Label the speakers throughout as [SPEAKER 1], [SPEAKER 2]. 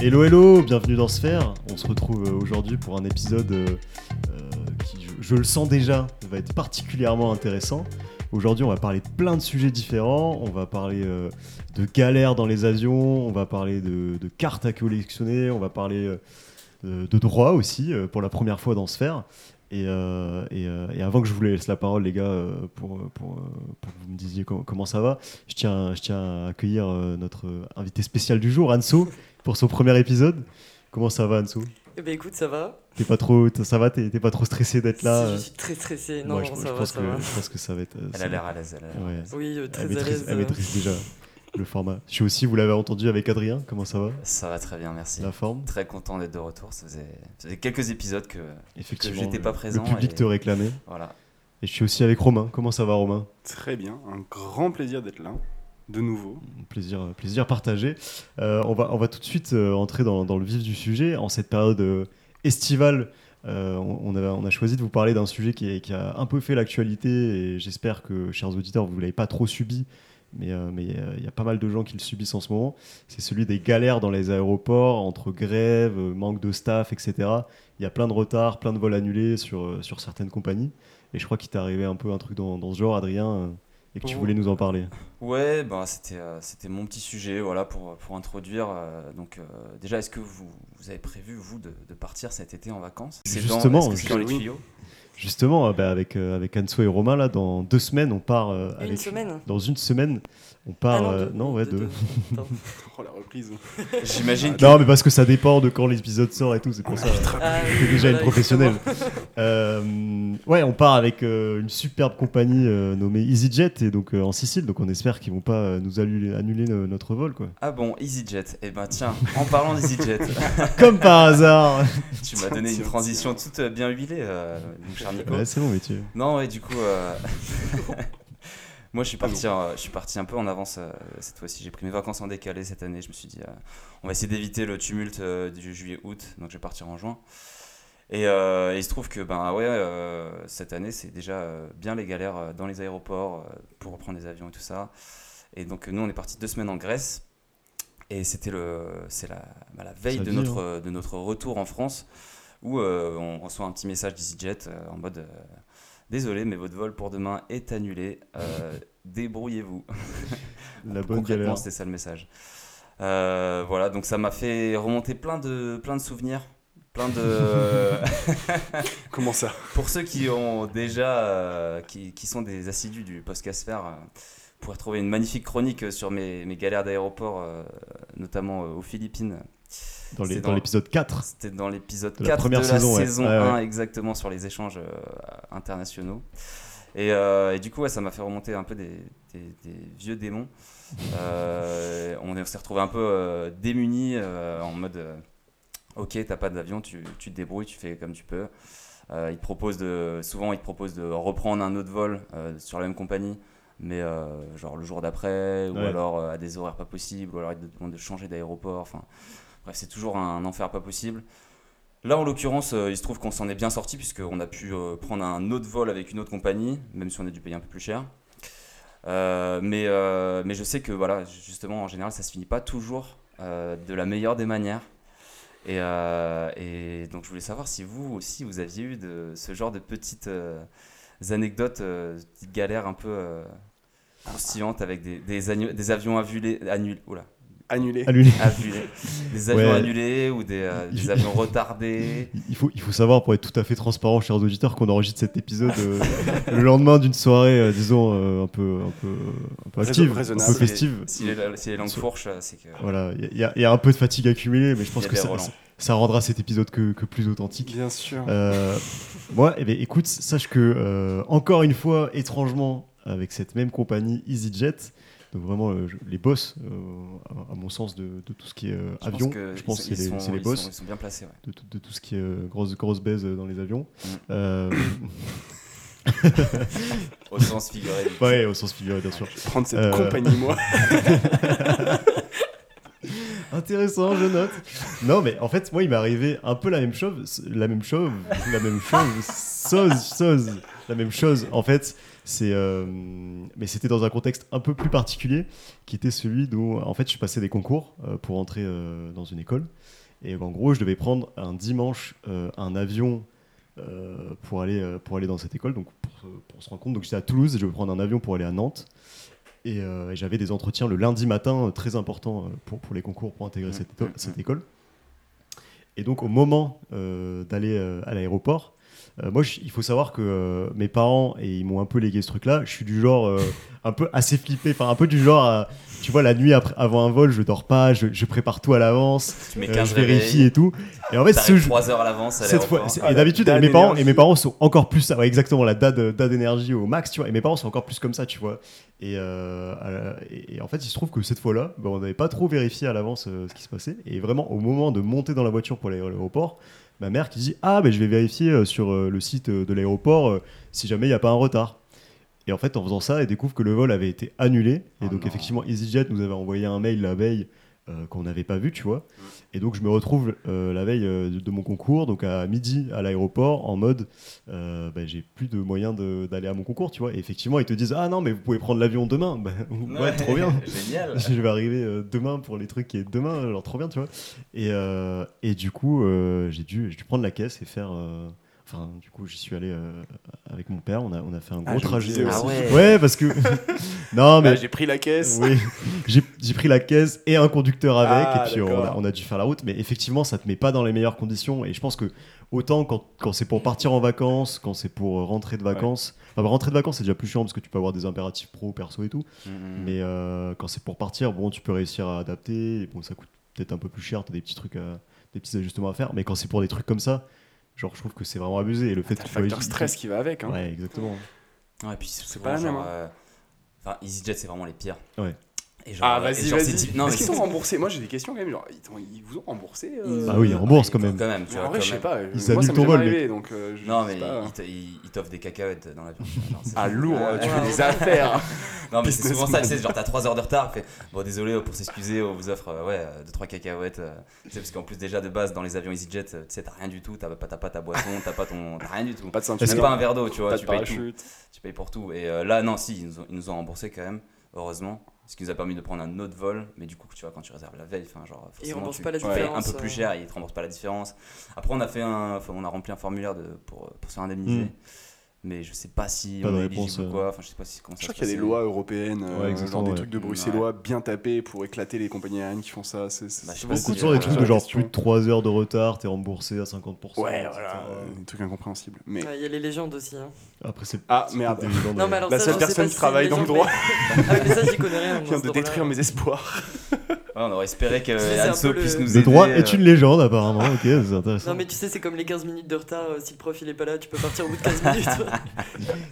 [SPEAKER 1] Hello, hello, bienvenue dans Sphère. On se retrouve euh, aujourd'hui pour un épisode euh, euh, qui, je, je le sens déjà, va être particulièrement intéressant. Aujourd'hui, on va parler de plein de sujets différents. On va parler euh, de galères dans les avions, on va parler de, de cartes à collectionner, on va parler euh, de, de droit aussi, euh, pour la première fois dans Sphère. Et, euh, et, euh, et avant que je vous laisse la parole, les gars, euh, pour, euh, pour, euh, pour que vous me disiez com- comment ça va, je tiens, je tiens à accueillir euh, notre euh, invité spécial du jour, Anso, pour son premier épisode. Comment ça va, Anso
[SPEAKER 2] Eh ben écoute, ça va.
[SPEAKER 1] T'es pas trop, t- ça va T'es t'es pas trop stressé d'être là
[SPEAKER 2] Si,
[SPEAKER 1] euh
[SPEAKER 2] je suis très stressé. Non,
[SPEAKER 1] Ouais,
[SPEAKER 2] non,
[SPEAKER 1] je,
[SPEAKER 2] ça
[SPEAKER 1] je
[SPEAKER 2] va,
[SPEAKER 1] pense
[SPEAKER 2] ça
[SPEAKER 1] que,
[SPEAKER 2] va.
[SPEAKER 1] je pense que ça va être. euh,
[SPEAKER 3] Elle
[SPEAKER 1] ça-
[SPEAKER 3] a l'air à l'aise, elle a l'air.
[SPEAKER 1] Ouais.
[SPEAKER 2] Oui, euh, très
[SPEAKER 1] Elle
[SPEAKER 2] à
[SPEAKER 1] maîtrise,
[SPEAKER 2] l'aise.
[SPEAKER 1] elle
[SPEAKER 2] euh.
[SPEAKER 1] maîtrise déjà le format. Je suis aussi, vous l'avez entendu avec Adrien, comment ça va
[SPEAKER 3] Ça va très bien, merci.
[SPEAKER 1] La forme
[SPEAKER 3] Très content d'être de retour. Ça faisait, ça faisait quelques épisodes que.
[SPEAKER 1] Effectivement.
[SPEAKER 3] j'étais
[SPEAKER 1] le-
[SPEAKER 3] pas présent
[SPEAKER 1] Le public
[SPEAKER 3] et-
[SPEAKER 1] te réclamait.
[SPEAKER 3] Voilà.
[SPEAKER 1] Et je suis aussi avec Romain. Comment ça va, Romain
[SPEAKER 4] Très bien, un grand plaisir d'être là, de nouveau.
[SPEAKER 1] Plaisir, euh, plaisir partagé. Euh, on, va, on va tout de suite euh, entrer dans, dans le vif du sujet. En cette période euh, estivale, euh, on, on a, on a choisi de vous parler d'un sujet qui, est- qui a un peu fait l'actualité et j'espère que, chers auditeurs, vous ne l'avez pas trop subi, mais euh, mais, euh, il y a pas mal de gens qui le subissent en ce moment. C'est celui des galères dans les aéroports, entre grèves, euh, manque de staff, etc. Il y a plein de retards, plein de vols annulés sur, euh, sur certaines compagnies. Et je crois qu'il t'est arrivé un peu un truc dans, dans ce genre, Adrien, euh, et que tu
[SPEAKER 3] Oh.
[SPEAKER 1] voulais nous en parler.
[SPEAKER 3] Ouais, bah, c'était euh, c'était mon petit sujet voilà, pour, pour introduire. euh, donc, euh, déjà, est-ce que vous, vous avez prévu, vous, de, de partir cet été en vacances C'est dans-
[SPEAKER 1] Justement,
[SPEAKER 3] est-ce que c'est dans les
[SPEAKER 4] justement.
[SPEAKER 3] tuyaux
[SPEAKER 1] Justement, euh, bah, avec, euh, avec Anso et Romain, là, dans deux semaines, on part. euh,
[SPEAKER 2] Une
[SPEAKER 1] avec-
[SPEAKER 2] semaine
[SPEAKER 1] Dans une semaine, on
[SPEAKER 2] Ah
[SPEAKER 1] part. euh,
[SPEAKER 2] deux,
[SPEAKER 1] ouais,
[SPEAKER 2] deux,
[SPEAKER 1] deux.
[SPEAKER 2] deux. Attends.
[SPEAKER 4] Oh la reprise.
[SPEAKER 3] J'imagine que.
[SPEAKER 1] Non, mais parce que ça dépend de quand l'épisode sort et tout, c'est pour ça.
[SPEAKER 2] Ah,
[SPEAKER 1] T'es
[SPEAKER 2] oui,
[SPEAKER 1] déjà une
[SPEAKER 2] voilà,
[SPEAKER 1] professionnelle. Euh, ouais, on part avec euh, une superbe compagnie euh, nommée EasyJet et donc euh, en Sicile, donc on espère qu'ils vont pas euh, nous annuler, annuler no- notre vol, quoi.
[SPEAKER 3] Ah bon, EasyJet. Eh ben tiens, en parlant d'EasyJet,
[SPEAKER 1] Comme par hasard.
[SPEAKER 3] tu m'as donné une transition toute euh, bien huilée, euh, mon cher Nico.
[SPEAKER 1] Ouais, c'est bon, mais tu.
[SPEAKER 3] Non, et du coup, euh, moi je suis, parti,
[SPEAKER 4] Pardon.
[SPEAKER 3] euh, je suis parti un peu en avance euh, cette fois-ci. J'ai pris mes vacances en décalé cette année. Je me suis dit, euh, on va essayer d'éviter le tumulte euh, du juillet-août, donc je vais partir en juin. Et euh, il se trouve que ben, ouais, euh, cette année, c'est déjà euh, bien les galères euh, dans les aéroports euh, pour reprendre les avions et tout ça. Et donc, nous, on est parti deux semaines en Grèce. Et c'était le, c'est la, bah, la veille
[SPEAKER 1] Ça
[SPEAKER 3] de
[SPEAKER 1] vit, hein.
[SPEAKER 3] notre, de notre retour en France où euh, on reçoit un petit message d'EasyJet euh, en mode euh, Désolé, mais votre vol pour demain est annulé. euh, débrouillez-vous.
[SPEAKER 1] La bonne
[SPEAKER 3] Concrètement,
[SPEAKER 1] galère.
[SPEAKER 3] c'était ça le message. Euh, voilà, donc ça m'a fait remonter plein de, plein de souvenirs. Plein de.
[SPEAKER 4] Comment ça
[SPEAKER 3] Pour ceux qui ont déjà, euh, qui, qui sont des assidus du podcast faire, euh, vous pourrez trouver une magnifique chronique euh, sur mes, mes galères d'aéroport, euh, notamment euh, aux Philippines.
[SPEAKER 1] Dans les-
[SPEAKER 3] c'est
[SPEAKER 1] dans
[SPEAKER 3] dans-
[SPEAKER 1] l'épisode 4.
[SPEAKER 3] C'était dans l'épisode
[SPEAKER 1] De
[SPEAKER 3] 4
[SPEAKER 1] la première
[SPEAKER 3] de la
[SPEAKER 1] saison,
[SPEAKER 3] saison,
[SPEAKER 1] ouais. Ouais, ouais.
[SPEAKER 3] 1, exactement, sur les échanges euh, internationaux. Et, euh, et du coup, ouais, ça m'a fait remonter un peu des, des- des vieux démons. Euh, on est- on s'est retrouvé un peu euh, démunis euh, en mode euh, Ok, t'as pas d'avion, tu, tu te débrouilles, tu fais comme tu peux. Euh, ils te proposent de, souvent, ils te proposent de reprendre un autre vol euh, sur la même compagnie, mais euh, genre le jour d'après, ou
[SPEAKER 1] Ouais.
[SPEAKER 3] alors euh, à des horaires pas possibles, ou alors ils te demandent de changer d'aéroport. Enfin, bref, c'est toujours un enfer pas possible. Là, en l'occurrence, euh, il se trouve qu'on s'en est bien sorti puisqu'on a pu euh, prendre un autre vol avec une autre compagnie, même si on a dû payer un peu plus cher. Euh, mais, euh, mais je sais que voilà, justement, en général, ça se finit pas toujours euh, de la meilleure des manières. Et, euh, et donc, je voulais savoir si vous aussi, vous aviez eu de, ce genre de petites euh, anecdotes, euh, petites galères un peu euh, croustillantes avec des, des, annu- des avions avulés, annulés, oula,
[SPEAKER 4] Annulé.
[SPEAKER 1] Annulé.
[SPEAKER 3] avulés, des avions
[SPEAKER 1] Ouais.
[SPEAKER 3] annulés ou des, euh, des avions retardés.
[SPEAKER 1] Il faut, il faut savoir, pour être tout à fait transparent, chers auditeurs, qu'on enregistre cet épisode euh, le lendemain d'une soirée, euh, disons, euh, un, peu, un, peu, un peu
[SPEAKER 4] Raison-
[SPEAKER 1] active, un
[SPEAKER 4] raisonnable.
[SPEAKER 1] peu
[SPEAKER 3] Si les-
[SPEAKER 1] festive.
[SPEAKER 3] Si les, si les langues
[SPEAKER 1] Sur-
[SPEAKER 3] fourchent, euh, c'est que.
[SPEAKER 1] Voilà, il y, a- il y a un peu de fatigue accumulée, mais je pense
[SPEAKER 3] Il y a
[SPEAKER 1] que
[SPEAKER 3] des
[SPEAKER 1] ça,
[SPEAKER 3] relents.
[SPEAKER 1] ça rendra cet épisode que, que plus authentique.
[SPEAKER 4] Bien sûr.
[SPEAKER 1] Euh, moi, eh bien, écoute, sache que, euh, encore une fois, étrangement, avec cette même compagnie EasyJet, donc vraiment euh, je- les boss, euh, à, à mon sens, de, de tout ce qui est euh,
[SPEAKER 3] Je
[SPEAKER 1] avion,
[SPEAKER 3] pense que
[SPEAKER 1] je pense que
[SPEAKER 3] ils
[SPEAKER 1] c'est les,
[SPEAKER 3] sont-
[SPEAKER 1] c'est les
[SPEAKER 3] ils
[SPEAKER 1] boss
[SPEAKER 3] sont- Ils sont bien placés, ouais.
[SPEAKER 1] de, tout- de tout ce qui est euh, grosse, grosse baise euh, dans les avions.
[SPEAKER 3] Mm.
[SPEAKER 1] Euh,
[SPEAKER 3] Au sens figuré. du-
[SPEAKER 1] ouais, au sens figuré, bien sûr.
[SPEAKER 4] Prendre cette
[SPEAKER 1] Euh,
[SPEAKER 4] compagnie, moi.
[SPEAKER 1] Intéressant, je note. Non, mais en fait, moi, il m'est arrivé un peu la même chose, la même chose, la même chose, sauce, sauce. la même chose. En fait, c'est, euh, mais c'était dans un contexte un peu plus particulier, qui était celui d'où, en fait, je passais des concours euh, pour entrer euh, dans une école. Et en gros, je devais prendre un dimanche euh, un avion euh, pour, aller, euh, pour aller dans cette école, donc pour, euh, pour se rendre compte. Donc j'étais à Toulouse et je devais prendre un avion pour aller à Nantes. Et, euh, et j'avais des entretiens le lundi matin euh, très importants euh, pour, pour les concours pour intégrer cette, éto- cette école. Et donc au moment euh, d'aller euh, à l'aéroport, euh, moi, je- il faut savoir que euh, mes parents, et ils m'ont un peu légué ce truc-là, je suis du genre euh, un peu assez flippé, enfin un peu du genre, à- tu vois, la nuit après- avant un vol, je dors pas, je- je prépare tout à l'avance,
[SPEAKER 3] Tu mets
[SPEAKER 1] euh,
[SPEAKER 3] 15
[SPEAKER 1] je vérifie
[SPEAKER 3] réveils,
[SPEAKER 1] et tout. Et en fait, ce
[SPEAKER 3] t'arrives
[SPEAKER 1] jour,
[SPEAKER 3] 3 heures à l'avance à
[SPEAKER 1] cette fois,
[SPEAKER 3] l'aéroport.
[SPEAKER 1] c'est-
[SPEAKER 4] Ah,
[SPEAKER 1] et
[SPEAKER 4] la
[SPEAKER 1] d'habitude, et
[SPEAKER 4] dalle
[SPEAKER 1] mes parents, et
[SPEAKER 4] d'énergie.
[SPEAKER 1] mes parents sont encore plus, ouais, exactement, la date, euh, date d'énergie au max, tu vois. Et mes parents sont encore plus comme ça, tu vois. Et, euh, à la- et- et en fait, il se trouve que cette fois-là, bah, on n'avait pas trop vérifié à l'avance euh, ce qui se passait. Et vraiment, au moment de monter dans la voiture pour aller à l'aéroport, ma mère qui dit Ah, ben je vais vérifier euh, sur euh, le site euh, de l'aéroport euh, si jamais il n'y a pas un retard. Et en fait, en faisant ça, elle découvre que le vol avait été annulé. Et
[SPEAKER 3] Oh
[SPEAKER 1] donc,
[SPEAKER 3] non.
[SPEAKER 1] effectivement, EasyJet nous avait envoyé un mail la veille euh, qu'on n'avait pas vu, tu vois. Et donc, je me retrouve euh, la veille euh, de, de mon concours, donc à midi à l'aéroport, en mode euh, bah, j'ai plus de moyens de- d'aller à mon concours, tu vois. Et effectivement, ils te disent Ah non, mais vous pouvez prendre l'avion demain. Bah, ouais, trop bien.
[SPEAKER 3] Génial.
[SPEAKER 1] Je vais arriver euh, demain pour les trucs qui est demain, genre trop bien, tu vois. Et, euh, et du coup, euh, j'ai dû, j'ai dû prendre la caisse et faire. euh, Enfin, du coup, j'y suis allé euh, avec mon père. On a, on a fait un
[SPEAKER 4] Ah,
[SPEAKER 1] gros
[SPEAKER 4] je me
[SPEAKER 1] trajet.
[SPEAKER 4] disais
[SPEAKER 1] aussi.
[SPEAKER 4] aussi.
[SPEAKER 3] Ah ouais.
[SPEAKER 1] Ouais, parce que. non, mais.
[SPEAKER 4] Ah, j'ai pris la caisse.
[SPEAKER 1] Oui, j'ai j'ai pris la caisse et un conducteur avec,
[SPEAKER 4] Ah,
[SPEAKER 1] et puis on a,
[SPEAKER 4] d'accord.
[SPEAKER 1] on a dû faire la route. Mais effectivement, ça te met pas dans les meilleures conditions. Et je pense que autant quand, quand c'est pour partir en vacances, quand c'est pour euh, rentrer de vacances, enfin, bah, rentrer de vacances, c'est déjà plus chiant parce que tu peux avoir des impératifs pro, perso et tout.
[SPEAKER 4] Mmh.
[SPEAKER 3] Mhm.
[SPEAKER 1] Mais euh, quand c'est pour partir, bon, tu peux réussir à adapter. Et bon, ça coûte peut-être un peu plus cher, t'as des petits trucs, à- des petits ajustements à faire. Mais quand c'est pour des trucs comme ça, genre, je trouve que c'est vraiment abusé. Et le fait
[SPEAKER 4] Ah, T'as
[SPEAKER 1] que tu
[SPEAKER 4] le
[SPEAKER 1] voyages-
[SPEAKER 4] facteur stress qui va avec. Hein.
[SPEAKER 1] Ouais, exactement.
[SPEAKER 3] Ouais, et puis c'est
[SPEAKER 4] pas
[SPEAKER 3] pas
[SPEAKER 4] la même,
[SPEAKER 3] genre.
[SPEAKER 4] hein.
[SPEAKER 3] euh, Enfin, EasyJet, c'est vraiment les pires.
[SPEAKER 1] Ouais.
[SPEAKER 3] Et genre,
[SPEAKER 4] Ah,
[SPEAKER 3] euh, et
[SPEAKER 4] vas-y,
[SPEAKER 3] genre, c'est
[SPEAKER 4] vas-y.
[SPEAKER 3] typi- Non, mais
[SPEAKER 4] Est-ce qu'ils
[SPEAKER 3] c'est-
[SPEAKER 4] sont remboursés Moi, j'ai des questions quand même. Genre, ils, t'ont- ils vous ont remboursé euh,
[SPEAKER 1] Bah oui, ils remboursent quand
[SPEAKER 3] Quand
[SPEAKER 1] même.
[SPEAKER 3] même, tu
[SPEAKER 4] Mais
[SPEAKER 3] vois.
[SPEAKER 4] en vrai,
[SPEAKER 3] quand
[SPEAKER 4] je sais
[SPEAKER 3] même.
[SPEAKER 4] pas. euh,
[SPEAKER 1] Ils
[SPEAKER 4] moi,
[SPEAKER 1] annulent
[SPEAKER 4] ça m'est
[SPEAKER 1] ton
[SPEAKER 4] jamais
[SPEAKER 1] vol,
[SPEAKER 4] arrivé, donc. euh, je-
[SPEAKER 3] Non,
[SPEAKER 4] je sais
[SPEAKER 3] mais
[SPEAKER 4] pas.
[SPEAKER 3] ils te- ils ils t'offrent des cacahuètes dans l'avion. Genre, c'est-
[SPEAKER 4] Ah, lourd,
[SPEAKER 3] Ah,
[SPEAKER 4] tu
[SPEAKER 3] ouais,
[SPEAKER 4] fais
[SPEAKER 3] ouais.
[SPEAKER 4] des affaires.
[SPEAKER 3] Non, mais c'est souvent ça,
[SPEAKER 4] businessman.
[SPEAKER 3] tu sais, genre t'as 3 heures de retard, fait bon, désolé euh, pour s'excuser, on vous offre euh, ouais, 2-3 cacahuètes. euh, tu sais, parce qu'en plus, déjà de base, dans les avions EasyJet, euh, tu sais, t'as rien du tout, t'as pas, t'as pas ta boisson, t'as pas ton. T'as rien du tout.
[SPEAKER 4] Pas de ceinture.
[SPEAKER 1] Est-ce
[SPEAKER 3] Même
[SPEAKER 1] que-
[SPEAKER 3] pas un verre d'eau, tu vois,
[SPEAKER 4] Pas de
[SPEAKER 3] tu payes, tout,
[SPEAKER 4] parachute.
[SPEAKER 3] tu payes pour tout. Et euh, là, non, si, ils nous, ont, ils nous ont remboursé quand même, heureusement, ce qui nous a permis de prendre un autre vol, mais du coup, tu vois, quand tu réserves la veille, enfin, genre,
[SPEAKER 2] Ils
[SPEAKER 3] forcément,
[SPEAKER 2] remboursent
[SPEAKER 3] tu
[SPEAKER 2] pas la
[SPEAKER 3] payes un
[SPEAKER 2] différence,
[SPEAKER 3] peu plus
[SPEAKER 2] euh.
[SPEAKER 3] cher, ils te remboursent pas la différence. Après, on a fait un. enfin, on a rempli un formulaire de, pour, pour se faire indemniser.
[SPEAKER 1] Mm.
[SPEAKER 3] Mais je sais pas si
[SPEAKER 1] Pas
[SPEAKER 3] on
[SPEAKER 1] de
[SPEAKER 3] est
[SPEAKER 1] réponse,
[SPEAKER 3] éligible ou
[SPEAKER 1] euh.
[SPEAKER 3] quoi. Enfin, je sais pas si comment ça
[SPEAKER 4] Je
[SPEAKER 3] se
[SPEAKER 4] crois qu'il y a des
[SPEAKER 3] passait.
[SPEAKER 4] lois européennes, euh,
[SPEAKER 1] Ouais, exactement,
[SPEAKER 4] genre des
[SPEAKER 1] ouais.
[SPEAKER 4] trucs de bruxellois bien tapés pour éclater les compagnies aériennes qui font ça. C'est c'est-
[SPEAKER 3] Bah, je
[SPEAKER 4] c'est
[SPEAKER 3] sais pas
[SPEAKER 1] Beaucoup
[SPEAKER 3] si-
[SPEAKER 1] de gens, des
[SPEAKER 3] euh,
[SPEAKER 1] trucs de genre plus de 3 heures de retard, t'es remboursé à 50%.
[SPEAKER 4] Ouais,
[SPEAKER 1] etc.
[SPEAKER 4] voilà, euh, des trucs incompréhensibles. Mais
[SPEAKER 2] Ah, Il y a les légendes aussi. hein.
[SPEAKER 1] Après, c'est.
[SPEAKER 4] Ah,
[SPEAKER 1] c'est
[SPEAKER 4] merde.
[SPEAKER 1] peut-être des légendes,
[SPEAKER 2] Non,
[SPEAKER 1] ouais.
[SPEAKER 2] mais alors
[SPEAKER 4] La
[SPEAKER 2] ça,
[SPEAKER 4] seule
[SPEAKER 2] je sais
[SPEAKER 4] personne
[SPEAKER 2] pas
[SPEAKER 4] qui
[SPEAKER 2] si
[SPEAKER 4] travaille
[SPEAKER 2] les
[SPEAKER 4] dans le
[SPEAKER 2] gens-
[SPEAKER 4] droit.
[SPEAKER 2] ah, mais ça, j'y connais rien.
[SPEAKER 4] je
[SPEAKER 2] moi,
[SPEAKER 4] viens
[SPEAKER 2] dans
[SPEAKER 4] de
[SPEAKER 2] ce droit-là.
[SPEAKER 4] détruire mes espoirs.
[SPEAKER 3] Ouais, on aurait espéré que
[SPEAKER 2] C'est un
[SPEAKER 3] Anso
[SPEAKER 2] peu le-
[SPEAKER 3] puisse nous
[SPEAKER 1] Le
[SPEAKER 3] aider.
[SPEAKER 1] droit
[SPEAKER 3] euh,
[SPEAKER 1] est une légende, apparemment. Ok, c'est intéressant.
[SPEAKER 2] Non, mais tu sais, c'est comme les 15 minutes de retard. euh, Si le prof il est pas là, tu peux partir au bout de 15 minutes.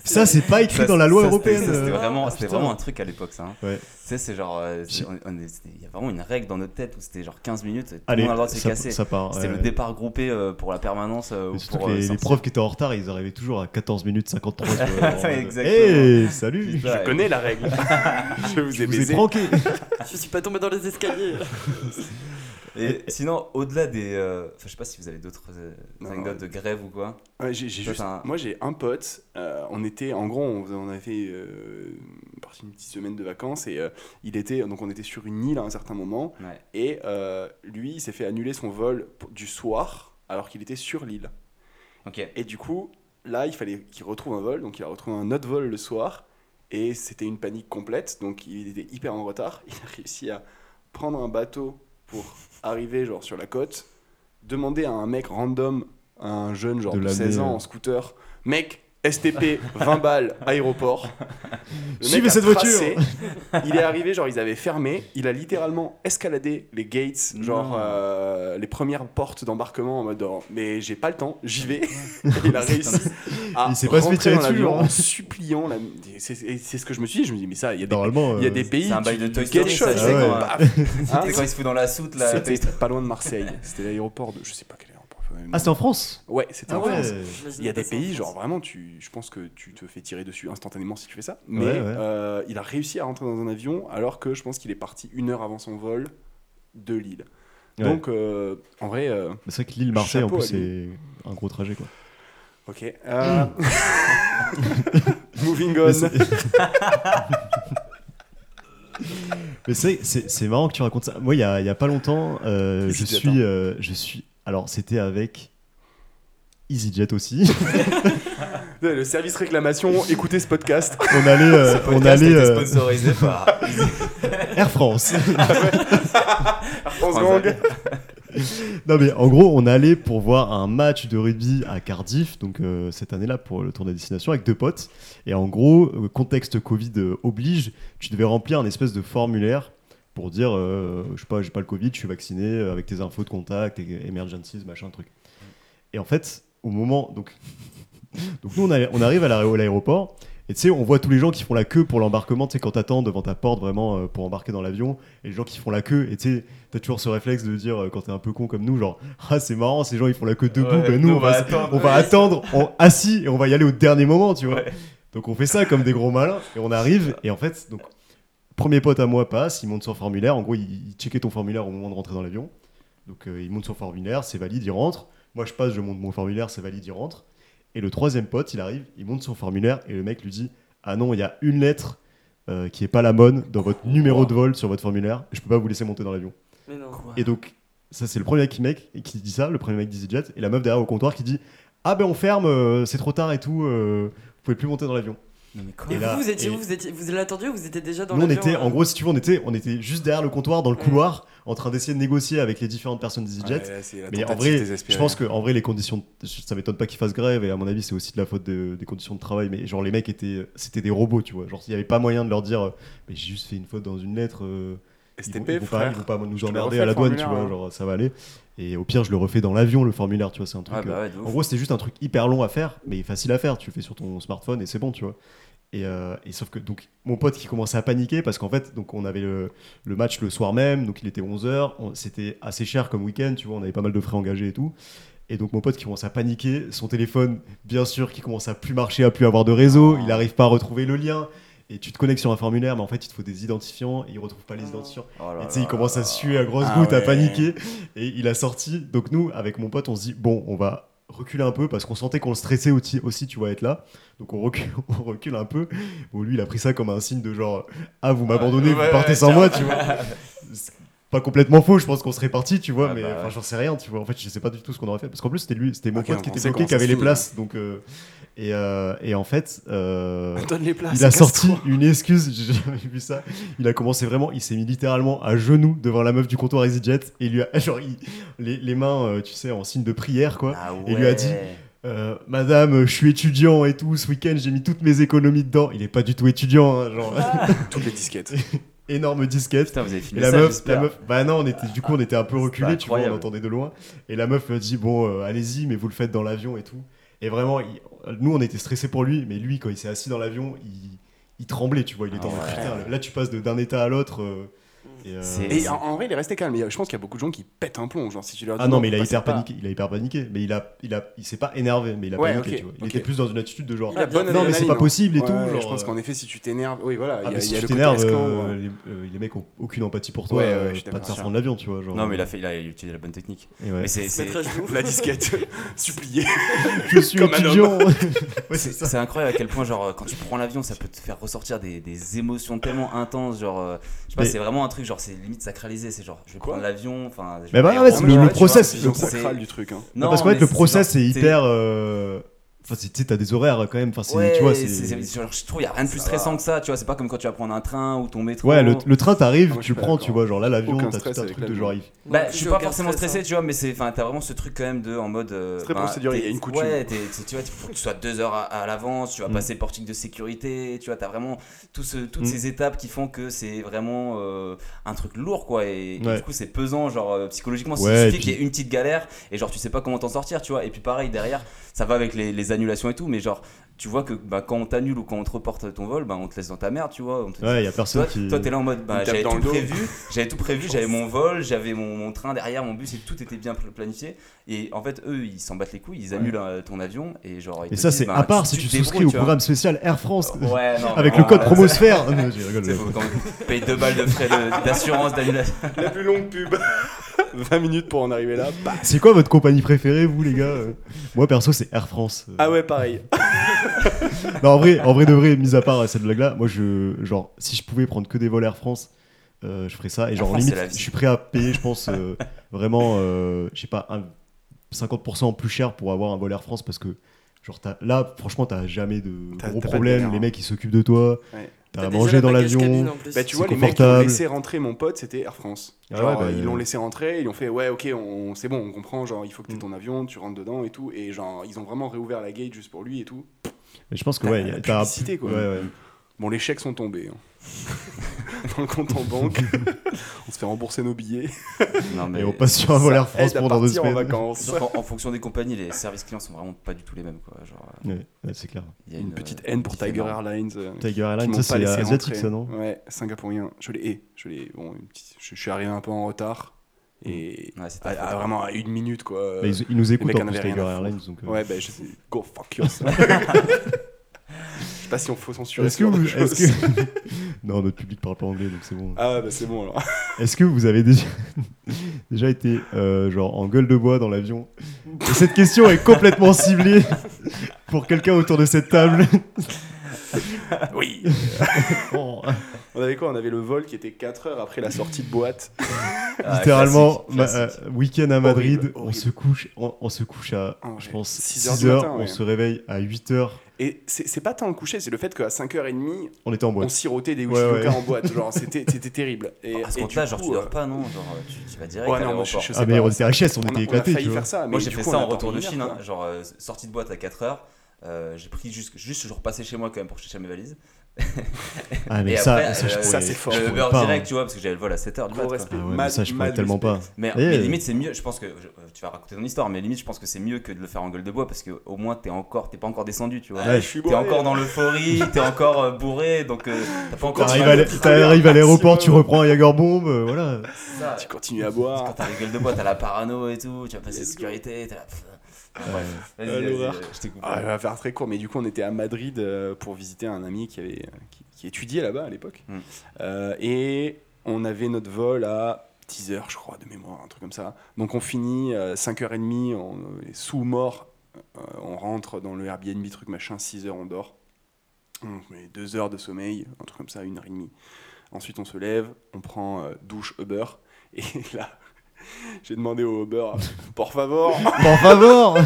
[SPEAKER 1] Ça, c'est pas écrit
[SPEAKER 3] ça,
[SPEAKER 1] dans la loi
[SPEAKER 3] ça, c'était-
[SPEAKER 1] européenne.
[SPEAKER 3] ça, C'était
[SPEAKER 1] euh.
[SPEAKER 3] vraiment, c'était
[SPEAKER 1] putain.
[SPEAKER 3] vraiment un truc à l'époque, ça. hein.
[SPEAKER 1] Ouais.
[SPEAKER 3] Tu sais, c'est genre. euh, c'est-
[SPEAKER 1] J'ai-
[SPEAKER 3] on- on est- c'était- Il y a vraiment une règle dans notre tête où c'était genre 15 minutes, et tout le
[SPEAKER 1] Allez,
[SPEAKER 3] monde a le droit de se
[SPEAKER 1] ça,
[SPEAKER 3] casser.
[SPEAKER 1] ça part.
[SPEAKER 3] C'était
[SPEAKER 1] ouais.
[SPEAKER 3] le départ groupé euh, pour la permanence. euh,
[SPEAKER 1] Mais
[SPEAKER 3] ou
[SPEAKER 1] surtout
[SPEAKER 3] pour,
[SPEAKER 1] que
[SPEAKER 3] euh,
[SPEAKER 1] les, les
[SPEAKER 3] sortir.
[SPEAKER 1] profs qui étaient en retard, ils arrivaient toujours à 14 minutes 53 secondes. en mode,
[SPEAKER 3] Exactement.
[SPEAKER 1] Hey, salut
[SPEAKER 3] Putain,
[SPEAKER 4] Je connais la règle. je vous
[SPEAKER 1] Je
[SPEAKER 4] ai
[SPEAKER 1] vous ai
[SPEAKER 4] baisé.
[SPEAKER 1] pranké
[SPEAKER 2] Je suis pas tombé dans les escaliers.
[SPEAKER 3] Et sinon, au-delà des. euh, Enfin, je sais pas si vous avez d'autres euh,
[SPEAKER 4] Non,
[SPEAKER 3] anecdotes de
[SPEAKER 4] ouais.
[SPEAKER 3] grève ou quoi.
[SPEAKER 4] Ouais, j'ai, j'ai
[SPEAKER 3] Toi,
[SPEAKER 4] juste...
[SPEAKER 3] t'as un-
[SPEAKER 4] Moi, j'ai un pote. euh, on était, en gros, on, on avait fait euh, une partie une petite semaine de vacances et euh, il était, donc on était sur une île à un certain moment
[SPEAKER 3] Ouais.
[SPEAKER 4] et euh, lui, il s'est fait annuler son vol pour- du soir alors qu'il était sur l'île.
[SPEAKER 3] Ok.
[SPEAKER 4] Et du coup, là, il fallait qu'il retrouve un vol, donc il a retrouvé un autre vol le soir et c'était une panique complète, donc il était hyper en retard. Il a réussi à prendre un bateau pour arriver genre sur la côte, demander à un mec random, à un jeune genre
[SPEAKER 1] De
[SPEAKER 4] de,
[SPEAKER 1] l'amener,
[SPEAKER 4] 16 ans
[SPEAKER 1] euh.
[SPEAKER 4] en scooter, mec STP 20 balles aéroport. Le
[SPEAKER 1] Suivez
[SPEAKER 4] mec a
[SPEAKER 1] cette
[SPEAKER 4] tracé.
[SPEAKER 1] voiture.
[SPEAKER 4] Il est arrivé genre ils avaient fermé, il a littéralement escaladé les gates, genre
[SPEAKER 3] Non.
[SPEAKER 4] euh, les premières portes d'embarquement en mode oh, mais j'ai pas le temps, j'y vais. il a réussi à
[SPEAKER 1] Il s'est pas fait
[SPEAKER 4] rentrer
[SPEAKER 1] tirer
[SPEAKER 4] dans
[SPEAKER 1] dessus,
[SPEAKER 4] l'avion
[SPEAKER 1] hein.
[SPEAKER 4] en suppliant la- c'est c'est- c'est ce que je me suis dit, je me dis mais ça il y a des
[SPEAKER 1] Normalement.
[SPEAKER 4] il y a
[SPEAKER 1] euh,
[SPEAKER 4] des pays
[SPEAKER 3] C'est un bail de
[SPEAKER 4] tu-
[SPEAKER 3] Toy
[SPEAKER 4] tu gagnes
[SPEAKER 3] Story,
[SPEAKER 4] chose,
[SPEAKER 3] ça,
[SPEAKER 4] tu
[SPEAKER 1] ah
[SPEAKER 4] sais,
[SPEAKER 1] ouais.
[SPEAKER 4] quand-
[SPEAKER 3] Ah.
[SPEAKER 4] paf. Hein,
[SPEAKER 3] C'était quand il se fout dans la soute, là.
[SPEAKER 4] C'était pas loin de Marseille. C'était l'aéroport de je sais pas quel aéroport.
[SPEAKER 1] Ah, c'est en France
[SPEAKER 4] Ouais, c'était
[SPEAKER 1] Ah
[SPEAKER 4] en
[SPEAKER 1] ouais
[SPEAKER 4] France.
[SPEAKER 2] J'imagine
[SPEAKER 4] Il y a
[SPEAKER 2] pas
[SPEAKER 4] des
[SPEAKER 2] ça en
[SPEAKER 4] pays,
[SPEAKER 2] France.
[SPEAKER 4] genre vraiment, tu, je pense que tu te fais tirer dessus instantanément si tu fais ça. Mais
[SPEAKER 1] ouais.
[SPEAKER 4] euh, il a réussi à rentrer dans un avion alors que je pense qu'il est parti une heure avant son vol de Lille.
[SPEAKER 1] Ouais.
[SPEAKER 4] Donc euh, en vrai, euh,
[SPEAKER 1] Mais C'est vrai que l'île Marseille, en
[SPEAKER 4] Chapeau
[SPEAKER 1] plus,
[SPEAKER 4] à
[SPEAKER 1] c'est un gros trajet, quoi.
[SPEAKER 4] Ok. euh, Moving on.
[SPEAKER 1] Mais c'est- Mais c'est- c'est c'est marrant que tu racontes ça. Moi, il y a, il y a pas longtemps, euh, je,
[SPEAKER 4] EasyJet,
[SPEAKER 1] suis, euh, je suis. Alors, c'était avec EasyJet aussi.
[SPEAKER 4] Le service réclamation, écoutez ce podcast.
[SPEAKER 1] on allait, euh, on allait euh,
[SPEAKER 3] sponsorisé par
[SPEAKER 1] Air France.
[SPEAKER 4] France Gang.
[SPEAKER 1] non, mais en gros, on allait pour voir un match de rugby à Cardiff, donc euh, cette année-là pour le tour de destination avec deux potes. Et en gros, euh, contexte Covid euh, oblige, tu devais remplir un espèce de formulaire pour dire, euh, je sais pas, j'ai pas le Covid, je suis vacciné, euh, avec tes infos de contact, et- euh, emergencies, machin, truc. Et en fait, au moment, donc, donc nous on, a- on arrive à l'aé- à l'aéroport. Et tu sais, on voit tous les gens qui font la queue pour l'embarquement, tu sais, quand t'attends devant ta porte vraiment euh, pour embarquer dans l'avion, et les gens qui font la queue, et tu sais, t'as toujours ce réflexe de dire, euh, quand t'es un peu con comme nous, genre, ah, c'est marrant, ces gens ils font la queue debout, bah, nous, on va,
[SPEAKER 3] attendre.
[SPEAKER 1] on va attendre en assis et on va y aller au dernier moment, tu vois. Donc on fait ça comme des gros malins et on arrive et en fait, donc premier pote à moi passe, il monte son formulaire, en gros il, il checkait ton formulaire au moment de rentrer dans l'avion. Donc euh, il monte son formulaire, c'est valide, il rentre. Moi je passe, je monte mon formulaire, c'est valide, il rentre. Et le troisième pote, il arrive, il monte son formulaire et le mec lui dit "Ah non, il y a une lettre euh, qui est pas la bonne dans votre numéro de vol sur votre formulaire, je peux pas vous laisser monter dans l'avion."
[SPEAKER 2] Mais non.
[SPEAKER 1] Et donc, ça, c'est le premier qui, mec qui dit ça, le premier mec d'EasyJet, et la meuf derrière au comptoir qui dit Ah ben on ferme, euh, c'est trop tard et tout, euh, vous pouvez plus monter dans l'avion.
[SPEAKER 3] Non, mais quoi
[SPEAKER 2] Et
[SPEAKER 1] Et là-
[SPEAKER 2] vous, vous étiez
[SPEAKER 1] et-
[SPEAKER 2] où Vous étiez, vous l'attendiez ou vous étiez déjà dans
[SPEAKER 1] Nous, on
[SPEAKER 2] l'avion,
[SPEAKER 1] était,
[SPEAKER 2] euh
[SPEAKER 1] en gros, si tu veux, on était, on était juste derrière le comptoir, dans le
[SPEAKER 2] Mm.
[SPEAKER 1] couloir, en train d'essayer de négocier avec les différentes personnes d'EasyJet. Mais en vrai, je pense que en vrai les conditions, ça m'étonne pas qu'ils fassent grève et à mon avis c'est aussi de la faute de- des conditions de travail. Mais genre les mecs étaient, c'était des robots, tu vois. Genre il y avait pas moyen de leur dire, euh, mais j'ai juste fait une faute dans une lettre. euh, ils vont, ils
[SPEAKER 4] STP,
[SPEAKER 1] vont pas,
[SPEAKER 4] frère.
[SPEAKER 1] ils vont pas
[SPEAKER 4] Je te
[SPEAKER 1] nous
[SPEAKER 4] le
[SPEAKER 1] emmerder
[SPEAKER 4] refais,
[SPEAKER 1] à la
[SPEAKER 4] le
[SPEAKER 1] douane, tu vois,
[SPEAKER 4] formulaire, hein.
[SPEAKER 1] genre ça va aller. Et au pire, je le refais dans l'avion, le formulaire, tu vois, c'est un truc.
[SPEAKER 3] Ah bah
[SPEAKER 1] euh,
[SPEAKER 3] ouais, de
[SPEAKER 1] en
[SPEAKER 3] ouf.
[SPEAKER 1] gros, c'était juste un truc hyper long à faire, mais facile à faire. Tu le fais sur ton smartphone et c'est bon, tu vois. Et, euh, et sauf que donc mon pote qui commençait à paniquer parce qu'en fait donc on avait le, le match le soir même donc il était 11h c'était assez cher comme week-end tu vois on avait pas mal de frais engagés et tout et donc mon pote qui commence à paniquer son téléphone bien sûr qui commence à plus marcher à plus avoir de réseau
[SPEAKER 3] Ah.
[SPEAKER 1] il arrive pas à retrouver le lien et tu te connectes sur un formulaire mais en fait il te faut des identifiants et il retrouve pas les
[SPEAKER 2] Ah.
[SPEAKER 1] identifiants
[SPEAKER 3] Oh là
[SPEAKER 1] et tu sais,
[SPEAKER 3] là
[SPEAKER 1] il commence
[SPEAKER 3] là
[SPEAKER 1] à
[SPEAKER 3] là.
[SPEAKER 1] suer à grosses
[SPEAKER 4] Ah
[SPEAKER 1] gouttes, à
[SPEAKER 4] ouais.
[SPEAKER 1] paniquer. Et il a sorti. Donc, nous, avec mon pote, on se dit, bon, on va reculer un peu parce qu'on sentait qu'on le stressait aussi, aussi, tu vois, être là. Donc, on recule, on recule un peu. Bon, lui, il a pris ça comme un signe de genre, ah, vous m'abandonnez,
[SPEAKER 3] Ouais,
[SPEAKER 1] vous partez
[SPEAKER 3] ouais,
[SPEAKER 1] sans
[SPEAKER 3] ciao.
[SPEAKER 1] moi, tu vois. C'est Pas complètement faux, je pense qu'on serait parti, tu vois,
[SPEAKER 3] Ah
[SPEAKER 1] mais
[SPEAKER 3] bah
[SPEAKER 1] enfin,
[SPEAKER 3] ouais. Ah,
[SPEAKER 1] j'en sais rien, tu vois. En fait, je sais pas du tout ce qu'on aurait fait parce qu'en plus, c'était lui, c'était mon
[SPEAKER 4] Ok,
[SPEAKER 1] pote qui
[SPEAKER 4] on
[SPEAKER 1] était
[SPEAKER 4] sait
[SPEAKER 1] bloqué,
[SPEAKER 4] comment
[SPEAKER 1] qui
[SPEAKER 4] ça
[SPEAKER 1] avait
[SPEAKER 4] se
[SPEAKER 1] les
[SPEAKER 4] finit,
[SPEAKER 1] places. Donc, euh, et, euh, et en fait, euh,
[SPEAKER 4] Donne les places.
[SPEAKER 1] il a
[SPEAKER 4] casse-toi.
[SPEAKER 1] sorti une excuse, j'ai jamais vu ça. Il a commencé vraiment, il s'est mis littéralement à genoux devant la meuf du comptoir EasyJet et lui a, genre, il- les, les mains, euh, tu sais, en signe de prière, quoi.
[SPEAKER 3] Ah
[SPEAKER 1] Et lui a
[SPEAKER 3] ouais.
[SPEAKER 1] dit, Euh, Madame, euh, je suis étudiant et tout, ce week-end j'ai mis toutes mes économies dedans. Il est pas du tout étudiant, hein, genre,
[SPEAKER 4] Toutes les disquettes.
[SPEAKER 1] énorme disquette.
[SPEAKER 3] Putain, vous avez
[SPEAKER 1] Et
[SPEAKER 3] filmé
[SPEAKER 1] la
[SPEAKER 3] ça,
[SPEAKER 1] meuf, la
[SPEAKER 3] j'espère.
[SPEAKER 1] meuf, bah non, on était, du coup, on était un peu
[SPEAKER 3] C'était
[SPEAKER 1] reculé, tu vois, on
[SPEAKER 3] incroyable.
[SPEAKER 1] entendait de loin. Et la meuf lui a dit, bon, euh, allez-y, mais vous le faites dans l'avion et tout. Et vraiment, il- nous, on était stressés pour lui, mais lui, quand il s'est assis dans l'avion, il, il tremblait, tu vois, il était en
[SPEAKER 3] Ah
[SPEAKER 1] mode,
[SPEAKER 3] ouais.
[SPEAKER 1] putain, là, tu passes de- d'un état à l'autre. euh, et, euh,
[SPEAKER 3] C'est-
[SPEAKER 4] Et en, en vrai, il est resté calme. Il y a- Je pense qu'il y a beaucoup de gens qui pètent un plomb. Genre, si tu leur dis
[SPEAKER 1] Ah non, mais il a
[SPEAKER 4] vous passez
[SPEAKER 1] hyper
[SPEAKER 4] pas.
[SPEAKER 1] paniqué, il a hyper paniqué, mais il a, il a, il s'est pas énervé, mais il a
[SPEAKER 4] Ouais,
[SPEAKER 1] paniqué,
[SPEAKER 4] ok,
[SPEAKER 1] tu vois. Il
[SPEAKER 4] ok.
[SPEAKER 1] était plus dans une attitude de genre,
[SPEAKER 4] Il a bonne
[SPEAKER 1] non, mais c'est
[SPEAKER 4] adrénaline,
[SPEAKER 1] pas
[SPEAKER 4] hein.
[SPEAKER 1] possible et
[SPEAKER 4] Ouais,
[SPEAKER 1] tout.
[SPEAKER 4] ouais,
[SPEAKER 1] genre, euh.
[SPEAKER 4] Je pense qu'en effet, si tu t'énerves, oui, voilà, il
[SPEAKER 1] ah,
[SPEAKER 4] y a,
[SPEAKER 1] mais
[SPEAKER 4] il
[SPEAKER 1] si
[SPEAKER 4] y a
[SPEAKER 1] tu
[SPEAKER 4] le côté
[SPEAKER 1] t'énerves,
[SPEAKER 4] esclandre,
[SPEAKER 1] euh,
[SPEAKER 4] ouais.
[SPEAKER 1] les, euh, les mecs ont aucune empathie pour toi,
[SPEAKER 4] Ouais, ouais,
[SPEAKER 1] euh,
[SPEAKER 4] je suis
[SPEAKER 1] pas de
[SPEAKER 4] d'accord.
[SPEAKER 1] faire prendre l'avion, tu vois. Genre, euh,
[SPEAKER 3] Non, mais il a, fait, il a utilisé la bonne technique.
[SPEAKER 1] Et ouais.
[SPEAKER 3] Mais c'est-
[SPEAKER 2] Se
[SPEAKER 3] c'est
[SPEAKER 2] mettre à genoux.
[SPEAKER 4] euh, La disquette, supplier.
[SPEAKER 1] Je suis
[SPEAKER 4] Comme un
[SPEAKER 1] étudiant. ouais,
[SPEAKER 3] C'est c'est incroyable à quel point, genre, euh, quand tu prends l'avion, ça peut te faire ressortir des, des émotions tellement intenses. Genre, euh, je sais pas,
[SPEAKER 1] Mais-
[SPEAKER 3] c'est vraiment un truc, genre, c'est limite sacralisé. C'est genre, je vais
[SPEAKER 4] Quoi
[SPEAKER 3] prendre l'avion, enfin. je
[SPEAKER 1] Mais
[SPEAKER 3] vais
[SPEAKER 1] bah
[SPEAKER 3] à
[SPEAKER 1] ouais,
[SPEAKER 3] l'aéroport,
[SPEAKER 1] c'est le-
[SPEAKER 3] tu
[SPEAKER 1] le
[SPEAKER 3] vois,
[SPEAKER 1] process,
[SPEAKER 3] c'est-
[SPEAKER 1] le
[SPEAKER 4] vision
[SPEAKER 3] c'est-
[SPEAKER 4] sacrale du truc. hein.
[SPEAKER 1] Non, parce qu'en
[SPEAKER 3] mais
[SPEAKER 1] fait, le
[SPEAKER 3] c'est-
[SPEAKER 1] process
[SPEAKER 3] genre,
[SPEAKER 1] est hyper. euh, Enfin, c'est- tu sais, t'as des horaires quand même. Enfin, c'est-
[SPEAKER 3] Ouais,
[SPEAKER 1] tu vois,
[SPEAKER 3] c'est-
[SPEAKER 1] c'est-
[SPEAKER 3] c'est- genre, je trouve, il y a rien de plus
[SPEAKER 4] Ça
[SPEAKER 3] stressant
[SPEAKER 4] va.
[SPEAKER 3] que ça, tu vois. C'est pas comme quand tu vas prendre un train ou ton métro.
[SPEAKER 1] Ouais, le, le train t'arrive,
[SPEAKER 4] Ah, moi, je
[SPEAKER 1] tu
[SPEAKER 4] suis
[SPEAKER 1] le
[SPEAKER 4] pas
[SPEAKER 1] prends,
[SPEAKER 4] d'accord.
[SPEAKER 1] tu vois, genre là l'avion,
[SPEAKER 4] Aucun
[SPEAKER 1] t'as tout
[SPEAKER 4] stress
[SPEAKER 1] un
[SPEAKER 4] avec
[SPEAKER 1] truc de
[SPEAKER 4] l'avion.
[SPEAKER 1] genre. il-
[SPEAKER 2] Non,
[SPEAKER 3] Bah,
[SPEAKER 2] plus
[SPEAKER 3] je suis pas
[SPEAKER 2] aucun
[SPEAKER 3] forcément
[SPEAKER 2] stress,
[SPEAKER 3] stressé,
[SPEAKER 2] hein.
[SPEAKER 3] tu vois, mais c'est, enfin, t'as vraiment ce truc quand même de, en mode. euh,
[SPEAKER 4] C'est très
[SPEAKER 3] bah,
[SPEAKER 4] procédurier, il y a
[SPEAKER 3] t'es-
[SPEAKER 4] une coutume.
[SPEAKER 3] Ouais, t'es- t'es- tu vois, il faut que tu sois deux heures à, à l'avance, tu vas
[SPEAKER 1] Mm.
[SPEAKER 3] passer le portique de sécurité, tu vois, t'as vraiment tout ce- toutes
[SPEAKER 1] Mm.
[SPEAKER 3] ces étapes qui font que c'est vraiment euh, un truc lourd, quoi. Et, et
[SPEAKER 1] Ouais.
[SPEAKER 3] du coup, c'est pesant, genre, euh, psychologiquement,
[SPEAKER 1] Ouais,
[SPEAKER 3] c'est
[SPEAKER 1] et
[SPEAKER 3] suffit qu'il y
[SPEAKER 1] puis-
[SPEAKER 3] ait une petite galère et genre, tu sais pas comment t'en sortir, tu vois. Et puis, pareil, derrière, ça va avec les, les annulations et tout, mais genre, tu vois que bah, quand on t'annule ou quand on te reporte ton vol, bah, on te laisse dans ta merde, tu vois. On te
[SPEAKER 1] Ouais, y a
[SPEAKER 3] toi,
[SPEAKER 1] personne qui.
[SPEAKER 3] toi, t'es là en mode, bah,
[SPEAKER 4] Une tape
[SPEAKER 3] j'avais
[SPEAKER 4] dans
[SPEAKER 3] tout
[SPEAKER 4] le dos.
[SPEAKER 3] prévu, j'avais tout prévu, j'avais mon vol, j'avais mon, mon train derrière, mon bus et tout était bien pl- planifié. Et en fait, eux, ils s'en battent les couilles, ils annulent euh, ton avion et genre. ils
[SPEAKER 1] Et
[SPEAKER 3] te
[SPEAKER 1] ça,
[SPEAKER 3] disent,
[SPEAKER 1] c'est
[SPEAKER 3] bah,
[SPEAKER 1] à part si
[SPEAKER 3] te
[SPEAKER 1] tu souscris
[SPEAKER 3] débrouilles,
[SPEAKER 1] au
[SPEAKER 3] tu vois.
[SPEAKER 1] programme spécial Air France
[SPEAKER 3] Ouais, non, mais
[SPEAKER 1] avec
[SPEAKER 3] bon,
[SPEAKER 1] le code
[SPEAKER 3] euh,
[SPEAKER 1] promosphère. Non, je rigole,
[SPEAKER 3] c'est-
[SPEAKER 1] mais-
[SPEAKER 3] faut quand même payer deux balles de frais de- d'assurance d'annulation.
[SPEAKER 4] La plus longue pub. 20 minutes pour en arriver là. Bah.
[SPEAKER 1] C'est quoi votre compagnie préférée, vous, les gars Euh, Moi, perso, c'est Air France. Euh,
[SPEAKER 4] Ah ouais, pareil.
[SPEAKER 1] Non, en vrai, en vrai de vrai, mis à part euh, cette blague-là, moi, je, genre, si je pouvais prendre que des vols Air France, euh, je ferais ça. Et
[SPEAKER 3] Air
[SPEAKER 1] genre,
[SPEAKER 3] France,
[SPEAKER 1] limite,
[SPEAKER 3] c'est la vie.
[SPEAKER 1] je suis prêt à payer, je pense, euh, vraiment, euh, je sais pas, un- 50% plus cher pour avoir un vol Air France parce que, genre, t'as- là, franchement, t'as jamais de
[SPEAKER 4] T'as-
[SPEAKER 1] gros
[SPEAKER 4] t'as pas de
[SPEAKER 1] problèmes.
[SPEAKER 4] galère,
[SPEAKER 1] Les
[SPEAKER 4] hein.
[SPEAKER 1] mecs, ils s'occupent de toi.
[SPEAKER 4] Ouais.
[SPEAKER 2] hein.
[SPEAKER 1] T'as à manger dans l'avion.
[SPEAKER 4] Bah, tu
[SPEAKER 1] C'est
[SPEAKER 4] vois, les mecs qui ont
[SPEAKER 1] confortable.
[SPEAKER 4] laissé rentrer mon pote, c'était Air France.
[SPEAKER 1] Ah
[SPEAKER 4] Genre,
[SPEAKER 1] ouais, bah,
[SPEAKER 4] euh, ils l'ont
[SPEAKER 1] euh.
[SPEAKER 4] laissé rentrer, ils ont fait ouais, ok, on, c'est bon, on comprend. Genre, il faut que
[SPEAKER 1] Mm.
[SPEAKER 4] t'aies ton avion, tu rentres dedans et tout. Et genre, ils ont vraiment réouvert la gate juste pour lui et tout.
[SPEAKER 1] Mais je pense que,
[SPEAKER 4] T'as
[SPEAKER 1] ouais,
[SPEAKER 4] la
[SPEAKER 1] y a- t'as.
[SPEAKER 4] publicité, quoi.
[SPEAKER 1] Ouais, ouais.
[SPEAKER 4] Bon, les chèques sont tombés. hein. Dans le compte en banque, on se fait rembourser nos billets.
[SPEAKER 3] Non, mais
[SPEAKER 1] Et on passe sur un vol
[SPEAKER 4] Ça
[SPEAKER 1] Air France
[SPEAKER 4] aide à
[SPEAKER 1] pendant deux
[SPEAKER 4] partir en
[SPEAKER 1] semaines.
[SPEAKER 4] vacances.
[SPEAKER 3] Sauf qu'en- en fonction des compagnies, les services clients sont vraiment pas du tout les mêmes. Quoi. Genre, euh,
[SPEAKER 1] Ouais, ouais, c'est clair.
[SPEAKER 3] il y a
[SPEAKER 4] Une petite
[SPEAKER 3] euh,
[SPEAKER 4] haine pour
[SPEAKER 3] différence.
[SPEAKER 4] Tiger Airlines. euh,
[SPEAKER 1] Tiger
[SPEAKER 4] qui
[SPEAKER 1] Airlines,
[SPEAKER 4] m'ont
[SPEAKER 1] ça,
[SPEAKER 4] pas
[SPEAKER 1] c'est
[SPEAKER 4] laissé
[SPEAKER 1] asiatique,
[SPEAKER 4] rentrer.
[SPEAKER 1] ça, non
[SPEAKER 4] Ouais, singapourien. Je l'ai hais. Je l'ai. Bon, une petite- je, je suis arrivé un peu en retard. Et
[SPEAKER 3] Ouais, c'est
[SPEAKER 4] à-
[SPEAKER 3] pas
[SPEAKER 4] à
[SPEAKER 3] faux.
[SPEAKER 4] Ah, vraiment à une minute, quoi. euh,
[SPEAKER 1] Bah, Mm. ils, ils nous écoutent
[SPEAKER 4] mecs
[SPEAKER 1] en
[SPEAKER 4] en
[SPEAKER 1] plus,
[SPEAKER 4] avaient
[SPEAKER 1] Tiger
[SPEAKER 4] rien à foutre.
[SPEAKER 1] Airlines. Donc, euh,
[SPEAKER 4] Ouais, bah, je sais. Go fuck yourself. je sais pas si on faut censurer
[SPEAKER 1] Est-ce
[SPEAKER 4] ce
[SPEAKER 1] que,
[SPEAKER 4] genre de
[SPEAKER 1] vous,
[SPEAKER 4] choses.
[SPEAKER 1] est-ce que- non notre public parle pas anglais donc c'est bon.
[SPEAKER 4] Ah, bah, c'est bon alors.
[SPEAKER 1] Est-ce que vous avez déjà déjà été euh, genre en gueule de bois dans l'avion Et cette question est complètement ciblée pour quelqu'un autour de cette table.
[SPEAKER 4] oui. Ah,
[SPEAKER 1] Oh,
[SPEAKER 4] On avait quoi On avait le vol qui était 4 heures après la sortie de boîte.
[SPEAKER 3] Ah,
[SPEAKER 1] littéralement
[SPEAKER 3] classique,
[SPEAKER 1] ma-
[SPEAKER 4] Ah,
[SPEAKER 3] classique.
[SPEAKER 1] euh, week-end à Madrid,
[SPEAKER 4] Horrible,
[SPEAKER 1] on
[SPEAKER 4] horrible.
[SPEAKER 1] se couche, on, on se couche à
[SPEAKER 4] Ah ouais.
[SPEAKER 1] je pense
[SPEAKER 4] Six heures
[SPEAKER 1] 6
[SPEAKER 4] du
[SPEAKER 1] heures,
[SPEAKER 4] matin,
[SPEAKER 1] on
[SPEAKER 4] ouais.
[SPEAKER 1] se réveille à 8 heures,
[SPEAKER 4] Et c'est c'est pas tant le coucher, c'est le fait qu'à 5h30,
[SPEAKER 1] on était en
[SPEAKER 4] on
[SPEAKER 1] boîte.
[SPEAKER 4] sirotait des
[SPEAKER 1] Ouais,
[SPEAKER 4] whisky
[SPEAKER 1] ouais.
[SPEAKER 4] coca en boîte. Genre, c'était c'était terrible. Et,
[SPEAKER 3] À ce
[SPEAKER 4] et
[SPEAKER 3] compte-là,
[SPEAKER 4] du
[SPEAKER 3] genre,
[SPEAKER 4] coup,
[SPEAKER 3] tu
[SPEAKER 4] euh,
[SPEAKER 3] dors pas, non Genre, tu, tu vas direct
[SPEAKER 4] ouais,
[SPEAKER 3] à
[SPEAKER 4] non, moi,
[SPEAKER 3] l'aéroport.
[SPEAKER 4] je, je sais
[SPEAKER 1] Ah mais
[SPEAKER 4] pas.
[SPEAKER 1] on était à HS, on,
[SPEAKER 4] On a-
[SPEAKER 1] était
[SPEAKER 4] on a
[SPEAKER 1] éclatés,
[SPEAKER 4] failli
[SPEAKER 1] tu vois.
[SPEAKER 4] faire ça.
[SPEAKER 3] Moi,
[SPEAKER 4] Ah, mais
[SPEAKER 3] j'ai
[SPEAKER 4] du
[SPEAKER 3] fait
[SPEAKER 4] coup,
[SPEAKER 3] ça
[SPEAKER 4] on a
[SPEAKER 3] en retour de
[SPEAKER 4] dormi hier,
[SPEAKER 3] Chine.
[SPEAKER 4] quoi.
[SPEAKER 3] hein. Genre, euh, sortie de boîte à 4 heures. euh, j'ai pris juste, juste, je repassais chez moi quand même pour chercher mes valises.
[SPEAKER 1] Ah mais
[SPEAKER 3] Et
[SPEAKER 1] ça,
[SPEAKER 3] après,
[SPEAKER 1] ça, je
[SPEAKER 3] euh,
[SPEAKER 1] pourrais-
[SPEAKER 4] ça, c'est fort.
[SPEAKER 1] je
[SPEAKER 4] Euh,
[SPEAKER 3] Le
[SPEAKER 1] pourrais
[SPEAKER 3] beurre
[SPEAKER 1] pas,
[SPEAKER 3] direct,
[SPEAKER 1] hein.
[SPEAKER 3] tu vois, parce que j'avais le vol à 7 heures du
[SPEAKER 4] Gros
[SPEAKER 3] mat. quoi.
[SPEAKER 4] respect.
[SPEAKER 1] Ah ouais, mais
[SPEAKER 4] Mal-
[SPEAKER 1] ça je pourrais
[SPEAKER 4] mal
[SPEAKER 1] tellement
[SPEAKER 4] respect.
[SPEAKER 1] pas.
[SPEAKER 3] Mais,
[SPEAKER 1] Et-
[SPEAKER 3] mais limite, c'est mieux. Je pense que je- tu vas raconter ton histoire, mais limite, je pense que c'est mieux que de le faire en gueule de bois parce que au moins, t'es encore, t'es pas encore descendu, tu vois.
[SPEAKER 1] Ouais,
[SPEAKER 4] je suis
[SPEAKER 3] T'es
[SPEAKER 4] bourré. hein.
[SPEAKER 3] encore dans l'euphorie, t'es encore euh, bourré, donc euh, t'as pas encore.
[SPEAKER 1] T'arrives
[SPEAKER 4] tu vas
[SPEAKER 1] à
[SPEAKER 4] le
[SPEAKER 1] l'ai-
[SPEAKER 4] titrer
[SPEAKER 1] T'arrives à
[SPEAKER 4] un
[SPEAKER 1] l'aéroport, tu
[SPEAKER 4] maximum.
[SPEAKER 1] reprends un Jagerbomb, euh, voilà.
[SPEAKER 3] C'est ça.
[SPEAKER 4] Tu continues à
[SPEAKER 3] Quand
[SPEAKER 4] boire.
[SPEAKER 3] t'as la gueule de bois, t'as la parano et tout, tu vas passer
[SPEAKER 4] Let's
[SPEAKER 3] sécurité, t'as la. Enfin,
[SPEAKER 1] Euh,
[SPEAKER 3] bref. Vas-y,
[SPEAKER 4] euh,
[SPEAKER 3] vas-y,
[SPEAKER 4] l'horreur.
[SPEAKER 3] je t'ai coupé.
[SPEAKER 4] Ah, elle va faire très court, mais du coup, on était à Madrid euh, pour visiter un ami qui, avait, euh, qui, qui étudiait là-bas à l'époque.
[SPEAKER 3] Mm.
[SPEAKER 4] Euh, et on avait notre vol à 10 heures, je crois, de mémoire, un truc comme ça. Donc on finit euh, 5h30, on est sous mort, euh, on rentre dans le Airbnb, truc machin, 6 heures, on dort. On met 2 heures de sommeil, un truc comme ça, 1h30. Ensuite, on se lève, on prend euh, douche Uber. Et là, j'ai demandé au Uber, euh, por favor,
[SPEAKER 1] Por favor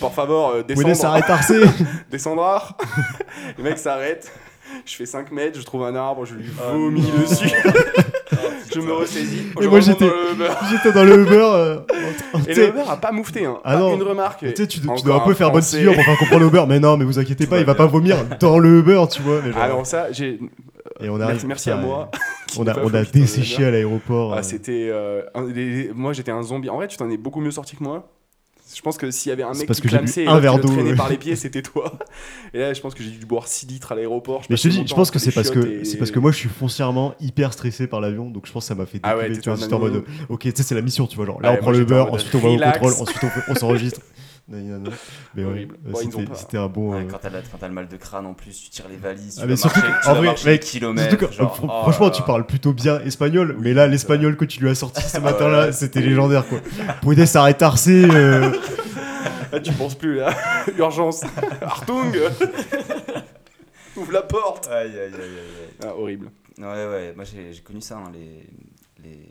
[SPEAKER 4] por favor, euh,
[SPEAKER 1] Vous voulez
[SPEAKER 4] descendre
[SPEAKER 1] s'arrêter Arcé
[SPEAKER 4] descendre Le mec s'arrête. Je fais 5 mètres, je trouve un arbre, je lui vomis dessus. Ah,
[SPEAKER 3] Ah,
[SPEAKER 4] je me ressaisis.
[SPEAKER 1] Ah Et
[SPEAKER 4] je
[SPEAKER 1] moi,
[SPEAKER 4] remonte
[SPEAKER 1] j'étais-
[SPEAKER 4] dans le Uber.
[SPEAKER 1] J'étais dans le Uber. euh, en- en-
[SPEAKER 4] Et
[SPEAKER 1] tu sais-
[SPEAKER 4] le Uber a pas moufté. Hein.
[SPEAKER 1] Ah
[SPEAKER 4] Pas
[SPEAKER 1] non.
[SPEAKER 4] Une remarque.
[SPEAKER 1] tu sais, tu, tu dois
[SPEAKER 4] Encore
[SPEAKER 1] un peu faire bonne
[SPEAKER 4] Français.
[SPEAKER 1] figure pour faire comprendre le Uber. Mais non, mais vous inquiétez
[SPEAKER 3] Tout
[SPEAKER 1] pas,
[SPEAKER 3] va
[SPEAKER 1] il va
[SPEAKER 3] bien.
[SPEAKER 1] pas vomir dans le Uber, tu vois. Mais genre-
[SPEAKER 4] Alors Ah ça, j'ai.
[SPEAKER 1] et on
[SPEAKER 4] Merci, merci à
[SPEAKER 1] ouais.
[SPEAKER 4] moi. qui
[SPEAKER 1] On
[SPEAKER 4] n'ai
[SPEAKER 1] a,
[SPEAKER 4] pas
[SPEAKER 1] on a
[SPEAKER 4] vomi dans le
[SPEAKER 1] desséché
[SPEAKER 4] Uber.
[SPEAKER 1] à l'aéroport.
[SPEAKER 4] Ah,
[SPEAKER 1] euh,
[SPEAKER 4] c'était. euh, un des- Moi, j'étais un zombie. En vrai, tu t'en es beaucoup mieux sorti que moi. Je pense que s'il y avait un
[SPEAKER 1] C'est
[SPEAKER 4] mec
[SPEAKER 1] parce
[SPEAKER 4] qui
[SPEAKER 1] que j'ai bu
[SPEAKER 4] clamsait et
[SPEAKER 1] un
[SPEAKER 4] l'autre qui
[SPEAKER 1] verre
[SPEAKER 4] le
[SPEAKER 1] d'eau,
[SPEAKER 4] traînait
[SPEAKER 1] ouais.
[SPEAKER 4] par les pieds, c'était toi. Et là, je pense que j'ai dû boire 6 litres à l'aéroport.
[SPEAKER 1] mais je te
[SPEAKER 4] passais mon
[SPEAKER 1] dis, je
[SPEAKER 4] temps
[SPEAKER 1] pense que
[SPEAKER 4] entre
[SPEAKER 1] c'est
[SPEAKER 4] les
[SPEAKER 1] parce
[SPEAKER 4] chiottes
[SPEAKER 1] que
[SPEAKER 4] et-
[SPEAKER 1] c'est parce que moi je suis foncièrement hyper stressé par l'avion, donc je pense que ça m'a fait
[SPEAKER 4] Ah ouais,
[SPEAKER 1] découler,
[SPEAKER 4] t'étais
[SPEAKER 1] tu vois,
[SPEAKER 4] en
[SPEAKER 1] j'étais en
[SPEAKER 4] animal.
[SPEAKER 1] mode, ok, tu sais, c'est la mission, tu vois, genre là
[SPEAKER 4] Ouais,
[SPEAKER 1] on
[SPEAKER 4] moi,
[SPEAKER 1] prend le
[SPEAKER 4] j'étais en
[SPEAKER 1] Uber,
[SPEAKER 4] mode
[SPEAKER 1] ensuite on va au
[SPEAKER 4] relax.
[SPEAKER 1] contrôle, ensuite on, fait- on s'enregistre. Non, non, non. Mais ouais,
[SPEAKER 4] Horrible.
[SPEAKER 1] euh,
[SPEAKER 4] Bon, ils ont
[SPEAKER 1] c'était-
[SPEAKER 4] pas-
[SPEAKER 1] c'était un bon.
[SPEAKER 3] Ouais,
[SPEAKER 1] euh,
[SPEAKER 3] quand t'as la- quand t'as le mal de crâne en plus, tu tires les valises,
[SPEAKER 1] Ah,
[SPEAKER 3] tu
[SPEAKER 1] mais
[SPEAKER 3] vas
[SPEAKER 1] surtout
[SPEAKER 3] marcher,
[SPEAKER 1] que-
[SPEAKER 3] tu
[SPEAKER 1] en
[SPEAKER 3] vas
[SPEAKER 1] vrai,
[SPEAKER 3] marcher
[SPEAKER 1] mec,
[SPEAKER 3] des
[SPEAKER 1] Surtout que,
[SPEAKER 3] kilomètres.
[SPEAKER 1] fr-
[SPEAKER 3] genre, oh là
[SPEAKER 1] franchement,
[SPEAKER 4] euh.
[SPEAKER 3] là.
[SPEAKER 1] tu parles plutôt bien espagnol, mais là, l'espagnol que tu lui as sorti
[SPEAKER 4] Ah
[SPEAKER 1] ce matin-là,
[SPEAKER 3] ouais,
[SPEAKER 1] c'était légendaire, quoi. Pouvez s'arrêter Arcé, euh,
[SPEAKER 4] Ah, tu penses plus là Urgence Artung Ouvre la porte
[SPEAKER 3] Aïe, aïe, aïe, aïe,
[SPEAKER 4] Ah, horrible.
[SPEAKER 3] aïe. Ouais, ouais, moi j'ai j'ai connu ça, hein, les, les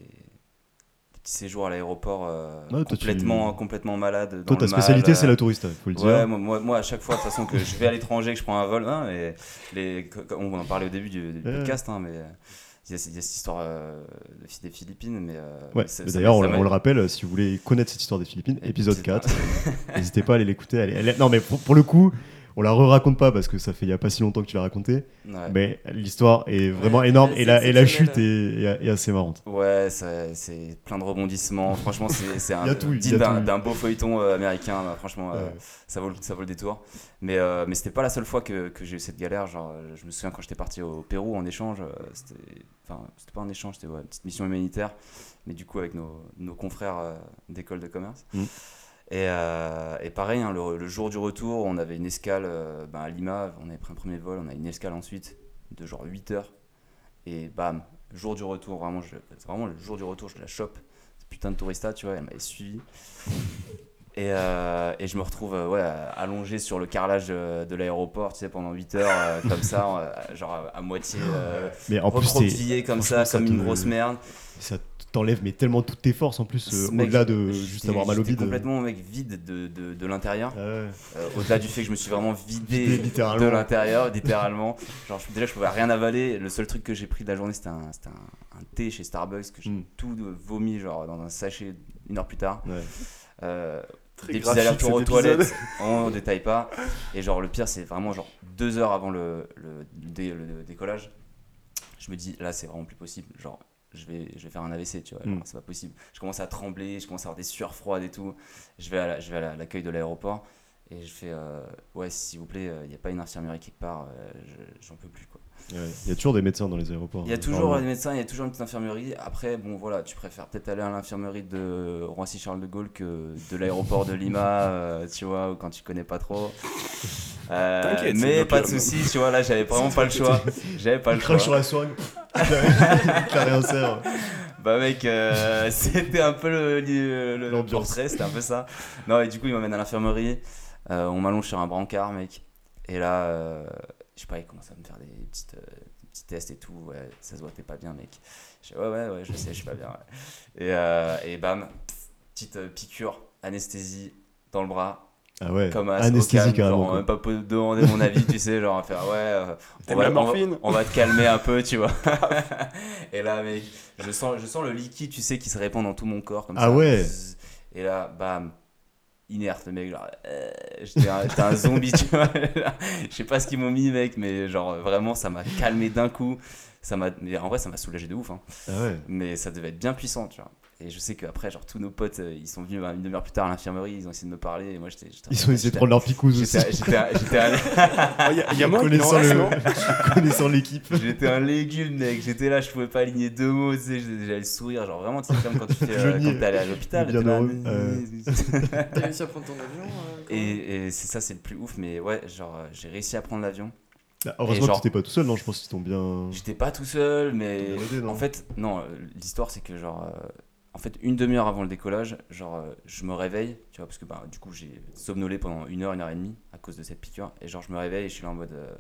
[SPEAKER 3] petits séjours à l'aéroport euh,
[SPEAKER 1] Ouais, toi, tu-
[SPEAKER 3] complètement, complètement malade.
[SPEAKER 1] Toi, ta spécialité, c'est la touriste, faut le dire.
[SPEAKER 3] Ouais, moi, moi, moi, à chaque fois, de toute façon, que je vais à l'étranger, que je prends un vol, hein, et les, co- comme on en parlait au début du, du
[SPEAKER 1] Ouais.
[SPEAKER 3] podcast, hein, mais euh, il y, a- il y a cette histoire euh, de fille des Philippines, mais. euh,
[SPEAKER 1] Ouais,
[SPEAKER 3] mais ça-
[SPEAKER 1] mais
[SPEAKER 3] ça-
[SPEAKER 1] D'ailleurs, on,
[SPEAKER 3] ça
[SPEAKER 1] on
[SPEAKER 3] m'a-
[SPEAKER 1] le rappelle, euh, si vous voulez connaître cette histoire des Philippines, épisode 4, n'hésitez pas à aller l'écouter. elle est- elle est- Non, mais pour, pour le coup, on la re-raconte pas parce que ça fait il y a pas si longtemps que tu l'as raconté,
[SPEAKER 3] Ouais.
[SPEAKER 1] mais l'histoire est vraiment énorme
[SPEAKER 2] ouais,
[SPEAKER 1] et la,
[SPEAKER 2] c'est
[SPEAKER 1] et la chute est,
[SPEAKER 2] exceptionnel.
[SPEAKER 1] est- est assez marrante.
[SPEAKER 3] Ouais, ça- c'est plein de rebondissements. Franchement, c'est c'est
[SPEAKER 1] Y
[SPEAKER 3] un
[SPEAKER 1] a tout, y
[SPEAKER 3] digne
[SPEAKER 1] a
[SPEAKER 3] d'un
[SPEAKER 1] tout.
[SPEAKER 3] d'un beau feuilleton euh, américain. là. Franchement, euh,
[SPEAKER 1] Ouais.
[SPEAKER 3] ça, vaut, le- ça vaut le détour. Mais, euh, mais c'était pas la seule fois que, que j'ai eu cette galère. Genre, euh, je me souviens quand j'étais parti au Pérou en échange, euh, c'était enfin, c'était pas un échange, c'était ouais, une petite mission humanitaire, mais du coup avec nos, nos confrères euh, d'école de commerce.
[SPEAKER 1] Mm.
[SPEAKER 3] Et, euh, et pareil, hein, le, le jour du retour, on avait une escale euh, ben, à Lima, on avait pris un premier vol, on a une escale ensuite de genre 8 heures. Et bam, jour du retour, vraiment, je, vraiment le jour du retour, je la chope. Puis putain de tourista, tu vois, elle m'avait suivi. Et, euh, et je me retrouve euh, ouais, allongé sur le carrelage euh, de l'aéroport, tu sais, pendant 8 heures, euh, comme ça, euh, genre à, à moitié euh,
[SPEAKER 1] Mais en plus, t'es-
[SPEAKER 3] recroquevillé comme
[SPEAKER 1] franchement,
[SPEAKER 3] ça,
[SPEAKER 1] ça
[SPEAKER 3] comme
[SPEAKER 1] te-
[SPEAKER 3] une grosse merde.
[SPEAKER 1] ça t'enlève mais tellement toutes tes forces en plus, euh,
[SPEAKER 3] Ce mec,
[SPEAKER 1] au-delà de
[SPEAKER 3] j'étais-
[SPEAKER 1] juste avoir mal au
[SPEAKER 3] j'étais
[SPEAKER 1] bide. Ah
[SPEAKER 3] complètement, mec, vide de, de, de l'intérieur.
[SPEAKER 1] Ouais.
[SPEAKER 3] Euh, au-delà du fait que je me suis vraiment vidé
[SPEAKER 1] Vidé
[SPEAKER 3] de
[SPEAKER 1] littéralement.
[SPEAKER 3] l'intérieur, littéralement. Genre, je- déjà, je pouvais rien avaler. Le seul truc que j'ai pris de la journée, c'était un, c'était un- un thé chez Starbucks que j'ai
[SPEAKER 1] Mm.
[SPEAKER 3] tout euh, vomi, genre, dans un sachet une heure plus tard.
[SPEAKER 1] Ouais.
[SPEAKER 3] Euh,
[SPEAKER 4] Très
[SPEAKER 3] des petits
[SPEAKER 4] graphique,
[SPEAKER 3] allers-retours
[SPEAKER 4] cet
[SPEAKER 3] aux
[SPEAKER 4] épisode.
[SPEAKER 3] toilettes, on ne détaille pas. Et genre, le pire, c'est vraiment genre deux heures avant le, le, dé- le décollage. Je me dis, là, c'est vraiment plus possible. Genre, je vais, je vais faire un AVC, tu vois.
[SPEAKER 1] Mm.
[SPEAKER 3] genre, C'est pas possible. Je commence à trembler, je commence à avoir des sueurs froides et tout. Je vais à la- je vais à la- l'accueil de l'aéroport et je fais, euh, ouais, s'il vous plaît, il n'y a pas une infirmerie quelque part, euh, je- j'en peux plus, quoi.
[SPEAKER 1] Ouais. Il y a toujours des médecins dans les aéroports.
[SPEAKER 3] Il y a
[SPEAKER 1] hein,
[SPEAKER 3] toujours
[SPEAKER 1] vraiment.
[SPEAKER 3] des médecins, il y a toujours une petite infirmerie. Après, bon, voilà, tu préfères peut-être aller à l'infirmerie de Roissy Charles de Gaulle que de l'aéroport de Lima, euh, tu vois, ou quand tu connais pas trop. Euh,
[SPEAKER 4] T'inquiète, c'est
[SPEAKER 3] mais
[SPEAKER 4] bloqué,
[SPEAKER 3] pas de
[SPEAKER 4] là-bas.
[SPEAKER 3] souci, tu vois, là, j'avais vraiment pas le choix. J'avais pas
[SPEAKER 1] Il
[SPEAKER 3] le
[SPEAKER 1] crache sur
[SPEAKER 3] choix.
[SPEAKER 1] la soigne. Il a rien sert.
[SPEAKER 3] Bah, mec, euh, c'était un peu le, le, le
[SPEAKER 1] L'ambiance.
[SPEAKER 3] portrait, c'était un peu ça. Non, et du coup, il m'amène à l'infirmerie. Euh, on m'allonge sur un brancard, mec. Et là, euh, je sais pas, il commence à me faire des petites, euh, des petits tests et tout. Ouais, ça se voit, t'es pas bien, mec. Je fais, ouais, ouais, ouais, je sais, je suis pas bien. ouais. Et, euh, et bam, pff, petite euh, piqûre, anesthésie dans le bras,
[SPEAKER 1] Ah ouais.
[SPEAKER 3] comme à
[SPEAKER 1] Anesthésie
[SPEAKER 3] genre,
[SPEAKER 1] carrément.
[SPEAKER 3] on
[SPEAKER 1] quoi.
[SPEAKER 3] m'a même pas demander mon avis, tu sais, genre, à faire, ouais, euh, on,
[SPEAKER 4] T'aimes
[SPEAKER 3] va,
[SPEAKER 4] la
[SPEAKER 3] on va-
[SPEAKER 4] morphine
[SPEAKER 3] on va te calmer un peu, tu vois. et là, mec, je sens, je sens le liquide, tu sais, qui se répand dans tout mon corps, comme
[SPEAKER 1] Ah
[SPEAKER 3] ça.
[SPEAKER 1] ouais.
[SPEAKER 3] Zzz. Et là, bam, inerte, mec, genre, euh, j'étais un, j'étais un zombie, tu vois. Je sais pas ce qu'ils m'ont mis, mec, mais genre, vraiment, ça m'a calmé d'un coup. Ça m'a, mais en vrai, ça m'a soulagé de ouf, hein.
[SPEAKER 1] Ah ouais.
[SPEAKER 3] Mais ça devait être bien puissant, tu vois. Et je sais qu'après, genre, tous nos potes, euh, ils sont venus bah, une demi-heure plus tard à l'infirmerie, ils ont essayé de me parler, et moi, j'étais. j'étais- bah,
[SPEAKER 1] Ils ont essayé de
[SPEAKER 3] j'étais-
[SPEAKER 1] prendre leur picouse aussi.
[SPEAKER 3] J'étais j'étais- j'étais un,
[SPEAKER 4] Ah, Il y a- il y a moi qui est en
[SPEAKER 1] Connaissant
[SPEAKER 4] reste,
[SPEAKER 1] le-
[SPEAKER 4] non
[SPEAKER 1] connaissant l'équipe.
[SPEAKER 3] J'étais un légume, mec. J'étais là, je pouvais pas aligner deux mots. Tu sais, j'ai- j'avais le sourire. Genre vraiment, tu sais, comme quand tu fais, euh,
[SPEAKER 1] Genis,
[SPEAKER 3] quand t'es allé à l'hôpital.
[SPEAKER 1] bien
[SPEAKER 3] t'es là,
[SPEAKER 1] heureux,
[SPEAKER 2] T'as réussi à prendre ton avion euh, quand même
[SPEAKER 3] Et, et c'est ça, c'est le plus ouf. Mais ouais, genre, euh, j'ai réussi à prendre l'avion.
[SPEAKER 1] Bah, heureusement
[SPEAKER 3] genre-
[SPEAKER 1] que t'étais pas tout seul, non Je pense qu'ils t'ont bien.
[SPEAKER 3] J'étais pas tout seul, mais
[SPEAKER 1] T'as bien aidé, non
[SPEAKER 3] en fait, non. euh, L'histoire, c'est que genre. euh, en fait, une demi-heure avant le décollage, genre, euh, je me réveille, tu vois, parce que bah, du coup, j'ai somnolé pendant une heure, une heure et demie à cause de cette piqûre. Et genre, je me réveille et je suis là en mode, euh,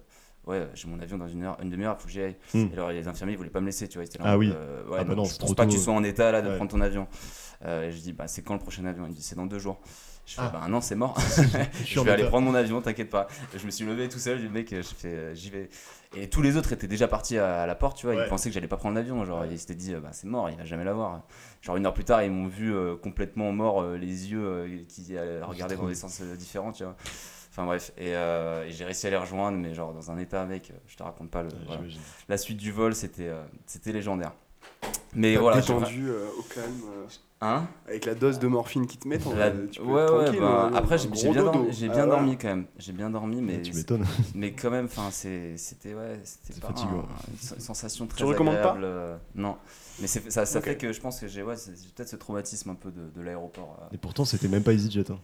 [SPEAKER 3] ouais, j'ai mon avion dans une heure, une demi-heure, faut que j'y aille.
[SPEAKER 1] Hmm.
[SPEAKER 3] Et alors, les infirmiers, ils voulaient pas me laisser, tu vois, ils étaient là. en
[SPEAKER 1] Ah
[SPEAKER 3] mode,
[SPEAKER 1] oui.
[SPEAKER 3] euh, ouais,
[SPEAKER 1] Ah bah
[SPEAKER 3] non,
[SPEAKER 1] non,
[SPEAKER 3] je
[SPEAKER 1] c'est
[SPEAKER 3] pense
[SPEAKER 1] trop
[SPEAKER 3] pas
[SPEAKER 1] tôt.
[SPEAKER 3] que tu sois en état là de
[SPEAKER 1] Ouais.
[SPEAKER 3] prendre ton avion. Euh, et je dis, bah, c'est quand le prochain avion Il me dit, c'est dans deux jours. Je fais,
[SPEAKER 1] Ah.
[SPEAKER 3] bah non, c'est mort.
[SPEAKER 1] Je suis
[SPEAKER 3] je
[SPEAKER 1] en
[SPEAKER 3] vais aller
[SPEAKER 1] état.
[SPEAKER 3] prendre mon avion, t'inquiète pas. Je me suis levé tout seul, j'ai dit, mec, je fais, euh, j'y vais. Et tous les autres étaient déjà partis à à la porte, tu vois.
[SPEAKER 1] Ouais.
[SPEAKER 3] Ils pensaient que j'allais pas prendre l'avion. Genre, ils s'étaient dit, euh, bah, c'est mort, il va jamais l'avoir. Genre, une heure plus tard, ils m'ont vu euh, complètement mort, euh, les yeux euh, qui euh, regardaient dans des sens euh, différents, tu vois. Enfin, bref. Et, euh, et j'ai réussi à les rejoindre, mais genre, dans un état, mec, euh, je te raconte pas le.
[SPEAKER 1] Ouais,
[SPEAKER 3] voilà.
[SPEAKER 1] j'imagine.
[SPEAKER 3] La suite du vol, c'était euh, c'était légendaire. Mais
[SPEAKER 4] T'as
[SPEAKER 3] voilà, j'ai-
[SPEAKER 4] détendu euh, au calme. euh,
[SPEAKER 3] Hein
[SPEAKER 4] Avec la dose de morphine qui te met, t'en-
[SPEAKER 3] La-
[SPEAKER 4] tu peux
[SPEAKER 3] ouais,
[SPEAKER 4] être
[SPEAKER 3] ouais,
[SPEAKER 4] tranquille.
[SPEAKER 3] bah,
[SPEAKER 4] hein,
[SPEAKER 3] après
[SPEAKER 4] un
[SPEAKER 3] j'ai
[SPEAKER 4] gros
[SPEAKER 3] j'ai bien,
[SPEAKER 4] dodo.
[SPEAKER 3] dormi, j'ai
[SPEAKER 4] Ah,
[SPEAKER 3] bien
[SPEAKER 4] voilà.
[SPEAKER 3] dormi quand même, j'ai bien dormi, mais,
[SPEAKER 1] Tu m'étonnes.
[SPEAKER 3] mais quand même, enfin, c'est- c'était ouais, c'était
[SPEAKER 1] C'est
[SPEAKER 3] pas
[SPEAKER 1] fatigant.
[SPEAKER 3] un- une sen- sensation très
[SPEAKER 4] recommandes pas
[SPEAKER 3] agréable. euh, Non, mais c'est- ça, ça
[SPEAKER 4] Ok.
[SPEAKER 3] fait que je pense que j'ai ouais, c'est- j'ai peut-être ce traumatisme un peu de, de l'aéroport. euh.
[SPEAKER 1] Et pourtant, c'était même pas EasyJet. hein.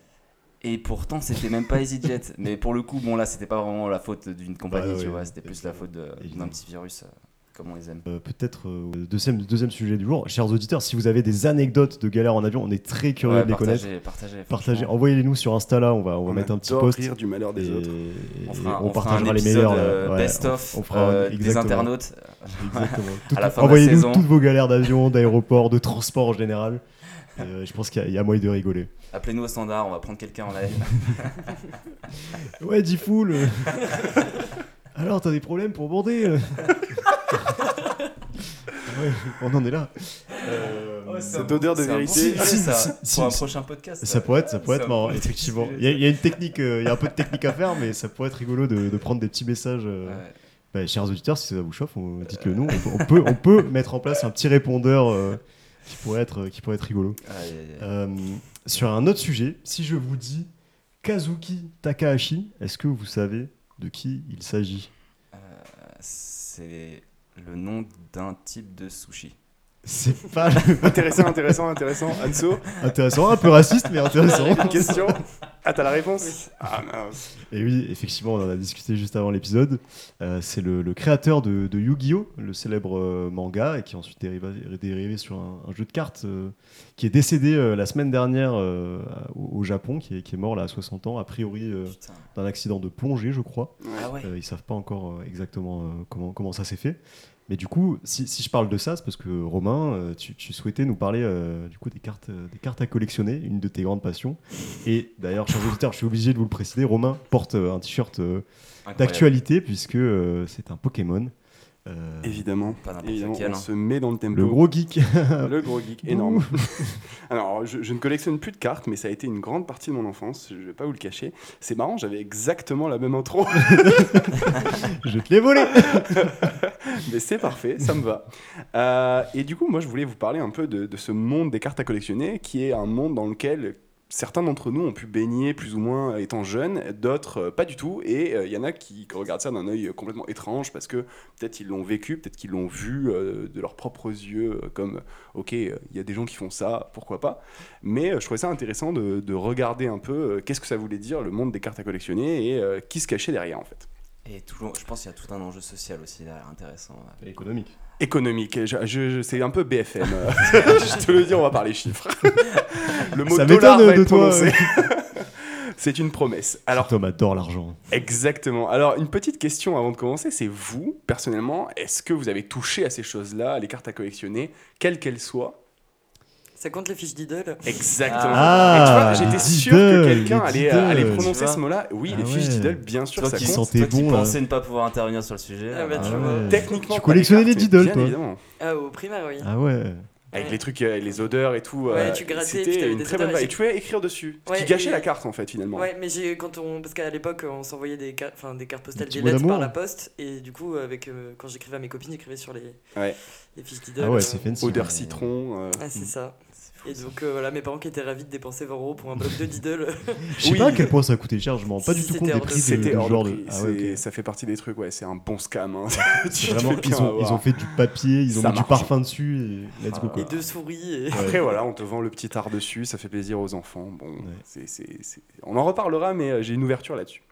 [SPEAKER 3] Et pourtant, c'était même pas EasyJet, mais pour le coup, bon là, c'était pas vraiment la faute d'une compagnie,
[SPEAKER 1] Bah,
[SPEAKER 3] tu
[SPEAKER 1] ouais,
[SPEAKER 3] vois, c'était plus la faute de- d'un
[SPEAKER 1] évidemment.
[SPEAKER 3] petit virus, euh, comme on les aime.
[SPEAKER 1] Euh, Peut-être euh, au deuxième, deuxième sujet du jour. Chers auditeurs, si vous avez des anecdotes de galères en avion, on est très curieux
[SPEAKER 3] Ouais,
[SPEAKER 1] de les connaître.
[SPEAKER 3] partagez, partagez,
[SPEAKER 1] Partagez,
[SPEAKER 3] franchement.
[SPEAKER 1] envoyez-les nous sur Insta là, on va, on va mettre un petit
[SPEAKER 4] adore
[SPEAKER 1] post.
[SPEAKER 4] rire du malheur des
[SPEAKER 1] et-
[SPEAKER 4] autres.
[SPEAKER 1] et
[SPEAKER 3] On fera,
[SPEAKER 1] on,
[SPEAKER 3] on fera
[SPEAKER 1] partagera
[SPEAKER 3] un
[SPEAKER 1] les
[SPEAKER 3] épisode
[SPEAKER 1] meilleurs. là.
[SPEAKER 3] euh,
[SPEAKER 1] Ouais,
[SPEAKER 3] best-of
[SPEAKER 1] on fera un-
[SPEAKER 3] euh, des
[SPEAKER 1] exactement.
[SPEAKER 3] internautes.
[SPEAKER 1] Exactement.
[SPEAKER 3] À la
[SPEAKER 1] Tout-
[SPEAKER 3] fin de la
[SPEAKER 1] Envoyez-nous
[SPEAKER 3] saison.
[SPEAKER 1] toutes vos galères d'avion, d'aéroport, de transport en général. Et, euh, je pense qu'il y, a- il y a moyen de rigoler.
[SPEAKER 3] Appelez-nous au standard, on va prendre quelqu'un en live.
[SPEAKER 1] Ouais, dis foule. Alors, t'as des problèmes pour border euh Ouais, on en est là. Euh,
[SPEAKER 4] Cette odeur de
[SPEAKER 3] C'est un bon
[SPEAKER 4] vérité.
[SPEAKER 3] sujet,
[SPEAKER 1] Si,
[SPEAKER 3] ça,
[SPEAKER 1] si, si,
[SPEAKER 3] pour un
[SPEAKER 1] si.
[SPEAKER 3] prochain podcast.
[SPEAKER 1] ça pourrait être, ça pourrait
[SPEAKER 3] C'est
[SPEAKER 1] être
[SPEAKER 3] un
[SPEAKER 1] marrant,
[SPEAKER 3] bon
[SPEAKER 1] effectivement.
[SPEAKER 3] sujet,
[SPEAKER 1] Il y, a- il y a une technique, euh, il y a un peu de technique à faire, mais ça pourrait être rigolo de, de prendre des petits messages. euh.
[SPEAKER 3] Ouais.
[SPEAKER 1] Bah, chers auditeurs, si ça vous chauffe, on- dites-le nous. On peut, on, peut, on peut mettre en place un petit répondeur euh, qui, pourrait être, qui pourrait être rigolo.
[SPEAKER 3] Aïe, aïe, aïe.
[SPEAKER 1] Euh, sur un autre sujet, si je vous dis Kazuki Takahashi, est-ce que vous savez de qui il s'agit
[SPEAKER 3] C'est le nom d'un type de sushi.
[SPEAKER 1] C'est pas le-
[SPEAKER 4] Intéressant, intéressant, intéressant. Anso,
[SPEAKER 1] intéressant, un peu raciste, mais intéressant.
[SPEAKER 4] une question Ah, t'as la réponse Ah mince.
[SPEAKER 1] Et oui, effectivement, on en a discuté juste avant l'épisode. Euh, c'est le, le créateur de, de Yu-Gi-Oh, le célèbre euh, manga, et qui est ensuite dériva- dérivé, sur un, un jeu de cartes, euh, qui est décédé euh, la semaine dernière euh, au, au Japon, qui est, qui est mort là à 60 ans, a priori euh,
[SPEAKER 3] Putain.
[SPEAKER 1] d'un accident de plongée, je crois.
[SPEAKER 3] Ah ouais.
[SPEAKER 1] Euh, ils savent pas encore euh, exactement euh, comment, comment ça s'est fait. Mais du coup, si, si je parle de ça, c'est parce que Romain, euh, tu, tu souhaitais nous parler euh, du coup des cartes, euh, des cartes à collectionner, une de tes grandes passions. Et d'ailleurs, chers auditeurs, je suis obligé de vous le préciser, Romain porte euh, un t-shirt euh,
[SPEAKER 3] Incroyable.
[SPEAKER 1] d'actualité puisque euh, c'est un Pokémon. Euh,
[SPEAKER 4] Évidemment.
[SPEAKER 3] Pas n'importe
[SPEAKER 4] Évidemment,
[SPEAKER 3] lequel,
[SPEAKER 4] on
[SPEAKER 3] hein.
[SPEAKER 4] se met dans le tempo.
[SPEAKER 1] le gros geek.
[SPEAKER 4] Le gros geek énorme. Alors, je, je ne collectionne plus de cartes, mais ça a été une grande partie de mon enfance. Je vais pas vous le cacher. C'est marrant, j'avais exactement la même intro.
[SPEAKER 1] je te l'ai volé.
[SPEAKER 4] Mais c'est parfait, ça me va. Euh, et du coup, moi, je voulais vous parler un peu de, de ce monde des cartes à collectionner, qui est un monde dans lequel certains d'entre nous ont pu baigner plus ou moins euh, étant jeunes, d'autres euh, pas du tout. Et euh, il y en a qui regardent ça d'un œil euh, complètement étrange parce que peut-être ils l'ont vécu, peut-être qu'ils l'ont vu euh, de leurs propres yeux, euh, comme ok, euh, il y a des gens qui font ça, pourquoi pas. Mais euh, je trouvais ça intéressant de, de regarder un peu euh, qu'est-ce que ça voulait dire le monde des cartes à collectionner et euh, qui se cachait derrière en fait.
[SPEAKER 3] Et tout le- je pense qu'il y a tout un enjeu social aussi là, intéressant. ouais.
[SPEAKER 1] Économique.
[SPEAKER 4] Économique, je- je- je- c'est un peu BFM. euh. je te le dis, on va parler chiffres. Le mot
[SPEAKER 1] Ça
[SPEAKER 4] dollar
[SPEAKER 1] m'étonne
[SPEAKER 4] va
[SPEAKER 1] de
[SPEAKER 4] être
[SPEAKER 1] toi.
[SPEAKER 4] prononcé. C'est une promesse. Alors,
[SPEAKER 1] Alors Tom adore l'argent.
[SPEAKER 4] exactement. Alors, une petite question avant de commencer, c'est vous, personnellement, est-ce que vous avez touché à ces choses-là, à les cartes à collectionner, quelles qu'elles soient
[SPEAKER 2] Ça compte les fiches Diddle
[SPEAKER 4] Exactement.
[SPEAKER 1] Ah,
[SPEAKER 4] Et tu vois,
[SPEAKER 1] les
[SPEAKER 4] j'étais sûr que
[SPEAKER 1] diddles,
[SPEAKER 4] quelqu'un
[SPEAKER 1] les
[SPEAKER 4] allait, euh, allait
[SPEAKER 1] diddles,
[SPEAKER 4] prononcer
[SPEAKER 3] tu vois.
[SPEAKER 4] ce mot-là. Oui,
[SPEAKER 1] Ah
[SPEAKER 4] les fiches
[SPEAKER 1] ouais.
[SPEAKER 4] Diddle, bien sûr,
[SPEAKER 3] Toi
[SPEAKER 4] ça
[SPEAKER 3] qui,
[SPEAKER 4] compte.
[SPEAKER 1] sentait
[SPEAKER 3] toi qui
[SPEAKER 1] bon, euh. là.
[SPEAKER 3] pensais ne pas pouvoir intervenir sur le sujet.
[SPEAKER 2] Ah, bah,
[SPEAKER 3] là,
[SPEAKER 2] tu
[SPEAKER 3] euh,
[SPEAKER 2] vois.
[SPEAKER 4] Techniquement,
[SPEAKER 1] Tu
[SPEAKER 4] pas les
[SPEAKER 1] collectionnais
[SPEAKER 4] cartes,
[SPEAKER 1] les diddles,
[SPEAKER 4] bien
[SPEAKER 1] toi
[SPEAKER 4] évidemment.
[SPEAKER 2] Ah, au primaire, oui.
[SPEAKER 1] Ah ouais.
[SPEAKER 4] Avec
[SPEAKER 2] Ouais.
[SPEAKER 4] les trucs, euh, les odeurs et tout.
[SPEAKER 2] Ouais,
[SPEAKER 4] euh,
[SPEAKER 2] tu grattais, puis
[SPEAKER 4] C'était
[SPEAKER 2] t'avais
[SPEAKER 4] une
[SPEAKER 2] des
[SPEAKER 4] très bonne
[SPEAKER 2] odeurs et
[SPEAKER 4] vibe. Et tu pouvais écrire dessus. Ce
[SPEAKER 2] Ouais,
[SPEAKER 4] qui gâchait
[SPEAKER 2] et-
[SPEAKER 4] la carte en fait finalement.
[SPEAKER 2] Ouais, mais j'ai quand on parce qu'à l'époque on s'envoyait des car- enfin des cartes postales,
[SPEAKER 1] Des petits
[SPEAKER 2] des
[SPEAKER 1] mots
[SPEAKER 2] lettres par
[SPEAKER 1] d'amour.
[SPEAKER 2] la poste et du coup avec euh, quand j'écrivais à mes copines, j'écrivais sur les
[SPEAKER 4] Ouais.
[SPEAKER 2] les fiches Diddle.
[SPEAKER 1] Ah ouais,
[SPEAKER 2] euh,
[SPEAKER 1] c'est fancy.
[SPEAKER 4] Odeur
[SPEAKER 1] ouais.
[SPEAKER 4] citron. euh,
[SPEAKER 2] Ah c'est ça.
[SPEAKER 3] c'est fou,
[SPEAKER 2] Et
[SPEAKER 3] ça.
[SPEAKER 2] donc euh, voilà, mes parents qui étaient ravis de dépenser 20 euros pour un bloc de Diddle.
[SPEAKER 1] Je sais
[SPEAKER 4] Oui.
[SPEAKER 1] pas à quel point ça coûtait cher. Je m'en rends pas du tout
[SPEAKER 2] C'était
[SPEAKER 1] compte des
[SPEAKER 2] hors de-
[SPEAKER 1] prix de,
[SPEAKER 4] C'était
[SPEAKER 1] de
[SPEAKER 4] hors
[SPEAKER 1] ce
[SPEAKER 4] de
[SPEAKER 1] genre
[SPEAKER 4] prix.
[SPEAKER 1] de. Ah ouais,
[SPEAKER 4] c'est-
[SPEAKER 1] ok.
[SPEAKER 4] Ça fait partie des trucs, ouais, c'est un bon scam. hein. Tu te
[SPEAKER 1] Vraiment,
[SPEAKER 4] fais bien
[SPEAKER 1] ils ont,
[SPEAKER 4] avoir.
[SPEAKER 1] ils ont fait du papier, ils
[SPEAKER 4] Ça
[SPEAKER 1] ont mis du
[SPEAKER 4] marche.
[SPEAKER 1] parfum dessus et let's go.
[SPEAKER 2] et
[SPEAKER 1] Quoi.
[SPEAKER 2] deux souris et
[SPEAKER 1] Ouais.
[SPEAKER 4] Après, voilà, on te vend le petit art dessus, ça fait plaisir aux enfants. Bon,
[SPEAKER 1] Ouais.
[SPEAKER 4] c'est- c'est- c'est- on en reparlera, mais euh, j'ai une ouverture là-dessus.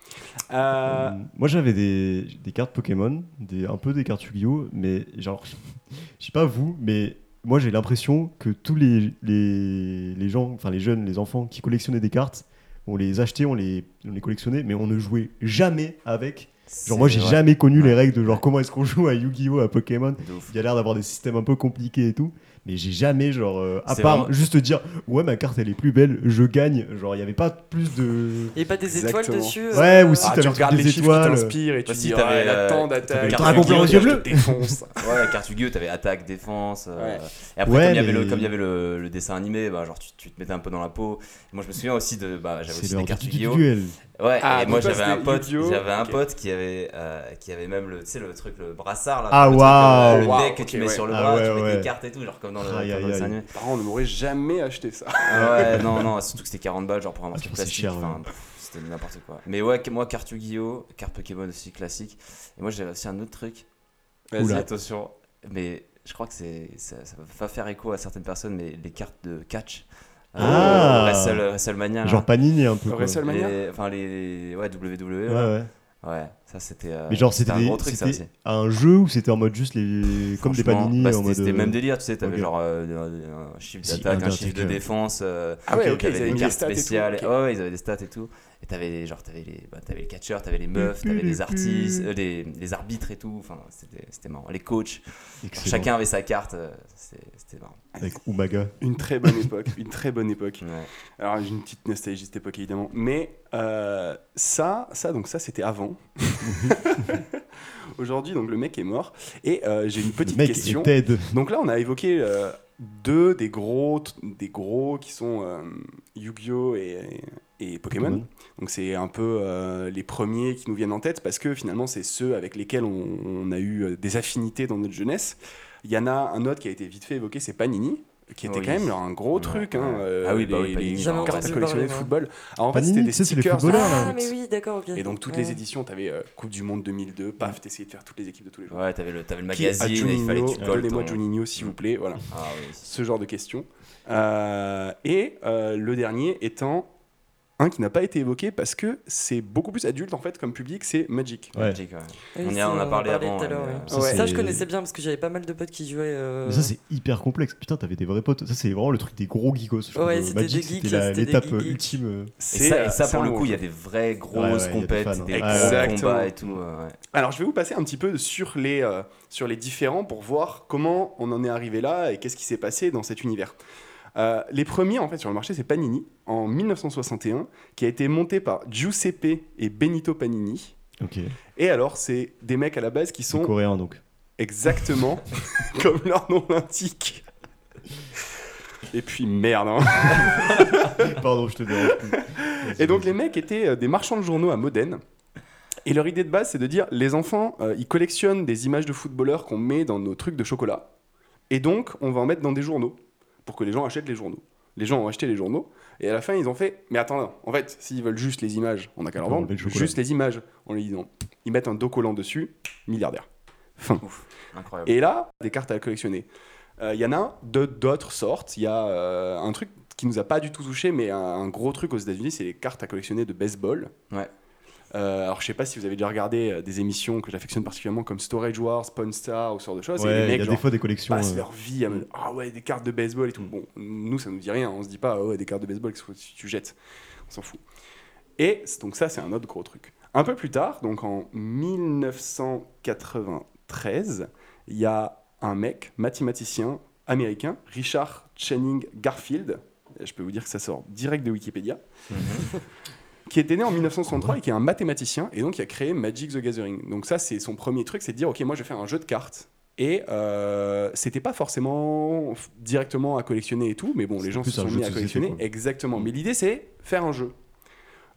[SPEAKER 4] Euh,
[SPEAKER 1] Euh, Moi j'avais des, des cartes Pokémon, des, un peu des cartes Yu-Gi-Oh! Mais genre, je sais pas vous, mais moi j'ai l'impression que tous les, les, les gens, enfin les jeunes, les enfants qui collectionnaient des cartes, on les achetait, on les, on les collectionnait, mais on ne jouait jamais avec.
[SPEAKER 3] C'est
[SPEAKER 1] Genre, moi j'ai
[SPEAKER 3] vrai.
[SPEAKER 1] jamais connu les
[SPEAKER 3] Ouais.
[SPEAKER 1] règles de genre comment est-ce qu'on joue à Yu-Gi-Oh! à Pokémon.
[SPEAKER 3] De ouf.
[SPEAKER 1] Il y a l'air d'avoir des systèmes un peu compliqués et tout, mais j'ai jamais, genre, euh, à
[SPEAKER 3] C'est
[SPEAKER 1] part
[SPEAKER 3] vraiment-
[SPEAKER 1] juste dire, ouais, ma carte elle est plus belle, je gagne. Genre, il n'y avait pas plus de.
[SPEAKER 2] et pas des étoiles
[SPEAKER 4] Exactement.
[SPEAKER 2] dessus. euh,
[SPEAKER 1] Ouais, ou si
[SPEAKER 4] ah,
[SPEAKER 1] t'avais
[SPEAKER 4] tu
[SPEAKER 1] le
[SPEAKER 4] regardes
[SPEAKER 1] truc
[SPEAKER 4] les
[SPEAKER 1] des
[SPEAKER 4] chiffres
[SPEAKER 1] étoiles.
[SPEAKER 4] qui t'inspirent
[SPEAKER 2] Bah,
[SPEAKER 4] et tu
[SPEAKER 3] Aussi,
[SPEAKER 4] dis,
[SPEAKER 3] t'avais,
[SPEAKER 4] ah, elle a
[SPEAKER 3] euh,
[SPEAKER 4] tant d'attaques.
[SPEAKER 3] t'avais
[SPEAKER 4] elle
[SPEAKER 1] Dragon
[SPEAKER 4] fait
[SPEAKER 1] Blanc aux
[SPEAKER 4] bien,
[SPEAKER 1] yeux
[SPEAKER 4] je
[SPEAKER 1] bleus.
[SPEAKER 4] te défonce.
[SPEAKER 3] Ouais, la carte Yu-Gi-Oh! t'avais attaque, défense. euh,
[SPEAKER 4] Ouais.
[SPEAKER 3] Et après,
[SPEAKER 1] Ouais,
[SPEAKER 3] comme il y
[SPEAKER 1] mais-
[SPEAKER 3] avait, le, comme il y avait le, le dessin animé, bah, genre, tu, tu te mettais un peu dans la peau. Et moi, je me souviens aussi de. Bah, j'avais aussi
[SPEAKER 1] l'heure
[SPEAKER 3] des
[SPEAKER 1] du-
[SPEAKER 3] cartes
[SPEAKER 1] du
[SPEAKER 3] Yu-Gi-Oh!
[SPEAKER 1] duel.
[SPEAKER 3] Ouais,
[SPEAKER 4] Ah,
[SPEAKER 3] et
[SPEAKER 4] donc
[SPEAKER 3] moi,
[SPEAKER 4] toi,
[SPEAKER 3] j'avais un
[SPEAKER 4] c'était
[SPEAKER 3] pote,
[SPEAKER 4] Yu-Gi-Oh!
[SPEAKER 3] j'avais un
[SPEAKER 4] Ok.
[SPEAKER 3] pote qui avait, euh, qui avait même le, tu sais, le truc, le brassard là.
[SPEAKER 1] Ah,
[SPEAKER 3] le truc,
[SPEAKER 1] waouh.
[SPEAKER 3] euh, Le
[SPEAKER 4] Waouh,
[SPEAKER 3] mec que tu
[SPEAKER 4] ok,
[SPEAKER 3] mets
[SPEAKER 4] ouais.
[SPEAKER 3] sur le
[SPEAKER 1] Ah,
[SPEAKER 3] bras,
[SPEAKER 1] ouais,
[SPEAKER 3] tu mets
[SPEAKER 1] ouais.
[SPEAKER 3] des cartes et tout, genre comme dans le,
[SPEAKER 1] Aïe,
[SPEAKER 3] comme
[SPEAKER 1] aïe,
[SPEAKER 3] dans le dessin
[SPEAKER 1] aïe.
[SPEAKER 3] animé.
[SPEAKER 4] Mes Parents ne m'auraient jamais acheté ça.
[SPEAKER 3] Ah ouais, non, non, surtout que c'était 40 balles, genre pour un
[SPEAKER 1] Ah,
[SPEAKER 3] morceau
[SPEAKER 1] je pense que c'est
[SPEAKER 3] plastique.
[SPEAKER 1] cher,
[SPEAKER 3] enfin,
[SPEAKER 1] ouais.
[SPEAKER 3] pff, C'était n'importe quoi. Mais ouais, que- moi, carte Yu-Gi-Oh! Carte Pokémon aussi, classique. Et moi, j'avais aussi un autre truc.
[SPEAKER 1] Vas-y.
[SPEAKER 3] Vas-y,
[SPEAKER 1] Oula.
[SPEAKER 3] attention. Mais je crois que c'est ça, ça va pas faire écho à certaines personnes, mais les cartes de catch. Euh,
[SPEAKER 1] Ah.
[SPEAKER 3] Wrestle- WrestleMania. là.
[SPEAKER 1] Genre Panini un peu. quoi.
[SPEAKER 4] WrestleMania
[SPEAKER 3] Les- enfin, les. Ouais, WWE.
[SPEAKER 1] Ouais,
[SPEAKER 3] là.
[SPEAKER 1] ouais.
[SPEAKER 3] Ouais, ça c'était. euh,
[SPEAKER 1] Mais genre, c'était
[SPEAKER 3] un
[SPEAKER 1] des-
[SPEAKER 3] gros truc ça
[SPEAKER 1] c'était
[SPEAKER 3] aussi.
[SPEAKER 1] un jeu ou c'était en mode juste les. Comme des
[SPEAKER 3] Franchement,
[SPEAKER 1] Panini
[SPEAKER 3] bah,
[SPEAKER 1] en
[SPEAKER 3] c'était-
[SPEAKER 1] mode.
[SPEAKER 3] C'était le
[SPEAKER 1] euh,
[SPEAKER 3] même délire, tu sais, t'avais
[SPEAKER 1] ok.
[SPEAKER 3] genre euh, un- un chiffre
[SPEAKER 1] Si,
[SPEAKER 3] d'attaque, un
[SPEAKER 1] Undertaker.
[SPEAKER 3] chiffre de défense. euh,
[SPEAKER 4] Ah ouais,
[SPEAKER 3] t'avais
[SPEAKER 4] ok, ils avaient
[SPEAKER 3] des
[SPEAKER 4] mis
[SPEAKER 3] cartes
[SPEAKER 4] les stats et tout,
[SPEAKER 3] spéciales.
[SPEAKER 4] ok.
[SPEAKER 3] Ouais, ouais, ils avaient des stats et tout. Et t'avais genre, t'avais les, bah, t'avais les catcheurs, t'avais les meufs, t'avais les artistes, euh, les, les arbitres et tout. Enfin, c'était c'était marrant. Les coachs, Alors,
[SPEAKER 1] excellent.
[SPEAKER 3] chacun avait sa carte, euh, c'était c'était marrant.
[SPEAKER 1] Avec Umaga.
[SPEAKER 4] Une très bonne époque, une très bonne époque.
[SPEAKER 3] Ouais.
[SPEAKER 4] Alors j'ai une petite nostalgie de cette époque évidemment, mais euh, ça, ça donc ça c'était avant. Aujourd'hui donc le mec est mort et euh, j'ai une
[SPEAKER 1] le
[SPEAKER 4] petite
[SPEAKER 1] mec
[SPEAKER 4] question.
[SPEAKER 1] est Ted.
[SPEAKER 4] Donc là on a évoqué euh, deux des gros, des gros qui sont euh, Yu-Gi-Oh et, et Pokémon.
[SPEAKER 1] Pokémon.
[SPEAKER 4] Donc c'est un peu euh, les premiers qui nous viennent en tête parce que finalement c'est ceux avec lesquels on, on a eu euh, des affinités dans notre jeunesse. Il y en a un autre qui a été vite fait évoqué, c'est Panini. qui était
[SPEAKER 3] Oui.
[SPEAKER 4] quand même genre, un gros
[SPEAKER 3] Ouais.
[SPEAKER 4] truc. hein,
[SPEAKER 3] Ah
[SPEAKER 4] euh,
[SPEAKER 3] oui, bah oui,
[SPEAKER 4] les-
[SPEAKER 3] Panini,
[SPEAKER 4] les
[SPEAKER 2] j'en ai
[SPEAKER 4] cartes
[SPEAKER 2] entendu
[SPEAKER 4] collectionnées de
[SPEAKER 3] hein.
[SPEAKER 2] parler,
[SPEAKER 4] football. Alors en fait,
[SPEAKER 1] Panini,
[SPEAKER 4] c'était des
[SPEAKER 1] tu sais, c'est les
[SPEAKER 4] stickers. hein.
[SPEAKER 1] footballeurs, là.
[SPEAKER 2] Ah, mais oui, d'accord, ok.
[SPEAKER 4] Et donc toutes
[SPEAKER 2] Ouais.
[SPEAKER 4] les éditions, t'avais euh, Coupe du Monde 2002, paf, t'essayais de faire toutes les équipes de tous les joueurs.
[SPEAKER 3] Ouais, t'avais le, t'avais le
[SPEAKER 4] Qui est
[SPEAKER 3] magazine, et il
[SPEAKER 4] Juninho
[SPEAKER 3] fallait que tu colles.
[SPEAKER 4] Donnez-moi
[SPEAKER 3] ton-
[SPEAKER 4] Juninho, s'il vous plaît. Voilà,
[SPEAKER 3] Ah oui.
[SPEAKER 4] ce genre de questions. Euh, et euh, le dernier étant un qui n'a pas été évoqué parce que c'est beaucoup plus adulte en fait comme public, c'est Magic.
[SPEAKER 1] Ouais.
[SPEAKER 3] Magic, ouais.
[SPEAKER 2] Ah oui,
[SPEAKER 3] On y a-
[SPEAKER 2] ça,
[SPEAKER 3] on a
[SPEAKER 2] en
[SPEAKER 3] parlé
[SPEAKER 2] parlait
[SPEAKER 3] avant,
[SPEAKER 2] tout à l'heure,
[SPEAKER 3] mais,
[SPEAKER 2] ouais.
[SPEAKER 3] euh,
[SPEAKER 1] Ça,
[SPEAKER 2] Ouais.
[SPEAKER 1] c'est-
[SPEAKER 2] Ça, je connaissais bien parce que j'avais pas mal de potes qui jouaient. euh,
[SPEAKER 1] Mais ça, c'est hyper complexe. Putain, t'avais des vrais potes. Ça, c'est vraiment le truc des gros geekos. Je trouve.
[SPEAKER 2] Ouais,
[SPEAKER 1] Euh,
[SPEAKER 2] c'était
[SPEAKER 1] Magic,
[SPEAKER 2] des geeks,
[SPEAKER 1] C'était la-
[SPEAKER 2] c'était des
[SPEAKER 1] l'étape
[SPEAKER 2] geeks.
[SPEAKER 1] euh, ultime. euh,
[SPEAKER 3] Et
[SPEAKER 4] C'est,
[SPEAKER 3] ça,
[SPEAKER 4] euh,
[SPEAKER 3] et ça
[SPEAKER 4] c'est
[SPEAKER 3] pour
[SPEAKER 4] un
[SPEAKER 3] le coup,
[SPEAKER 4] mot.
[SPEAKER 3] il y a des vraies
[SPEAKER 1] Ouais, ouais,
[SPEAKER 3] grosses
[SPEAKER 1] il y a des
[SPEAKER 3] compètes,
[SPEAKER 1] fans, hein.
[SPEAKER 3] des gros
[SPEAKER 4] Exactement.
[SPEAKER 3] combats et tout. ouais, ouais.
[SPEAKER 4] Alors, je vais vous passer un petit peu sur les, euh, sur les différents pour voir comment on en est arrivé là et qu'est-ce qui s'est passé dans cet univers. Euh, les premiers, en fait, sur le marché, c'est Panini, en 1961, qui a été monté par Giuseppe et Benito Panini.
[SPEAKER 1] Ok. Les
[SPEAKER 4] Et alors, c'est des mecs à la base qui sont
[SPEAKER 1] Coréens, donc.
[SPEAKER 4] exactement comme leur nom l'indique. Et puis, merde, hein.
[SPEAKER 1] Pardon, je te dérange. plus. Vas-y,
[SPEAKER 4] Et donc
[SPEAKER 1] vas-y.
[SPEAKER 4] les mecs étaient euh, des marchands de journaux à Modène. Et leur idée de base, c'est de dire les enfants, euh, ils collectionnent des images de footballeurs qu'on met dans nos trucs de chocolat. Et donc, on va en mettre dans des journaux pour que les gens achètent les journaux. Les gens ont acheté les journaux. Et à la fin, ils ont fait Mais attends, en fait, s'ils veulent juste les images, on n'a qu'à leur
[SPEAKER 1] On peut
[SPEAKER 4] vendre.
[SPEAKER 1] enlever le chocolat.
[SPEAKER 4] juste les images. On lui dit non. Ils mettent un dos collant dessus, milliardaire. Fin.
[SPEAKER 3] Incroyable.
[SPEAKER 4] Et là, des cartes à collectionner. Euh, Il y en a de- d'autres sortes. Il y a euh, un truc qui nous a pas du tout touché, mais un, un gros truc aux États-Unis, c'est les cartes à collectionner de baseball.
[SPEAKER 3] Ouais.
[SPEAKER 4] Euh, alors, je sais pas si vous avez déjà regardé euh, des émissions que j'affectionne particulièrement comme Storage Wars, Pawn Star ou ce genre de choses. et les
[SPEAKER 1] Ouais, il
[SPEAKER 4] mecs,
[SPEAKER 1] y a
[SPEAKER 4] genre,
[SPEAKER 1] des fois des collections.
[SPEAKER 4] passent
[SPEAKER 1] euh,
[SPEAKER 4] leur vie à me ah ouais, des cartes de baseball et tout. Bon, nous, ça nous dit rien. On se dit pas, ah ouais, des cartes de baseball, qu'est-ce que tu tu jettes On s'en fout. Et c- donc, ça, c'est un autre gros truc. Un peu plus tard, donc en 1993, il y a un mec, mathématicien américain, Richard Channing Garfield. Et Je peux vous dire que ça sort direct de Wikipédia.
[SPEAKER 1] Mhm.
[SPEAKER 4] qui était né en 1963 et qui est un mathématicien et donc qui a créé Magic the Gathering. Donc ça, c'est son premier truc, c'est de dire, ok, moi je vais faire un jeu de cartes. Et euh, c'était pas forcément f- directement à collectionner et tout, mais bon, les
[SPEAKER 1] C'était
[SPEAKER 4] gens se
[SPEAKER 1] plus un
[SPEAKER 4] sont
[SPEAKER 1] jeu de
[SPEAKER 4] mis à
[SPEAKER 1] société,
[SPEAKER 4] collectionner.
[SPEAKER 1] quoi. Mm.
[SPEAKER 4] Exactement. Mais l'idée, c'est faire un jeu.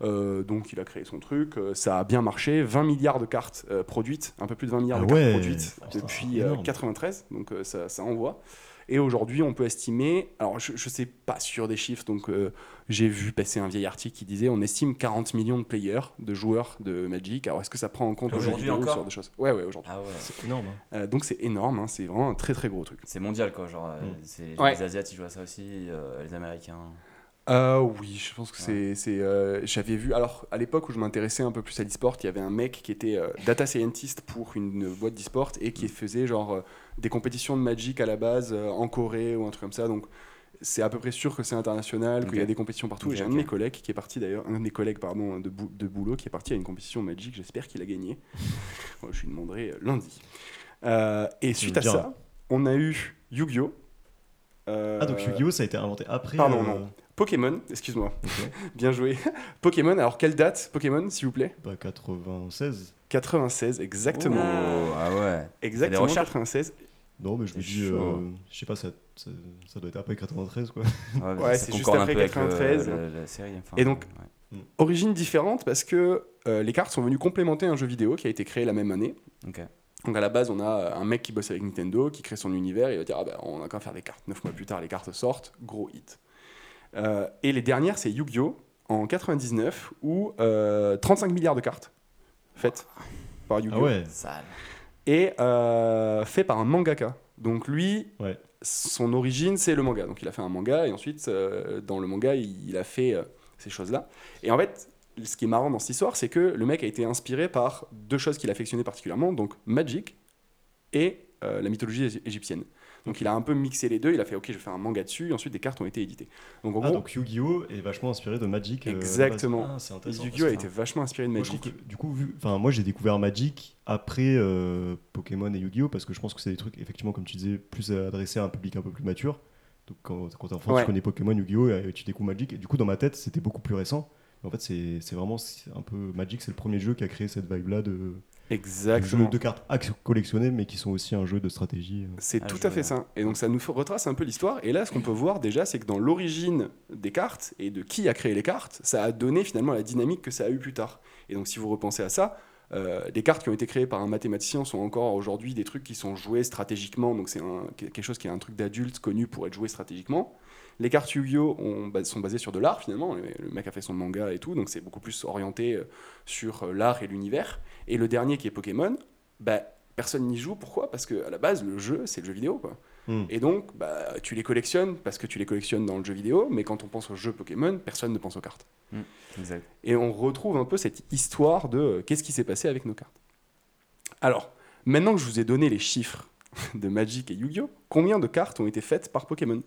[SPEAKER 4] Euh, donc il a créé son truc, euh, ça a bien marché, 20 milliards de cartes euh, produites, un peu plus de 20 milliards
[SPEAKER 1] Ah
[SPEAKER 4] de
[SPEAKER 1] ouais.
[SPEAKER 4] cartes produites
[SPEAKER 1] Putain,
[SPEAKER 4] depuis
[SPEAKER 1] énorme.
[SPEAKER 4] euh, 93, donc euh, ça, ça envoie. Et aujourd'hui, on peut estimer, alors je, je sais pas sur des chiffres, donc euh, j'ai vu passer un vieil article qui disait on estime 40 millions de players, de joueurs de Magic. Alors est-ce que ça prend en compte le jeu
[SPEAKER 3] Aujourd'hui
[SPEAKER 4] vidéo, ce
[SPEAKER 3] encore
[SPEAKER 4] genre de choses Ouais, ouais, aujourd'hui.
[SPEAKER 3] Ah ouais.
[SPEAKER 1] C'est énorme. hein.
[SPEAKER 4] Euh, donc c'est énorme, hein, c'est vraiment un très très gros truc.
[SPEAKER 3] C'est mondial quoi, genre euh,
[SPEAKER 1] Mm.
[SPEAKER 3] c'est
[SPEAKER 4] Ouais.
[SPEAKER 3] les Asiates ils jouent à ça aussi, euh, les Américains.
[SPEAKER 4] Euh, oui, je pense que c'est. c'est, euh, J'avais vu. Alors, à l'époque où je m'intéressais un peu plus à l'e-sport, il y avait un mec qui était euh, data scientist pour une boîte d'e-sport et qui faisait genre euh, des compétitions de Magic à la base euh, en Corée ou un truc comme ça. Donc, c'est à peu près sûr que c'est international, qu'il y a
[SPEAKER 3] Ok.
[SPEAKER 4] des compétitions partout.
[SPEAKER 3] Ok,
[SPEAKER 4] et J'ai un
[SPEAKER 3] ok.
[SPEAKER 4] de mes collègues qui est parti d'ailleurs, un de mes collègues pardon de, bou- de boulot qui est parti à une compétition Magic. J'espère qu'il a gagné. Euh, je lui demanderai euh, lundi. Euh, et suite
[SPEAKER 1] me
[SPEAKER 4] à
[SPEAKER 1] diras.
[SPEAKER 4] ça, on a eu Yu-Gi-Oh. Euh,
[SPEAKER 1] Ah, donc Yu-Gi-Oh! ça a été inventé après.
[SPEAKER 4] Pardon,
[SPEAKER 1] euh,
[SPEAKER 4] non. Pokémon, excuse-moi.
[SPEAKER 1] Ok.
[SPEAKER 4] Bien joué. Pokémon, alors quelle date Pokémon, s'il vous plaît
[SPEAKER 1] bah, 96.
[SPEAKER 4] 96, exactement.
[SPEAKER 3] Oh, ah ouais.
[SPEAKER 4] exactement,
[SPEAKER 3] recherches
[SPEAKER 4] 96.
[SPEAKER 1] Non, mais je me
[SPEAKER 3] C'est
[SPEAKER 1] dis, euh,
[SPEAKER 4] hein.
[SPEAKER 3] chaud.
[SPEAKER 1] je sais pas, ça, ça, ça doit être après 93, quoi.
[SPEAKER 3] Ouais,
[SPEAKER 4] Ouais,
[SPEAKER 3] ça
[SPEAKER 4] c'est juste
[SPEAKER 3] concorde un
[SPEAKER 4] après
[SPEAKER 3] peu avec le-
[SPEAKER 4] 93.
[SPEAKER 3] le- la série. enfin,
[SPEAKER 4] Et donc-
[SPEAKER 3] ouais.
[SPEAKER 4] Origine différente parce que euh, les cartes sont venues complémenter un jeu vidéo qui a été créé la même année.
[SPEAKER 3] Ok.
[SPEAKER 4] Donc à la base, on a euh, un mec qui bosse avec Nintendo, qui crée son univers, et il va dire, ah ben, on a qu'à faire des cartes. Neuf mois plus tard, les cartes sortent, gros hit. Euh, et les dernières, c'est Yu-Gi-Oh! en 99, où euh, 35 milliards de cartes faites par Yu-Gi-Oh!
[SPEAKER 1] Ah ouais.
[SPEAKER 3] Sale.
[SPEAKER 4] et euh, fait par un mangaka. Donc lui,
[SPEAKER 1] Ouais.
[SPEAKER 4] son origine, c'est le manga. Donc il a fait un manga et ensuite, euh, dans le manga, il, il a fait euh, ces choses-là. Et en fait, ce qui est marrant dans cette histoire, c'est que le mec a été inspiré par deux choses qu'il affectionnait particulièrement, donc Magic et euh, la mythologie ég- égyptienne. Donc il a un peu mixé les deux, il a fait ok, je fais un manga dessus, et ensuite des cartes ont été éditées. Donc en
[SPEAKER 1] Ah,
[SPEAKER 4] gros,
[SPEAKER 1] donc Yu-Gi-Oh! est vachement inspiré de Magic. euh, à la base.
[SPEAKER 4] Exactement.
[SPEAKER 1] Ah, c'est intéressant.
[SPEAKER 4] Yu-Gi-Oh! a
[SPEAKER 1] Parce que-
[SPEAKER 4] été vachement inspiré de
[SPEAKER 1] Moi, je
[SPEAKER 4] Magic.
[SPEAKER 1] trouve que, du coup, vu, enfin, moi j'ai découvert Magic après euh, Pokémon et Yu-Gi-Oh! parce que je pense que c'est des trucs, effectivement, comme tu disais, plus adressés à un public un peu plus mature. Donc quand, quand t'es enfant,
[SPEAKER 4] Ouais.
[SPEAKER 1] tu connais Pokémon, Yu-Gi-Oh! et euh, tu découvres Magic. Et du coup, dans ma tête, c'était beaucoup plus récent. En fait, c'est c'est vraiment c'est un peu Magic, c'est le premier jeu qui a créé cette vibe-là de, de
[SPEAKER 4] Exactement.
[SPEAKER 1] jeux de cartes à collectionner, mais qui sont aussi un jeu de stratégie. euh.
[SPEAKER 4] C'est
[SPEAKER 3] Ah,
[SPEAKER 4] tout
[SPEAKER 3] je
[SPEAKER 4] à fait
[SPEAKER 3] vois.
[SPEAKER 4] ça. Et donc ça nous retrace un peu l'histoire. Et là, ce qu'on peut voir déjà, c'est que dans l'origine des cartes et de qui a créé les cartes, ça a donné finalement la dynamique que ça a eu plus tard. Et donc si vous repensez à ça, Euh, les cartes qui ont été créées par un mathématicien sont encore aujourd'hui des trucs qui sont joués stratégiquement, donc c'est un- quelque chose qui est un truc d'adulte connu pour être joué stratégiquement. Les cartes Yu-Gi-Oh ont- bas- sont basées sur de l'art finalement, le le mec a fait son manga et tout, donc c'est beaucoup plus orienté euh, sur euh, l'art et l'univers. Et le dernier qui est Pokémon, bah, personne n'y joue, pourquoi Parce que à la base, le jeu, c'est le jeu vidéo. Quoi.
[SPEAKER 1] Hmm.
[SPEAKER 4] Et donc, bah, tu les collectionnes parce que tu les collectionnes dans le jeu vidéo, mais quand on pense au jeu Pokémon, personne ne pense aux cartes.
[SPEAKER 3] Exact.
[SPEAKER 4] Et on retrouve un peu cette histoire de euh, qu'est-ce qui s'est passé avec nos cartes. Alors, maintenant que je vous ai donné les chiffres de Magic et Yu-Gi-Oh, combien de cartes ont été faites par Pokémon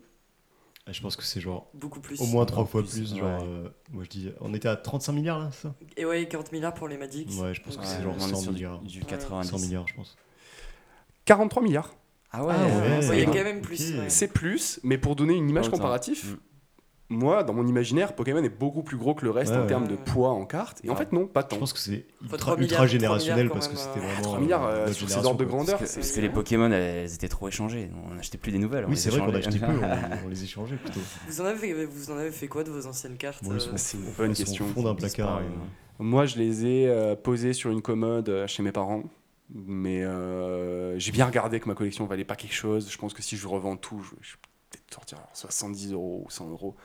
[SPEAKER 1] Ah, Je pense que c'est genre
[SPEAKER 2] Beaucoup plus.
[SPEAKER 1] au moins trois
[SPEAKER 3] Encore
[SPEAKER 1] fois
[SPEAKER 3] plus,
[SPEAKER 1] plus. Genre,
[SPEAKER 3] ouais.
[SPEAKER 1] euh, moi je dis, on était à 35 milliards là, ça
[SPEAKER 2] Et ouais, 40 milliards pour les Magic.
[SPEAKER 1] Ouais, je pense que c'est
[SPEAKER 3] Ouais,
[SPEAKER 1] genre
[SPEAKER 3] on est
[SPEAKER 1] 100
[SPEAKER 3] sur du-
[SPEAKER 1] milliards.
[SPEAKER 3] Du
[SPEAKER 2] Ouais.
[SPEAKER 3] 90.
[SPEAKER 1] 100 milliards, je pense.
[SPEAKER 4] 43 milliards.
[SPEAKER 1] Hmm.
[SPEAKER 3] Ah ouais,
[SPEAKER 2] Ah
[SPEAKER 1] ouais.
[SPEAKER 2] Ouais, Il y a
[SPEAKER 1] Ouais.
[SPEAKER 2] quand même plus.
[SPEAKER 1] Ok.
[SPEAKER 2] ouais.
[SPEAKER 4] C'est plus, mais pour donner une image
[SPEAKER 3] Autant.
[SPEAKER 4] comparative,
[SPEAKER 3] Mm.
[SPEAKER 4] moi, dans mon imaginaire, Pokémon est beaucoup plus gros que le reste
[SPEAKER 1] Ouais,
[SPEAKER 4] en
[SPEAKER 1] ouais.
[SPEAKER 4] termes de poids en cartes. Et en
[SPEAKER 3] Ouais.
[SPEAKER 4] fait, non, pas tant.
[SPEAKER 1] Je pense que c'est
[SPEAKER 2] Faut
[SPEAKER 1] ultra,
[SPEAKER 2] trois milliards,
[SPEAKER 1] ultra
[SPEAKER 2] trois
[SPEAKER 1] générationnel
[SPEAKER 2] milliards
[SPEAKER 1] parce
[SPEAKER 2] quand
[SPEAKER 1] que
[SPEAKER 2] même,
[SPEAKER 1] c'était
[SPEAKER 2] euh,
[SPEAKER 1] vraiment.
[SPEAKER 4] 3 milliards
[SPEAKER 1] euh,
[SPEAKER 4] euh,
[SPEAKER 1] notre
[SPEAKER 4] sur ces
[SPEAKER 1] génération,
[SPEAKER 4] ordres de
[SPEAKER 1] quoi.
[SPEAKER 4] grandeur,
[SPEAKER 3] Parce que,
[SPEAKER 4] c'est
[SPEAKER 3] parce que les Pokémon, elles étaient trop échangées. On n'achetait plus des nouvelles. on
[SPEAKER 1] Oui,
[SPEAKER 3] les
[SPEAKER 1] c'est vrai qu'on
[SPEAKER 3] échangeait.
[SPEAKER 1] achetait peu,
[SPEAKER 4] euh,
[SPEAKER 1] on, on les échangeait plutôt.
[SPEAKER 2] Vous en, avez, vous en avez fait quoi de vos anciennes cartes
[SPEAKER 1] Bon, ils
[SPEAKER 2] euh,
[SPEAKER 1] sont-
[SPEAKER 4] c'est une
[SPEAKER 1] Elles
[SPEAKER 4] bonne
[SPEAKER 1] sont au
[SPEAKER 4] question. hein.
[SPEAKER 1] fond d'un placard.
[SPEAKER 3] Disparu,
[SPEAKER 1] euh,
[SPEAKER 3] non.
[SPEAKER 4] Moi, je les ai euh, posés sur une commode euh, chez mes parents. Mais euh, j'ai bien regardé que ma collection valait pas quelque chose. Je pense que si je revends tout, je je vais peut-être sortir alors, 70 euros ou 100 euros.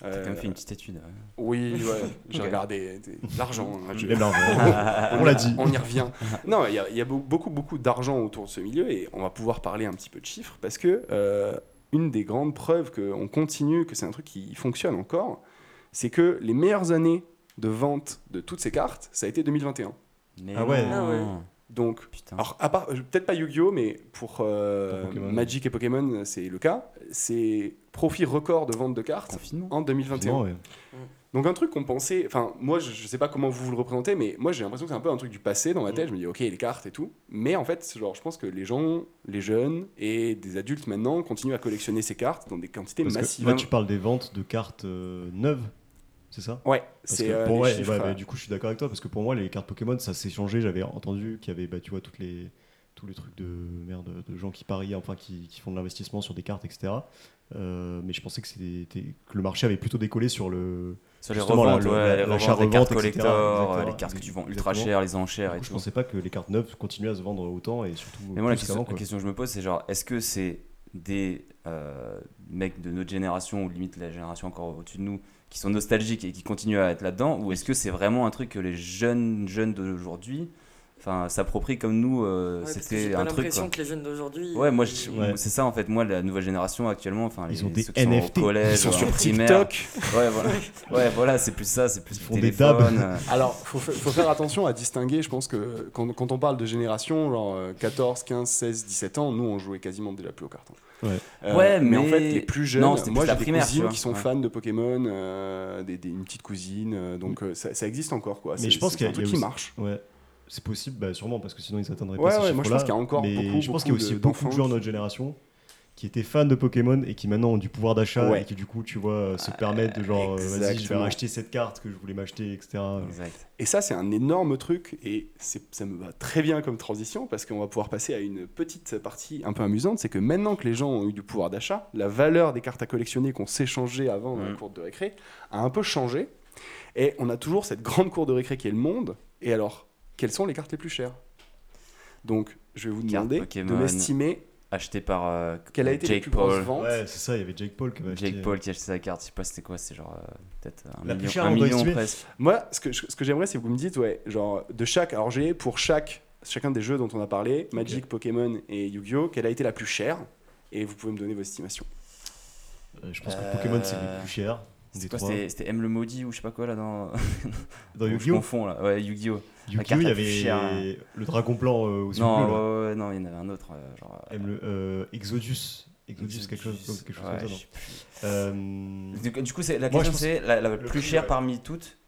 [SPEAKER 3] T'as quand
[SPEAKER 4] Euh,
[SPEAKER 3] même fait une petite étude.
[SPEAKER 1] Ah
[SPEAKER 3] ouais.
[SPEAKER 4] Oui, ouais, j'ai
[SPEAKER 3] Ok. Eh ben,
[SPEAKER 4] regardé des- l'argent. hein, je-
[SPEAKER 1] Il aime l'argent. On l'a dit.
[SPEAKER 4] on y revient. Non, il y a, il y a beau- beaucoup, beaucoup d'argent autour de ce milieu et on va pouvoir parler un petit peu de chiffres parce que euh, une des grandes preuves qu'on continue, que c'est un truc qui fonctionne encore, c'est que les meilleures années de vente de toutes ces cartes, ça a été 2021.
[SPEAKER 3] Mais
[SPEAKER 1] Ah ouais.
[SPEAKER 3] non.
[SPEAKER 2] Ah ouais.
[SPEAKER 4] Donc,
[SPEAKER 3] Putain.
[SPEAKER 4] alors, à part, euh, peut-être pas Yu-Gi-Oh, mais pour euh,
[SPEAKER 1] Pour Pokémon.
[SPEAKER 4] Magic et Pokémon, c'est le cas. C'est profit record de vente de cartes
[SPEAKER 3] Confinement.
[SPEAKER 4] en 2021.
[SPEAKER 1] Non, ouais.
[SPEAKER 4] Donc un truc qu'on pensait, enfin moi je, je sais pas comment vous vous le représentez, mais moi j'ai l'impression que c'est un peu un truc du passé
[SPEAKER 1] Mm.
[SPEAKER 4] dans ma tête. Je me dis ok les cartes et tout, mais en fait genre je pense que les gens, les jeunes et des adultes maintenant continuent à collectionner ces cartes dans des quantités
[SPEAKER 1] Parce que
[SPEAKER 4] massives.
[SPEAKER 1] là,
[SPEAKER 2] hein.
[SPEAKER 1] tu parles des ventes de cartes euh, neuves, c'est ça
[SPEAKER 4] Ouais,
[SPEAKER 1] Parce
[SPEAKER 4] c'est
[SPEAKER 1] que
[SPEAKER 4] euh,
[SPEAKER 1] pour
[SPEAKER 4] les
[SPEAKER 1] ouais,
[SPEAKER 4] chiffres,
[SPEAKER 1] ouais,
[SPEAKER 4] euh,
[SPEAKER 1] bah, du coup, je suis d'accord avec toi parce que pour moi, les cartes Pokémon, ça s'est changé. J'avais entendu qu'il y avait, bah, tu vois, toutes les tous les trucs de merde de gens qui parient, enfin qui, qui font de l'investissement sur des cartes, etc. Euh, mais je pensais que c'était que le marché avait plutôt décollé sur le.
[SPEAKER 3] Sur les
[SPEAKER 1] Justement, là,
[SPEAKER 3] reventes,
[SPEAKER 1] le-
[SPEAKER 3] ouais,
[SPEAKER 1] la-
[SPEAKER 3] les
[SPEAKER 1] l'achat,
[SPEAKER 3] reventes, les cartes
[SPEAKER 1] revente, etc.,
[SPEAKER 3] collector, euh,
[SPEAKER 1] exactement.
[SPEAKER 3] les cartes que tu vends ultra
[SPEAKER 1] Exactement.
[SPEAKER 3] chères, les enchères
[SPEAKER 1] Du
[SPEAKER 3] et
[SPEAKER 1] coup, je
[SPEAKER 3] tout.
[SPEAKER 1] pensais pas que les cartes neuves continuaient à se vendre autant et surtout.
[SPEAKER 3] Mais moi, la
[SPEAKER 1] plus
[SPEAKER 3] question,
[SPEAKER 1] qu'avant,
[SPEAKER 3] la
[SPEAKER 1] quoi.
[SPEAKER 3] question que je me pose, c'est genre, est-ce que c'est des euh, mecs de notre génération, ou limite la génération encore au-dessus de nous, qui sont nostalgiques et qui continuent à être là-dedans, ou est-ce que c'est vraiment un truc que les jeunes jeunes d'aujourd'hui enfin, s'approprient comme nous euh,
[SPEAKER 2] ouais, parce que j'ai
[SPEAKER 3] C'était
[SPEAKER 2] pas
[SPEAKER 3] un truc.
[SPEAKER 2] l'impression
[SPEAKER 3] quoi.
[SPEAKER 2] que les jeunes d'aujourd'hui. euh,
[SPEAKER 3] Ouais, moi, je-
[SPEAKER 1] Ouais.
[SPEAKER 3] c'est ça en fait. Moi, la nouvelle génération actuellement, enfin,
[SPEAKER 1] Ils
[SPEAKER 3] les,
[SPEAKER 1] ont des
[SPEAKER 3] ceux qui sont au
[SPEAKER 1] NFT.
[SPEAKER 3] collège,
[SPEAKER 4] Ils sont
[SPEAKER 3] en
[SPEAKER 4] sur
[SPEAKER 3] primaire.
[SPEAKER 4] TikTok.
[SPEAKER 3] Ouais, voilà. Ouais, voilà, c'est plus ça, c'est plus
[SPEAKER 1] Ils
[SPEAKER 3] le
[SPEAKER 1] font des
[SPEAKER 3] téléphone, euh,
[SPEAKER 4] Alors faut, fa- faut faire attention à distinguer. Je pense que quand, quand on parle de génération, genre euh, 14, 15, 16, 17 ans, nous on jouait quasiment déjà plus aux cartes. hein.
[SPEAKER 1] Ouais.
[SPEAKER 4] Euh,
[SPEAKER 3] Ouais,
[SPEAKER 4] mais, en
[SPEAKER 3] mais-
[SPEAKER 4] fait les plus jeunes,
[SPEAKER 3] Non, c'était
[SPEAKER 4] moi
[SPEAKER 3] plus
[SPEAKER 4] j'ai
[SPEAKER 3] la
[SPEAKER 4] des
[SPEAKER 3] primaire, tu
[SPEAKER 4] cousines
[SPEAKER 3] vois.
[SPEAKER 4] qui sont
[SPEAKER 3] Ouais.
[SPEAKER 4] fans de Pokémon, euh, des, des- une petite cousine, euh, donc euh, ça, ça existe encore quoi.
[SPEAKER 1] Mais
[SPEAKER 4] C'est-
[SPEAKER 1] je pense
[SPEAKER 4] c'est
[SPEAKER 1] qu'il y a-
[SPEAKER 4] un
[SPEAKER 1] il y a
[SPEAKER 4] truc qui
[SPEAKER 1] aussi-
[SPEAKER 4] marche.
[SPEAKER 1] Ouais. C'est possible, bah, sûrement, parce que sinon ils atteindraient
[SPEAKER 4] Ouais,
[SPEAKER 1] pas ces
[SPEAKER 4] ouais, moi, je pense
[SPEAKER 1] chiffres-là.
[SPEAKER 4] qu'il y a encore
[SPEAKER 1] Mais
[SPEAKER 4] beaucoup,
[SPEAKER 1] je pense
[SPEAKER 4] beaucoup
[SPEAKER 1] qu'il y a aussi
[SPEAKER 4] de-
[SPEAKER 1] beaucoup de
[SPEAKER 4] d'enfants
[SPEAKER 1] gens
[SPEAKER 4] qui-
[SPEAKER 1] de notre génération qui étaient fans de Pokémon et qui maintenant ont du pouvoir d'achat
[SPEAKER 4] Ouais.
[SPEAKER 1] et qui du coup, tu vois, euh, se permettent de genre, euh, vas-y, je vais
[SPEAKER 4] exactement.
[SPEAKER 1] racheter cette carte que je voulais m'acheter, etc.
[SPEAKER 3] euh, Exact.
[SPEAKER 4] Et ça, c'est un énorme truc, et c'est- ça me va très bien comme transition, parce qu'on va pouvoir passer à une petite partie un peu amusante, c'est que maintenant que les gens ont eu du pouvoir d'achat, la valeur des cartes à collectionner qu'on s'échangeait avant dans la
[SPEAKER 3] Mhm.
[SPEAKER 4] cour de récré a un peu changé, et on a toujours cette grande cour de récré qui est le monde, et alors, quelles sont les cartes les plus chères Donc, je vais vous
[SPEAKER 3] Cartes
[SPEAKER 4] demander de
[SPEAKER 3] Pokémon.
[SPEAKER 4] m'estimer
[SPEAKER 3] Acheté par euh,
[SPEAKER 4] quelle a été les
[SPEAKER 3] Jake
[SPEAKER 4] plus grosses
[SPEAKER 3] Paul.
[SPEAKER 4] ventes.
[SPEAKER 1] Ouais, c'est ça, il y avait Jake Paul qui avait acheté.
[SPEAKER 3] Jake Paul qui a acheté sa carte, je sais pas c'était quoi, c'est genre euh, peut-être un
[SPEAKER 1] La plus
[SPEAKER 3] million,
[SPEAKER 1] chère,
[SPEAKER 3] un
[SPEAKER 1] on doit
[SPEAKER 3] million
[SPEAKER 1] estimer.
[SPEAKER 3] presque.
[SPEAKER 4] Moi, ce que, ce que j'aimerais, c'est que vous me dites, ouais, genre, de chaque. Alors, j'ai pour chaque, chacun des jeux dont on a parlé, Magic, Pokémon et Yu-Gi-Oh!, quelle a été la plus chère Et vous pouvez me donner vos estimations.
[SPEAKER 1] Euh, je pense que Pokémon, c'est
[SPEAKER 3] Euh,
[SPEAKER 1] les plus chers.
[SPEAKER 3] C'est
[SPEAKER 1] Des
[SPEAKER 3] quoi,
[SPEAKER 1] trois.
[SPEAKER 3] c'était c'était M le maudit ou je sais pas quoi là dans.
[SPEAKER 1] Dans
[SPEAKER 3] Je
[SPEAKER 1] Yu-Gi-Oh!
[SPEAKER 3] confonds là, ouais, Yu-Gi-Oh!
[SPEAKER 1] Yu-Gi-Oh!
[SPEAKER 3] carte
[SPEAKER 1] il y
[SPEAKER 3] la plus chère,
[SPEAKER 1] avait
[SPEAKER 3] hein.
[SPEAKER 1] le dragon blanc euh, aussi.
[SPEAKER 3] Non,
[SPEAKER 1] bleu, là.
[SPEAKER 3] ouais, ouais, non, il y en avait un autre, euh, genre. euh,
[SPEAKER 1] Aime le- euh, Exodus. Exodus, quelque chose,
[SPEAKER 3] Exodus,
[SPEAKER 1] quelque chose
[SPEAKER 3] ouais,
[SPEAKER 1] comme
[SPEAKER 3] je
[SPEAKER 1] ça.
[SPEAKER 3] sais plus.
[SPEAKER 1] non Euh,
[SPEAKER 3] Du- Du coup, c'est- la
[SPEAKER 1] Moi, je
[SPEAKER 3] question
[SPEAKER 1] pense-
[SPEAKER 3] c'est la, la plus
[SPEAKER 1] prix,
[SPEAKER 3] chère
[SPEAKER 1] ouais.
[SPEAKER 3] parmi toutes.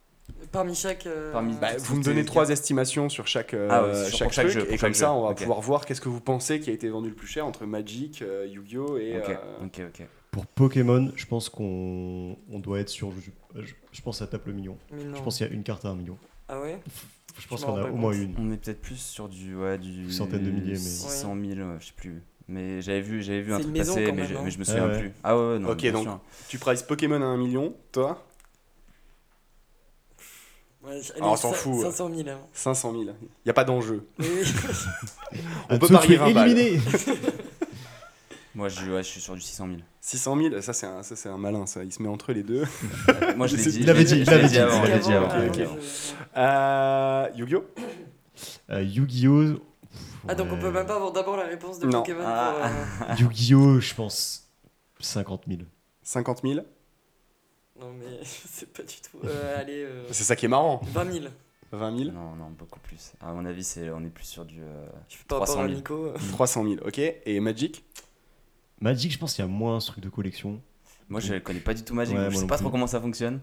[SPEAKER 2] Parmi chaque. euh,
[SPEAKER 3] Parmi-
[SPEAKER 4] Bah,
[SPEAKER 3] Toutes
[SPEAKER 4] vous me
[SPEAKER 3] les
[SPEAKER 4] donnez
[SPEAKER 3] cartes.
[SPEAKER 4] trois estimations sur chaque, euh,
[SPEAKER 3] Ah ouais, sur- pour
[SPEAKER 4] chaque,
[SPEAKER 3] chaque
[SPEAKER 4] truc,
[SPEAKER 3] jeu, pour
[SPEAKER 4] et
[SPEAKER 3] chaque
[SPEAKER 4] comme ça,
[SPEAKER 3] jeu.
[SPEAKER 4] on va
[SPEAKER 3] Ok.
[SPEAKER 4] pouvoir voir qu'est-ce que vous pensez qui a été vendu le plus cher entre Magic, euh, Yu-Gi-Oh! et.
[SPEAKER 3] Ok,
[SPEAKER 4] euh,
[SPEAKER 3] ok, ok.
[SPEAKER 1] Pour Pokémon, je pense qu'on on doit être sur. Je, je- je pense que ça tape le million.
[SPEAKER 2] mais non.
[SPEAKER 1] Je pense qu'il y a une carte à un million.
[SPEAKER 2] Ah ouais
[SPEAKER 1] Je pense
[SPEAKER 2] m'en
[SPEAKER 1] qu'on
[SPEAKER 2] rends
[SPEAKER 1] a
[SPEAKER 2] pas
[SPEAKER 1] au moins
[SPEAKER 2] compte.
[SPEAKER 1] une.
[SPEAKER 3] On est peut-être plus sur du. Ouais, du.
[SPEAKER 1] Centaines de milliers, mais-
[SPEAKER 3] 600 000, ouais, je sais plus. Mais j'avais vu, j'avais vu un
[SPEAKER 2] C'est une
[SPEAKER 3] truc
[SPEAKER 2] maison,
[SPEAKER 3] passer,
[SPEAKER 2] quand
[SPEAKER 3] mais,
[SPEAKER 2] même,
[SPEAKER 3] je,
[SPEAKER 2] hein.
[SPEAKER 3] mais je me
[SPEAKER 1] Ah
[SPEAKER 3] souviens
[SPEAKER 1] ouais.
[SPEAKER 3] plus. Ah ouais, ouais, non.
[SPEAKER 4] Ok,
[SPEAKER 3] bien
[SPEAKER 4] donc,
[SPEAKER 3] sûr.
[SPEAKER 4] Tu prices Pokémon à 1 million, toi
[SPEAKER 2] Ouais, Ouais, allez,
[SPEAKER 4] Ah, on s'en
[SPEAKER 2] cin-
[SPEAKER 4] fout.
[SPEAKER 2] 500 000. hein.
[SPEAKER 4] 500 000. Il n'y a pas d'enjeu.
[SPEAKER 2] Oui, oui.
[SPEAKER 4] On
[SPEAKER 1] Ah, Tso,
[SPEAKER 4] peut
[SPEAKER 1] tu
[SPEAKER 4] parier
[SPEAKER 1] es
[SPEAKER 4] 20 balles.
[SPEAKER 1] éliminé.
[SPEAKER 3] Moi, je, ouais, je suis sur du 600 000.
[SPEAKER 4] 600 000, ça c'est un, ça, c'est un malin, ça. Il se met entre les deux.
[SPEAKER 3] Moi, je l'ai
[SPEAKER 1] C'est-
[SPEAKER 3] dit.
[SPEAKER 1] il
[SPEAKER 3] je
[SPEAKER 1] l'avait
[SPEAKER 3] l'ai
[SPEAKER 1] dit, il
[SPEAKER 3] je
[SPEAKER 1] l'avait
[SPEAKER 3] l'ai
[SPEAKER 1] dit,
[SPEAKER 3] avant,
[SPEAKER 1] il
[SPEAKER 3] je
[SPEAKER 1] l'avait
[SPEAKER 3] l'ai
[SPEAKER 1] dit avant.
[SPEAKER 3] avant,
[SPEAKER 1] Ok,
[SPEAKER 3] je l'ai
[SPEAKER 2] ok.
[SPEAKER 3] avant.
[SPEAKER 4] Euh, Yu-Gi-Oh
[SPEAKER 1] Euh, Yu-Gi-Oh! pff,
[SPEAKER 2] Ah, donc on peut
[SPEAKER 1] ouais.
[SPEAKER 2] même pas avoir d'abord la réponse de
[SPEAKER 4] Non.
[SPEAKER 2] Pokémon
[SPEAKER 3] Ah.
[SPEAKER 2] pour, euh,
[SPEAKER 1] Yu-Gi-Oh! Je pense 50 000.
[SPEAKER 4] 50 000.
[SPEAKER 2] Non, mais c'est pas du tout. euh, allez, euh,
[SPEAKER 4] C'est ça qui est marrant.
[SPEAKER 2] 20 000.
[SPEAKER 4] 20 000.
[SPEAKER 3] Non, non, beaucoup plus. À mon avis, c'est, on est plus sur du. euh,
[SPEAKER 2] Je fais pas rapport
[SPEAKER 3] 300
[SPEAKER 2] à
[SPEAKER 3] 000.
[SPEAKER 2] Nico. euh.
[SPEAKER 4] 300 000, ok. Et Magic
[SPEAKER 1] Magic, je pense qu'il y a moins ce truc de collection.
[SPEAKER 3] Moi, je connais pas du tout Magic,
[SPEAKER 1] Ouais,
[SPEAKER 3] donc je
[SPEAKER 1] moi
[SPEAKER 3] sais
[SPEAKER 1] non
[SPEAKER 3] pas
[SPEAKER 1] plus.
[SPEAKER 3] trop comment ça fonctionne.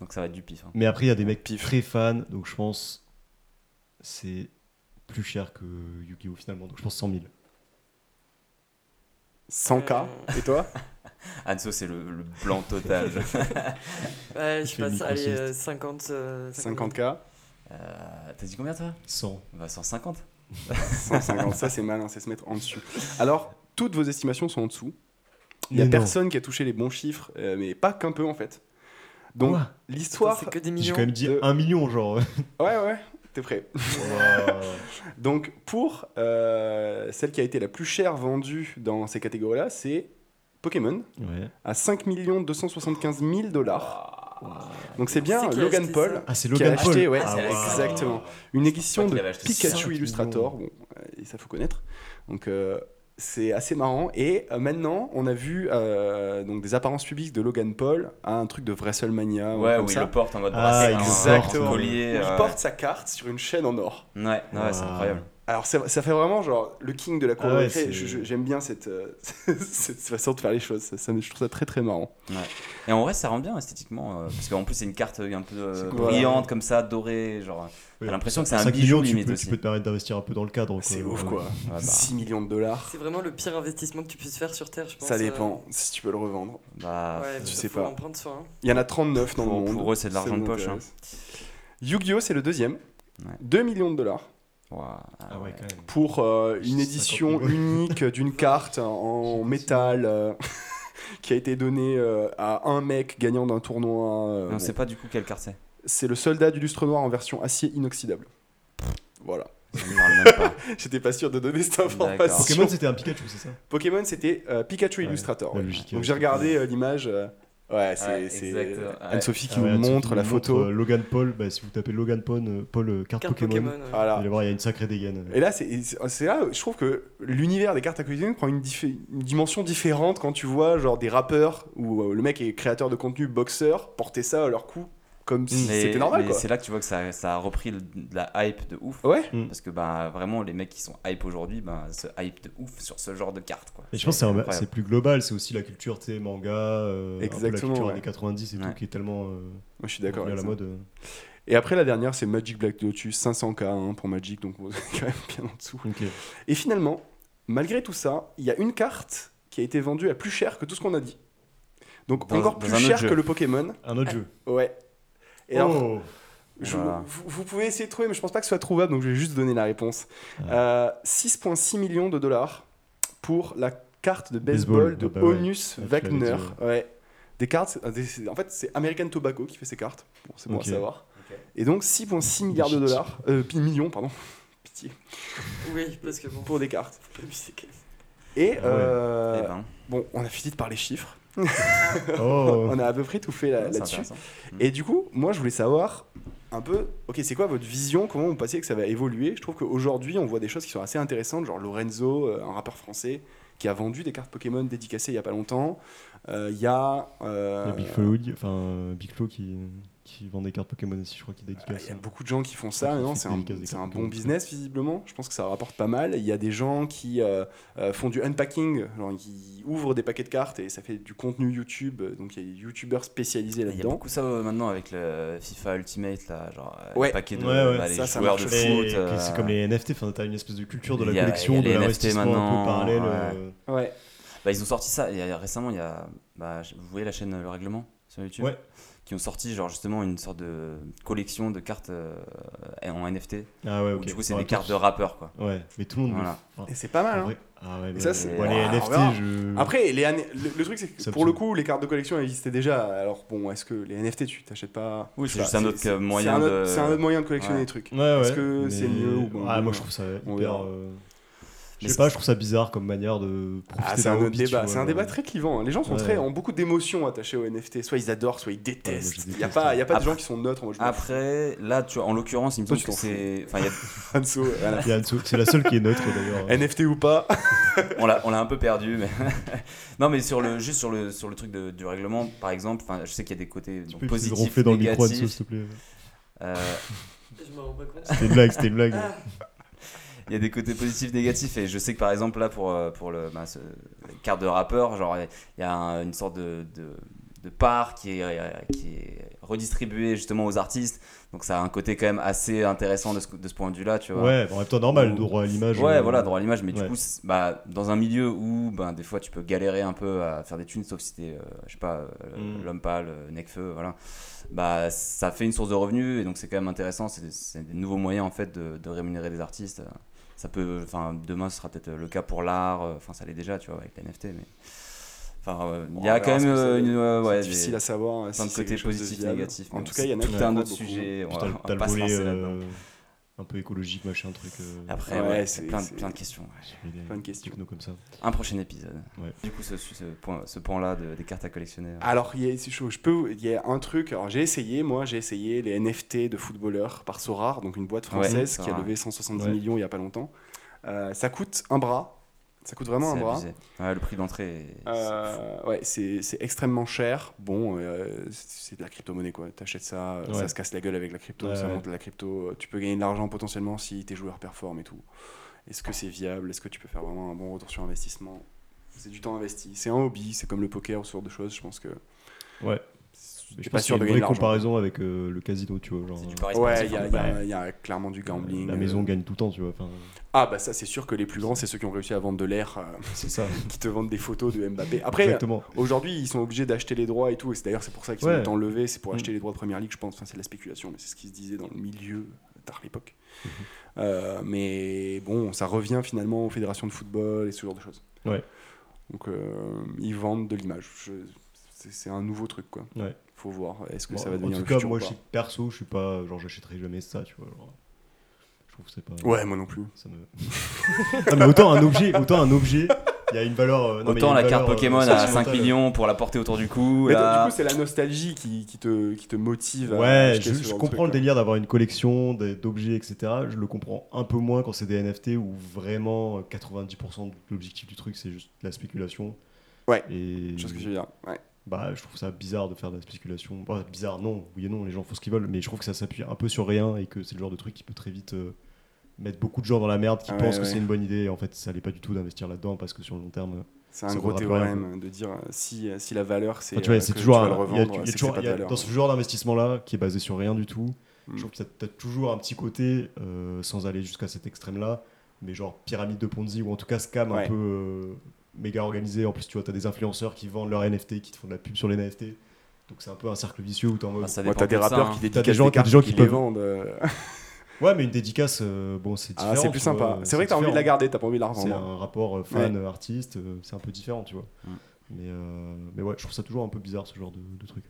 [SPEAKER 3] Donc ça va être du pif. hein.
[SPEAKER 1] Mais après, il y a des mecs
[SPEAKER 4] Pif.
[SPEAKER 1] très fans, donc je pense c'est plus cher que Yu-Gi-Oh! finalement. Donc je pense 100 000.
[SPEAKER 2] Euh,
[SPEAKER 4] 100K. Et toi
[SPEAKER 3] Anso, c'est le, le blanc total. Euh,
[SPEAKER 2] Ouais,
[SPEAKER 1] Il
[SPEAKER 2] je
[SPEAKER 1] fait
[SPEAKER 2] passe.
[SPEAKER 1] micro
[SPEAKER 2] Allez,
[SPEAKER 1] sieste.
[SPEAKER 2] euh, 50. euh, 000.
[SPEAKER 4] 50K.
[SPEAKER 3] Euh, T'as dit combien toi
[SPEAKER 1] 100.
[SPEAKER 3] Bah 150.
[SPEAKER 4] 150, ça c'est malin, c'est se mettre en dessus. Alors, toutes vos estimations sont en dessous. Il n'y a
[SPEAKER 1] Mais non.
[SPEAKER 4] personne qui a touché les bons chiffres, euh, mais pas qu'un peu en fait. Donc,
[SPEAKER 1] Quoi
[SPEAKER 2] Putain,
[SPEAKER 4] l'histoire.
[SPEAKER 2] C'est que des
[SPEAKER 1] J'ai
[SPEAKER 2] millions.
[SPEAKER 1] quand même dit
[SPEAKER 4] de-
[SPEAKER 1] 1 million, genre.
[SPEAKER 4] Ouais, ouais, t'es prêt. Donc, pour euh, celle qui a été la plus chère vendue dans ces catégories-là, c'est Pokémon,
[SPEAKER 1] ouais.
[SPEAKER 4] à 5 275 000 dollars. Donc, c'est
[SPEAKER 2] Qui
[SPEAKER 4] bien
[SPEAKER 2] c'est qui a
[SPEAKER 4] Logan
[SPEAKER 2] acheté
[SPEAKER 4] Paul.
[SPEAKER 2] ça
[SPEAKER 1] Ah, c'est
[SPEAKER 4] Qui a
[SPEAKER 1] Logan Paul.
[SPEAKER 4] acheté, ouais,
[SPEAKER 1] Ah,
[SPEAKER 4] c'est-
[SPEAKER 1] waouh.
[SPEAKER 4] exactement. Une édition
[SPEAKER 3] pas
[SPEAKER 4] de
[SPEAKER 3] qu'il avait acheté
[SPEAKER 1] ça.
[SPEAKER 4] Pikachu Illustrator, bon, euh, et ça faut connaître. Donc euh, c'est assez marrant. Et euh, maintenant, on a vu euh, donc des apparences publiques de Logan Paul à un truc de WrestleMania. ou
[SPEAKER 3] Ouais,
[SPEAKER 4] comme
[SPEAKER 3] où il
[SPEAKER 4] ça.
[SPEAKER 3] le porte en mode
[SPEAKER 1] Ah,
[SPEAKER 3] brassière,
[SPEAKER 1] il le
[SPEAKER 3] hein,
[SPEAKER 1] porte. Ah.
[SPEAKER 3] collier.
[SPEAKER 4] Où
[SPEAKER 3] euh,
[SPEAKER 4] il porte sa carte sur une chaîne en or.
[SPEAKER 3] Ouais, ouais, c'est
[SPEAKER 1] Wow.
[SPEAKER 3] incroyable.
[SPEAKER 4] Alors ça, ça fait vraiment genre le king de la cour
[SPEAKER 1] Ah
[SPEAKER 4] de
[SPEAKER 1] ouais,
[SPEAKER 4] récré.
[SPEAKER 1] c'est-
[SPEAKER 4] Je- je- J'aime bien cette, euh, cette façon de faire les choses. Ça, ça me- je trouve ça très très marrant.
[SPEAKER 3] Et en vrai, ça rend bien esthétiquement. euh, parce qu'en plus, c'est une carte euh, un peu euh,
[SPEAKER 4] C'est cool.
[SPEAKER 3] brillante, comme ça, dorée. Genre,
[SPEAKER 1] Ouais.
[SPEAKER 3] j'ai l'impression que c'est
[SPEAKER 1] Pour
[SPEAKER 3] un
[SPEAKER 1] 5
[SPEAKER 3] bijou
[SPEAKER 1] millions, tu
[SPEAKER 3] limite
[SPEAKER 1] peux, tu
[SPEAKER 3] aussi.
[SPEAKER 1] peux te permettre d'investir un peu dans le cadre.
[SPEAKER 4] C'est ouf quoi.
[SPEAKER 1] ah
[SPEAKER 3] Ouais, bah.
[SPEAKER 4] 6 millions de dollars.
[SPEAKER 2] C'est vraiment le pire investissement que tu puisses faire sur Terre, je pense.
[SPEAKER 4] Ça
[SPEAKER 2] euh,
[SPEAKER 4] dépend si tu peux le revendre.
[SPEAKER 3] Bah,
[SPEAKER 2] Ouais,
[SPEAKER 4] tu
[SPEAKER 2] faut-
[SPEAKER 4] sais
[SPEAKER 2] faut
[SPEAKER 4] pas.
[SPEAKER 2] en prendre soin. hein.
[SPEAKER 4] Il y en a 39 dans
[SPEAKER 3] Pour-
[SPEAKER 4] le monde. euh,
[SPEAKER 3] pour eux, c'est de l'argent de poche, hein.
[SPEAKER 4] m'intéresse. Yu-Gi-Oh, c'est le deuxième.
[SPEAKER 3] Ouais.
[SPEAKER 4] 2 millions de dollars
[SPEAKER 3] ouah,
[SPEAKER 1] Ah ouais, quand même.
[SPEAKER 4] pour euh, une
[SPEAKER 1] 50
[SPEAKER 4] édition
[SPEAKER 1] euros.
[SPEAKER 4] unique d'une carte en métal euh, qui a été donnée euh, à un mec gagnant d'un tournoi. euh,
[SPEAKER 3] Mais on
[SPEAKER 4] bon.
[SPEAKER 3] sait pas du coup quelle carte c'est.
[SPEAKER 4] C'est le soldat du lustre noir en version acier inoxydable. Voilà.
[SPEAKER 3] Ça me parle même pas.
[SPEAKER 4] J'étais pas sûr de donner cette
[SPEAKER 3] D'accord.
[SPEAKER 4] information.
[SPEAKER 1] Pokémon, c'était un Pikachu, c'est ça
[SPEAKER 4] Pokémon, c'était euh, Pikachu
[SPEAKER 1] Ouais,
[SPEAKER 4] Illustrator.
[SPEAKER 1] la
[SPEAKER 4] ouais.
[SPEAKER 1] logique,
[SPEAKER 4] Donc
[SPEAKER 1] ouais.
[SPEAKER 4] j'ai regardé euh, l'image. euh, ouais, c'est
[SPEAKER 3] Ouais,
[SPEAKER 4] c'est euh,
[SPEAKER 3] exactement, ouais.
[SPEAKER 4] Anne-Sophie qui
[SPEAKER 1] Ah ouais,
[SPEAKER 4] nous
[SPEAKER 1] Anne-Sophie
[SPEAKER 4] montre la
[SPEAKER 1] nous
[SPEAKER 4] photo.
[SPEAKER 1] euh, Logan Paul, bah, si vous tapez Logan Paul, euh, Paul euh, carte,
[SPEAKER 2] Carte
[SPEAKER 1] Pokémon,
[SPEAKER 2] Pokémon. ouais.
[SPEAKER 1] vous
[SPEAKER 4] Voilà.
[SPEAKER 1] allez voir, il y a une sacrée dégaine.
[SPEAKER 4] Ah. Et là, c'est c'est là, je trouve que l'univers des cartes à collectionner prend une, diffé- une dimension différente quand tu vois genre des rappeurs ou euh, le mec est créateur de contenu, boxeur, porter ça à leur cou comme si
[SPEAKER 3] Mais-
[SPEAKER 4] c'était normal
[SPEAKER 3] mais
[SPEAKER 4] quoi.
[SPEAKER 3] C'est là que tu vois que ça, ça a repris le- de la hype de ouf.
[SPEAKER 4] Ouais,
[SPEAKER 1] Mm.
[SPEAKER 3] Parce que bah, vraiment, les mecs qui sont hype aujourd'hui bah, se hype de ouf sur ce genre de carte. Quoi.
[SPEAKER 1] Et je pense que c'est un-
[SPEAKER 3] incroyable.
[SPEAKER 1] c'est plus global, c'est aussi la culture, tu sais, manga, euh, un peu
[SPEAKER 4] Exactement,
[SPEAKER 1] la culture
[SPEAKER 4] ouais.
[SPEAKER 1] années 90 et
[SPEAKER 3] Ouais.
[SPEAKER 1] tout, qui est tellement euh,
[SPEAKER 4] moi je suis d'accord.
[SPEAKER 1] revenue à
[SPEAKER 4] avec
[SPEAKER 1] la
[SPEAKER 4] ça.
[SPEAKER 1] mode. euh.
[SPEAKER 4] Et après la dernière, c'est Magic Black Lotus 500k hein, pour Magic, donc on est quand même bien en dessous.
[SPEAKER 1] Ok.
[SPEAKER 4] Et finalement, malgré tout ça, il y a une carte qui a été vendue à plus cher que tout ce qu'on a dit. Donc
[SPEAKER 3] Dans-
[SPEAKER 4] encore
[SPEAKER 3] dans
[SPEAKER 4] plus
[SPEAKER 3] un autre
[SPEAKER 4] cher
[SPEAKER 3] jeu.
[SPEAKER 4] que le Pokémon.
[SPEAKER 1] Un
[SPEAKER 3] Ah.
[SPEAKER 1] autre jeu.
[SPEAKER 4] Ouais. Et alors,
[SPEAKER 1] oh
[SPEAKER 4] Je-
[SPEAKER 3] Voilà.
[SPEAKER 4] vous, vous pouvez essayer de trouver, mais je pense pas que ce soit trouvable, donc je vais juste donner la réponse. Euh, 6,6 millions de dollars pour la carte de baseball,
[SPEAKER 1] Baseball,
[SPEAKER 4] de
[SPEAKER 1] ah bah ouais.
[SPEAKER 4] Onus
[SPEAKER 1] Ah, tu l'avais
[SPEAKER 4] Wagner.
[SPEAKER 1] dit,
[SPEAKER 4] Ouais. Des cartes, euh, des- c'est- en fait, c'est American Tobacco qui fait ces cartes. Bon, c'est bon
[SPEAKER 1] Ok.
[SPEAKER 4] à savoir.
[SPEAKER 3] Ok.
[SPEAKER 4] Et donc 6,6 milliards de dollars, euh, pi- millions, pardon, pitié,
[SPEAKER 2] Oui, parce que bon,
[SPEAKER 4] pour des cartes.
[SPEAKER 2] faut pas abuser quand même.
[SPEAKER 4] Et
[SPEAKER 1] Ah ouais.
[SPEAKER 4] euh,
[SPEAKER 3] Eh ben,
[SPEAKER 4] bon, on a fini de parler chiffres.
[SPEAKER 1] Oh
[SPEAKER 4] On a à peu près tout fait là-
[SPEAKER 3] Eh ben, c'est
[SPEAKER 4] Euh, là-dessus.
[SPEAKER 3] intéressant.
[SPEAKER 4] Et du coup, moi, je voulais savoir un peu, ok, c'est quoi votre vision Comment vous pensez que ça va évoluer Je trouve qu'aujourd'hui, on voit des choses qui sont assez intéressantes, genre Lorenzo, euh, un rappeur français qui a vendu des cartes Pokémon dédicacées il y a pas longtemps. Euh, Il y a, euh,
[SPEAKER 1] Il y a Big Flo, enfin, euh, Big Flo qui, qui vend des cartes Pokémon aussi, je crois qu'il
[SPEAKER 4] Ah, bah, il
[SPEAKER 1] dédicace.
[SPEAKER 4] y a beaucoup de gens qui font ça,
[SPEAKER 1] Qui
[SPEAKER 4] maintenant,
[SPEAKER 1] fait
[SPEAKER 4] c'est un,
[SPEAKER 1] dédicace des
[SPEAKER 4] c'est
[SPEAKER 1] cartes
[SPEAKER 4] un bon
[SPEAKER 1] Pokémon.
[SPEAKER 4] business visiblement, je pense que ça rapporte pas mal. Il y a des gens qui euh, euh, font du unpacking, genre qui ouvrent des paquets de cartes et ça fait du contenu YouTube, donc il y a des YouTubers spécialisés
[SPEAKER 3] Il y a
[SPEAKER 4] là-dedans.
[SPEAKER 3] beaucoup ça euh, maintenant avec le FIFA Ultimate, là, genre euh,
[SPEAKER 4] Ouais.
[SPEAKER 3] le paquet de
[SPEAKER 1] Ouais, ouais.
[SPEAKER 3] bah, les
[SPEAKER 4] Ça, ça
[SPEAKER 3] joueurs
[SPEAKER 4] marche
[SPEAKER 3] de
[SPEAKER 1] Mais
[SPEAKER 3] foot. euh,
[SPEAKER 1] C'est comme les NFT, enfin, t'as une espèce de culture de la
[SPEAKER 3] il y a- il y
[SPEAKER 1] collection, de
[SPEAKER 3] a les NFT
[SPEAKER 1] l'investissement un
[SPEAKER 3] maintenant,
[SPEAKER 1] peu parallèle.
[SPEAKER 3] ouais.
[SPEAKER 1] euh,
[SPEAKER 4] Ouais,
[SPEAKER 3] bah, ils ont sorti ça il y a- récemment. Il y a, bah, je- vous voyez la chaîne euh, Le Règlement sur YouTube
[SPEAKER 1] Ouais.
[SPEAKER 3] qui ont sorti genre justement une sorte de collection de cartes euh, en NFT.
[SPEAKER 1] Ah ouais,
[SPEAKER 3] Où,
[SPEAKER 1] ok.
[SPEAKER 3] du coup, c'est
[SPEAKER 1] Ouais,
[SPEAKER 3] des cartes de
[SPEAKER 1] putain.
[SPEAKER 3] rappeurs quoi.
[SPEAKER 1] Ouais, mais tout le monde. le
[SPEAKER 3] Voilà.
[SPEAKER 1] fait.
[SPEAKER 4] Et c'est pas
[SPEAKER 1] Ah,
[SPEAKER 4] mal,
[SPEAKER 1] en
[SPEAKER 4] hein.
[SPEAKER 1] vrai- ah ouais,
[SPEAKER 4] Et
[SPEAKER 1] mais-
[SPEAKER 4] ça, c'est-
[SPEAKER 1] bon, les
[SPEAKER 4] Ah, on
[SPEAKER 1] NFT,
[SPEAKER 4] verra.
[SPEAKER 1] je.
[SPEAKER 4] Après, les an- le, le truc, c'est que
[SPEAKER 1] C'est
[SPEAKER 4] pour le
[SPEAKER 1] absurde.
[SPEAKER 4] coup, les cartes de collection existaient déjà. Alors, bon, est-ce que les NFT, tu t'achètes pas
[SPEAKER 3] Oui,
[SPEAKER 4] je
[SPEAKER 3] c'est
[SPEAKER 4] sais
[SPEAKER 3] juste
[SPEAKER 4] pas,
[SPEAKER 3] un autre euh,
[SPEAKER 4] c'est-
[SPEAKER 3] moyen
[SPEAKER 4] c'est un autre-
[SPEAKER 3] de-
[SPEAKER 4] C'est un autre moyen de collectionner
[SPEAKER 3] Ouais.
[SPEAKER 4] des trucs.
[SPEAKER 1] Ouais, ouais.
[SPEAKER 4] Est-ce que c'est mieux ou bon,
[SPEAKER 1] Ah, moi
[SPEAKER 4] bon,
[SPEAKER 1] je trouve ça
[SPEAKER 4] on
[SPEAKER 1] hyper.
[SPEAKER 4] verra.
[SPEAKER 1] euh, Je
[SPEAKER 3] Mais
[SPEAKER 1] sais pas, je trouve ça bizarre comme manière de profiter
[SPEAKER 4] Ah, c'est
[SPEAKER 1] d'un
[SPEAKER 4] un autre
[SPEAKER 1] hobby, tu
[SPEAKER 4] débat.
[SPEAKER 1] vois,
[SPEAKER 4] C'est un
[SPEAKER 1] genre.
[SPEAKER 4] débat très clivant. hein. Les gens sont
[SPEAKER 1] Ouais.
[SPEAKER 4] très, ont beaucoup d'émotions attachées aux NFT. Soit ils adorent, soit ils
[SPEAKER 1] Ouais, moi, je
[SPEAKER 4] détestent. Il n'y a
[SPEAKER 1] déteste,
[SPEAKER 4] pas,
[SPEAKER 1] ouais.
[SPEAKER 4] y a pas de
[SPEAKER 3] Après-
[SPEAKER 4] gens qui sont neutres. Moi, je
[SPEAKER 3] ah,
[SPEAKER 4] me
[SPEAKER 3] Après, là, tu vois, en l'occurrence, il me
[SPEAKER 4] Toi,
[SPEAKER 3] semble
[SPEAKER 4] tu
[SPEAKER 3] que
[SPEAKER 4] t'en fous.
[SPEAKER 3] c'est. Enfin, il y a-
[SPEAKER 4] fous. Hanso,
[SPEAKER 3] ah,
[SPEAKER 4] voilà.
[SPEAKER 1] Il y a une sou- C'est la seule qui est neutre d'ailleurs.
[SPEAKER 4] NFT ou pas
[SPEAKER 3] on l'a on l'a un peu perdu, mais. non, mais sur le, juste sur le, sur le truc de- du règlement, par exemple, enfin, je sais qu'il y a des côtés
[SPEAKER 1] Tu peux essayer de
[SPEAKER 3] donc, positifs.
[SPEAKER 1] ronfler dans le micro, Anso,
[SPEAKER 3] négatifs,
[SPEAKER 1] s'il te plaît.
[SPEAKER 3] euh,
[SPEAKER 2] Je m'en rends pas compte.
[SPEAKER 1] C'était une blague, c'était une blague.
[SPEAKER 3] Il y a des côtés positifs, négatifs, et je sais que par exemple là pour, euh, pour le bah, ce- la carte de rappeur, genre il y a un- une sorte de, de, de part qui est, euh, qui est redistribuée justement aux artistes, donc ça a un côté quand même assez intéressant de ce, de ce point de vue là, tu vois.
[SPEAKER 1] Ouais, bon, en même temps, normal,
[SPEAKER 3] Ou-
[SPEAKER 1] droit à l'image.
[SPEAKER 3] Ouais,
[SPEAKER 1] euh,
[SPEAKER 3] voilà, droit à l'image, mais
[SPEAKER 1] ouais.
[SPEAKER 3] du coup, c'est- bah, dans un milieu où ben des fois tu peux galérer un peu à faire des tunes, sauf si t'es, euh, je sais pas, euh,
[SPEAKER 1] Mm.
[SPEAKER 3] l'homme pâle, euh, Necfeu, voilà, bah ça fait une source de revenus et donc c'est quand même intéressant, c'est c'est des nouveaux moyens en fait de, de rémunérer des artistes. Ça peut, enfin, demain ce sera peut-être le cas pour l'art, euh, enfin ça l'est déjà, tu vois, avec la NFT, mais. Enfin, euh, il y
[SPEAKER 4] On
[SPEAKER 3] a
[SPEAKER 4] verra
[SPEAKER 3] quand
[SPEAKER 4] ce
[SPEAKER 3] même
[SPEAKER 4] que ça
[SPEAKER 3] euh,
[SPEAKER 4] donne.
[SPEAKER 3] une. euh, ouais,
[SPEAKER 4] C'est difficile
[SPEAKER 3] des-
[SPEAKER 4] à savoir.
[SPEAKER 3] plein
[SPEAKER 4] si
[SPEAKER 3] de
[SPEAKER 4] c'est
[SPEAKER 3] côtés
[SPEAKER 4] quelque chose de
[SPEAKER 3] positifs,
[SPEAKER 4] viable.
[SPEAKER 3] négatifs.
[SPEAKER 4] En
[SPEAKER 3] mais
[SPEAKER 4] tout cas, il y en a
[SPEAKER 3] c'est
[SPEAKER 4] qui
[SPEAKER 3] tout un
[SPEAKER 4] en
[SPEAKER 3] autre
[SPEAKER 4] parlent beaucoup. hein.
[SPEAKER 3] sujet.
[SPEAKER 1] puis
[SPEAKER 3] on
[SPEAKER 1] T'as
[SPEAKER 3] va- on
[SPEAKER 1] t'as
[SPEAKER 3] va
[SPEAKER 1] le
[SPEAKER 3] pas se
[SPEAKER 1] volet
[SPEAKER 3] lancer
[SPEAKER 1] euh,
[SPEAKER 3] là-dedans.
[SPEAKER 1] un peu écologique, machin, truc. euh,
[SPEAKER 3] Après,
[SPEAKER 4] Ouais,
[SPEAKER 3] ouais,
[SPEAKER 4] c'est-
[SPEAKER 3] plein, de-
[SPEAKER 4] c'est-
[SPEAKER 3] plein de questions. ouais.
[SPEAKER 1] j'ai des-
[SPEAKER 4] Plein de
[SPEAKER 1] des
[SPEAKER 4] questions.
[SPEAKER 1] technos comme ça.
[SPEAKER 3] Un prochain épisode.
[SPEAKER 1] Ouais.
[SPEAKER 3] Du coup, ce, ce point, ce là des cartes à collectionner. euh,
[SPEAKER 4] Alors, il y a, c'est chaud, je peux, vous- il y a un truc. Alors, j'ai essayé, moi, j'ai essayé les NFT de footballeurs par Sorare, donc une boîte
[SPEAKER 3] Ouais,
[SPEAKER 4] française qui a
[SPEAKER 3] Sorare.
[SPEAKER 4] levé 170
[SPEAKER 1] Ouais.
[SPEAKER 4] millions il y a pas longtemps. Euh, ça coûte un bras. Ça coûte vraiment un bras.
[SPEAKER 3] le prix d'entrée. est-
[SPEAKER 4] Euh,
[SPEAKER 3] c'est fou.
[SPEAKER 4] ouais, c'est c'est extrêmement cher. Bon, euh, c'est c'est de la crypto-monnaie, quoi. T'achètes ça, euh, ça
[SPEAKER 1] Ouais.
[SPEAKER 4] se casse la gueule avec la crypto,
[SPEAKER 1] Ouais,
[SPEAKER 4] ça
[SPEAKER 1] ouais.
[SPEAKER 4] monte la crypto. euh, Tu peux gagner de l'argent potentiellement si tes joueurs performent et tout. Est-ce que c'est viable Est-ce que tu peux faire vraiment un bon retour sur investissement C'est du temps investi. C'est un hobby, c'est comme le poker ou ce genre de choses. Je pense que.
[SPEAKER 1] Ouais.
[SPEAKER 4] Je
[SPEAKER 1] Mais
[SPEAKER 4] suis
[SPEAKER 1] je
[SPEAKER 4] pas
[SPEAKER 1] pense qu'il y
[SPEAKER 4] sûr
[SPEAKER 1] a
[SPEAKER 4] de
[SPEAKER 1] une
[SPEAKER 4] gagner de
[SPEAKER 1] vraie
[SPEAKER 4] l'argent. hein.
[SPEAKER 1] comparaison avec euh, le casino, tu vois. Genre,
[SPEAKER 3] C'est du
[SPEAKER 1] euh,
[SPEAKER 3] pari
[SPEAKER 4] Ouais,
[SPEAKER 3] sportif,
[SPEAKER 4] il y, a-
[SPEAKER 3] hein.
[SPEAKER 4] il y a- il y a clairement du gambling. euh.
[SPEAKER 1] La maison gagne tout le temps, tu vois. enfin,
[SPEAKER 4] Ah, bah ça, c'est sûr que les plus grands, c'est ceux qui ont réussi à vendre de l'air, euh,
[SPEAKER 1] C'est ça.
[SPEAKER 4] qui te vendent des photos de Mbappé. Après, euh,
[SPEAKER 1] Exactement.
[SPEAKER 4] Aujourd'hui, ils sont obligés d'acheter les droits et tout. Et c'est d'ailleurs c'est pour ça qu'ils
[SPEAKER 1] Ouais.
[SPEAKER 4] sont autant levés. C'est pour
[SPEAKER 1] Mm.
[SPEAKER 4] acheter les droits de première ligue, je pense. Enfin, c'est de la spéculation, mais c'est ce qui se disait dans le milieu tard à l'époque.
[SPEAKER 1] Mm-hmm.
[SPEAKER 4] Euh, mais bon, ça revient finalement aux fédérations de football et ce genre de choses.
[SPEAKER 1] Ouais.
[SPEAKER 4] Donc euh, ils vendent de l'image. Je- C'est c'est un nouveau truc, quoi.
[SPEAKER 1] Ouais.
[SPEAKER 4] Faut voir. Est-ce que
[SPEAKER 1] Bon,
[SPEAKER 4] ça va
[SPEAKER 1] en
[SPEAKER 4] devenir
[SPEAKER 1] tout
[SPEAKER 4] le
[SPEAKER 1] cas,
[SPEAKER 4] futur
[SPEAKER 1] moi,
[SPEAKER 4] ou
[SPEAKER 1] je
[SPEAKER 4] pas
[SPEAKER 1] suis perso, je suis pas. Genre, j'achèterai jamais ça, tu vois. genre, je trouve que c'est pas.
[SPEAKER 4] Ouais, moi non plus.
[SPEAKER 1] Ça me. non, mais autant un objet, autant un objet, il y a une valeur. euh, non, mais il y a
[SPEAKER 3] Autant
[SPEAKER 1] une
[SPEAKER 3] la
[SPEAKER 1] valeur,
[SPEAKER 3] carte
[SPEAKER 1] euh,
[SPEAKER 3] Pokémon à
[SPEAKER 1] sentimentale.
[SPEAKER 3] 5 millions pour la porter autour du cou. euh,
[SPEAKER 4] Mais
[SPEAKER 3] là.
[SPEAKER 4] du coup, c'est la nostalgie qui, qui te, qui te motive à
[SPEAKER 1] Ouais,
[SPEAKER 4] acheter
[SPEAKER 1] je,
[SPEAKER 4] ce
[SPEAKER 1] je
[SPEAKER 4] genre de
[SPEAKER 1] comprends le
[SPEAKER 4] truc,
[SPEAKER 1] délire d'avoir une collection des- d'objets, etc. Je le comprends un peu moins quand c'est des NFT où vraiment euh, 90% de l'objectif du truc c'est juste de la spéculation.
[SPEAKER 4] Ouais,
[SPEAKER 1] Et
[SPEAKER 4] quoi. Je sais ce que tu veux dire. Ouais.
[SPEAKER 1] bah, je trouve ça bizarre de faire de la spéculation. Bah, bizarre, non, oui et non, les gens font ce qu'ils veulent, mais je trouve que ça s'appuie un peu sur rien et que c'est le genre de truc qui peut très vite euh, mettre beaucoup de gens dans la merde qui
[SPEAKER 4] Ah ouais,
[SPEAKER 1] pensent que
[SPEAKER 4] ouais.
[SPEAKER 1] c'est une bonne idée et en fait ça l'est pas du tout d'investir là-dedans parce que sur le long terme. euh,
[SPEAKER 4] C'est
[SPEAKER 1] Ça
[SPEAKER 4] un gros
[SPEAKER 1] vaudra plus rien,
[SPEAKER 4] théorème de dire euh, si, euh, si la valeur c'est
[SPEAKER 1] Enfin, tu vois,
[SPEAKER 4] euh,
[SPEAKER 1] c'est
[SPEAKER 4] que
[SPEAKER 1] toujours un-
[SPEAKER 4] tu vas le
[SPEAKER 1] il y a-
[SPEAKER 4] revendre,
[SPEAKER 1] il y a
[SPEAKER 4] c'est que c'est
[SPEAKER 1] toujours-
[SPEAKER 4] pas
[SPEAKER 1] il
[SPEAKER 4] de
[SPEAKER 1] y a-
[SPEAKER 4] valeur.
[SPEAKER 1] dans ce genre d'investissement là qui est basé sur rien du tout
[SPEAKER 4] Mm.
[SPEAKER 1] je trouve que ça peut toujours un petit côté euh, sans aller jusqu'à cet extrême là mais genre pyramide de Ponzi ou en tout cas scam
[SPEAKER 4] Ouais.
[SPEAKER 1] un peu euh, méga organisé en plus tu vois t'as des influenceurs qui vendent leurs NFT qui te font de la pub sur les NFT donc c'est un peu un cercle vicieux où t'es en mode
[SPEAKER 3] Enfin, ça
[SPEAKER 4] Ouais,
[SPEAKER 3] dépend
[SPEAKER 4] t'as des
[SPEAKER 3] de ça,
[SPEAKER 4] rappeurs
[SPEAKER 3] hein.
[SPEAKER 4] qui
[SPEAKER 1] T'as
[SPEAKER 4] dédicacent
[SPEAKER 1] des gens-
[SPEAKER 4] des
[SPEAKER 1] t'as
[SPEAKER 4] cartes
[SPEAKER 1] des gens qui
[SPEAKER 4] qui les
[SPEAKER 1] peuvent-
[SPEAKER 4] vendent. euh,
[SPEAKER 1] ouais mais une dédicace euh, bon c'est différent
[SPEAKER 4] Ah, c'est plus
[SPEAKER 1] tu vois,
[SPEAKER 4] sympa.
[SPEAKER 1] euh,
[SPEAKER 4] C'est vrai que t'as envie de la
[SPEAKER 1] différent.
[SPEAKER 4] garder, t'as pas envie de la
[SPEAKER 1] c'est
[SPEAKER 4] revendre.
[SPEAKER 1] un rapport euh, fan euh, artiste euh, c'est un peu différent tu vois
[SPEAKER 3] Mm.
[SPEAKER 1] mais, euh, mais ouais je trouve ça toujours un peu bizarre ce genre de, de truc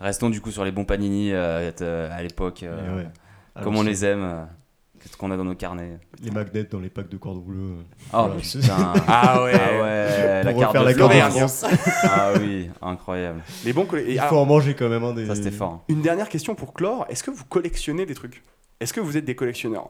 [SPEAKER 3] Restons du coup sur les bons panini euh, euh, à l'époque. euh,
[SPEAKER 1] Mais ouais. Ah,
[SPEAKER 3] Comme
[SPEAKER 1] Alors,
[SPEAKER 3] on
[SPEAKER 1] c'est-
[SPEAKER 3] les aime. euh, Qu'est-ce qu'on a dans nos carnets
[SPEAKER 1] les magnets dans les packs de cordon bleu euh.
[SPEAKER 3] Oh
[SPEAKER 1] Voilà.
[SPEAKER 3] putain
[SPEAKER 4] Ah ouais.
[SPEAKER 3] Ah ouais, la
[SPEAKER 1] Pour
[SPEAKER 3] carte
[SPEAKER 1] refaire
[SPEAKER 3] de
[SPEAKER 1] la carte de
[SPEAKER 3] Florence.
[SPEAKER 1] France.
[SPEAKER 3] Ah oui, incroyable.
[SPEAKER 4] Les bons colle- et ah.
[SPEAKER 1] Il faut
[SPEAKER 4] alors,
[SPEAKER 1] en manger quand même. hein, des...
[SPEAKER 3] Ça c'était fort.
[SPEAKER 4] Une dernière question pour clore est-ce que vous collectionnez des trucs Est-ce que vous êtes des collectionneurs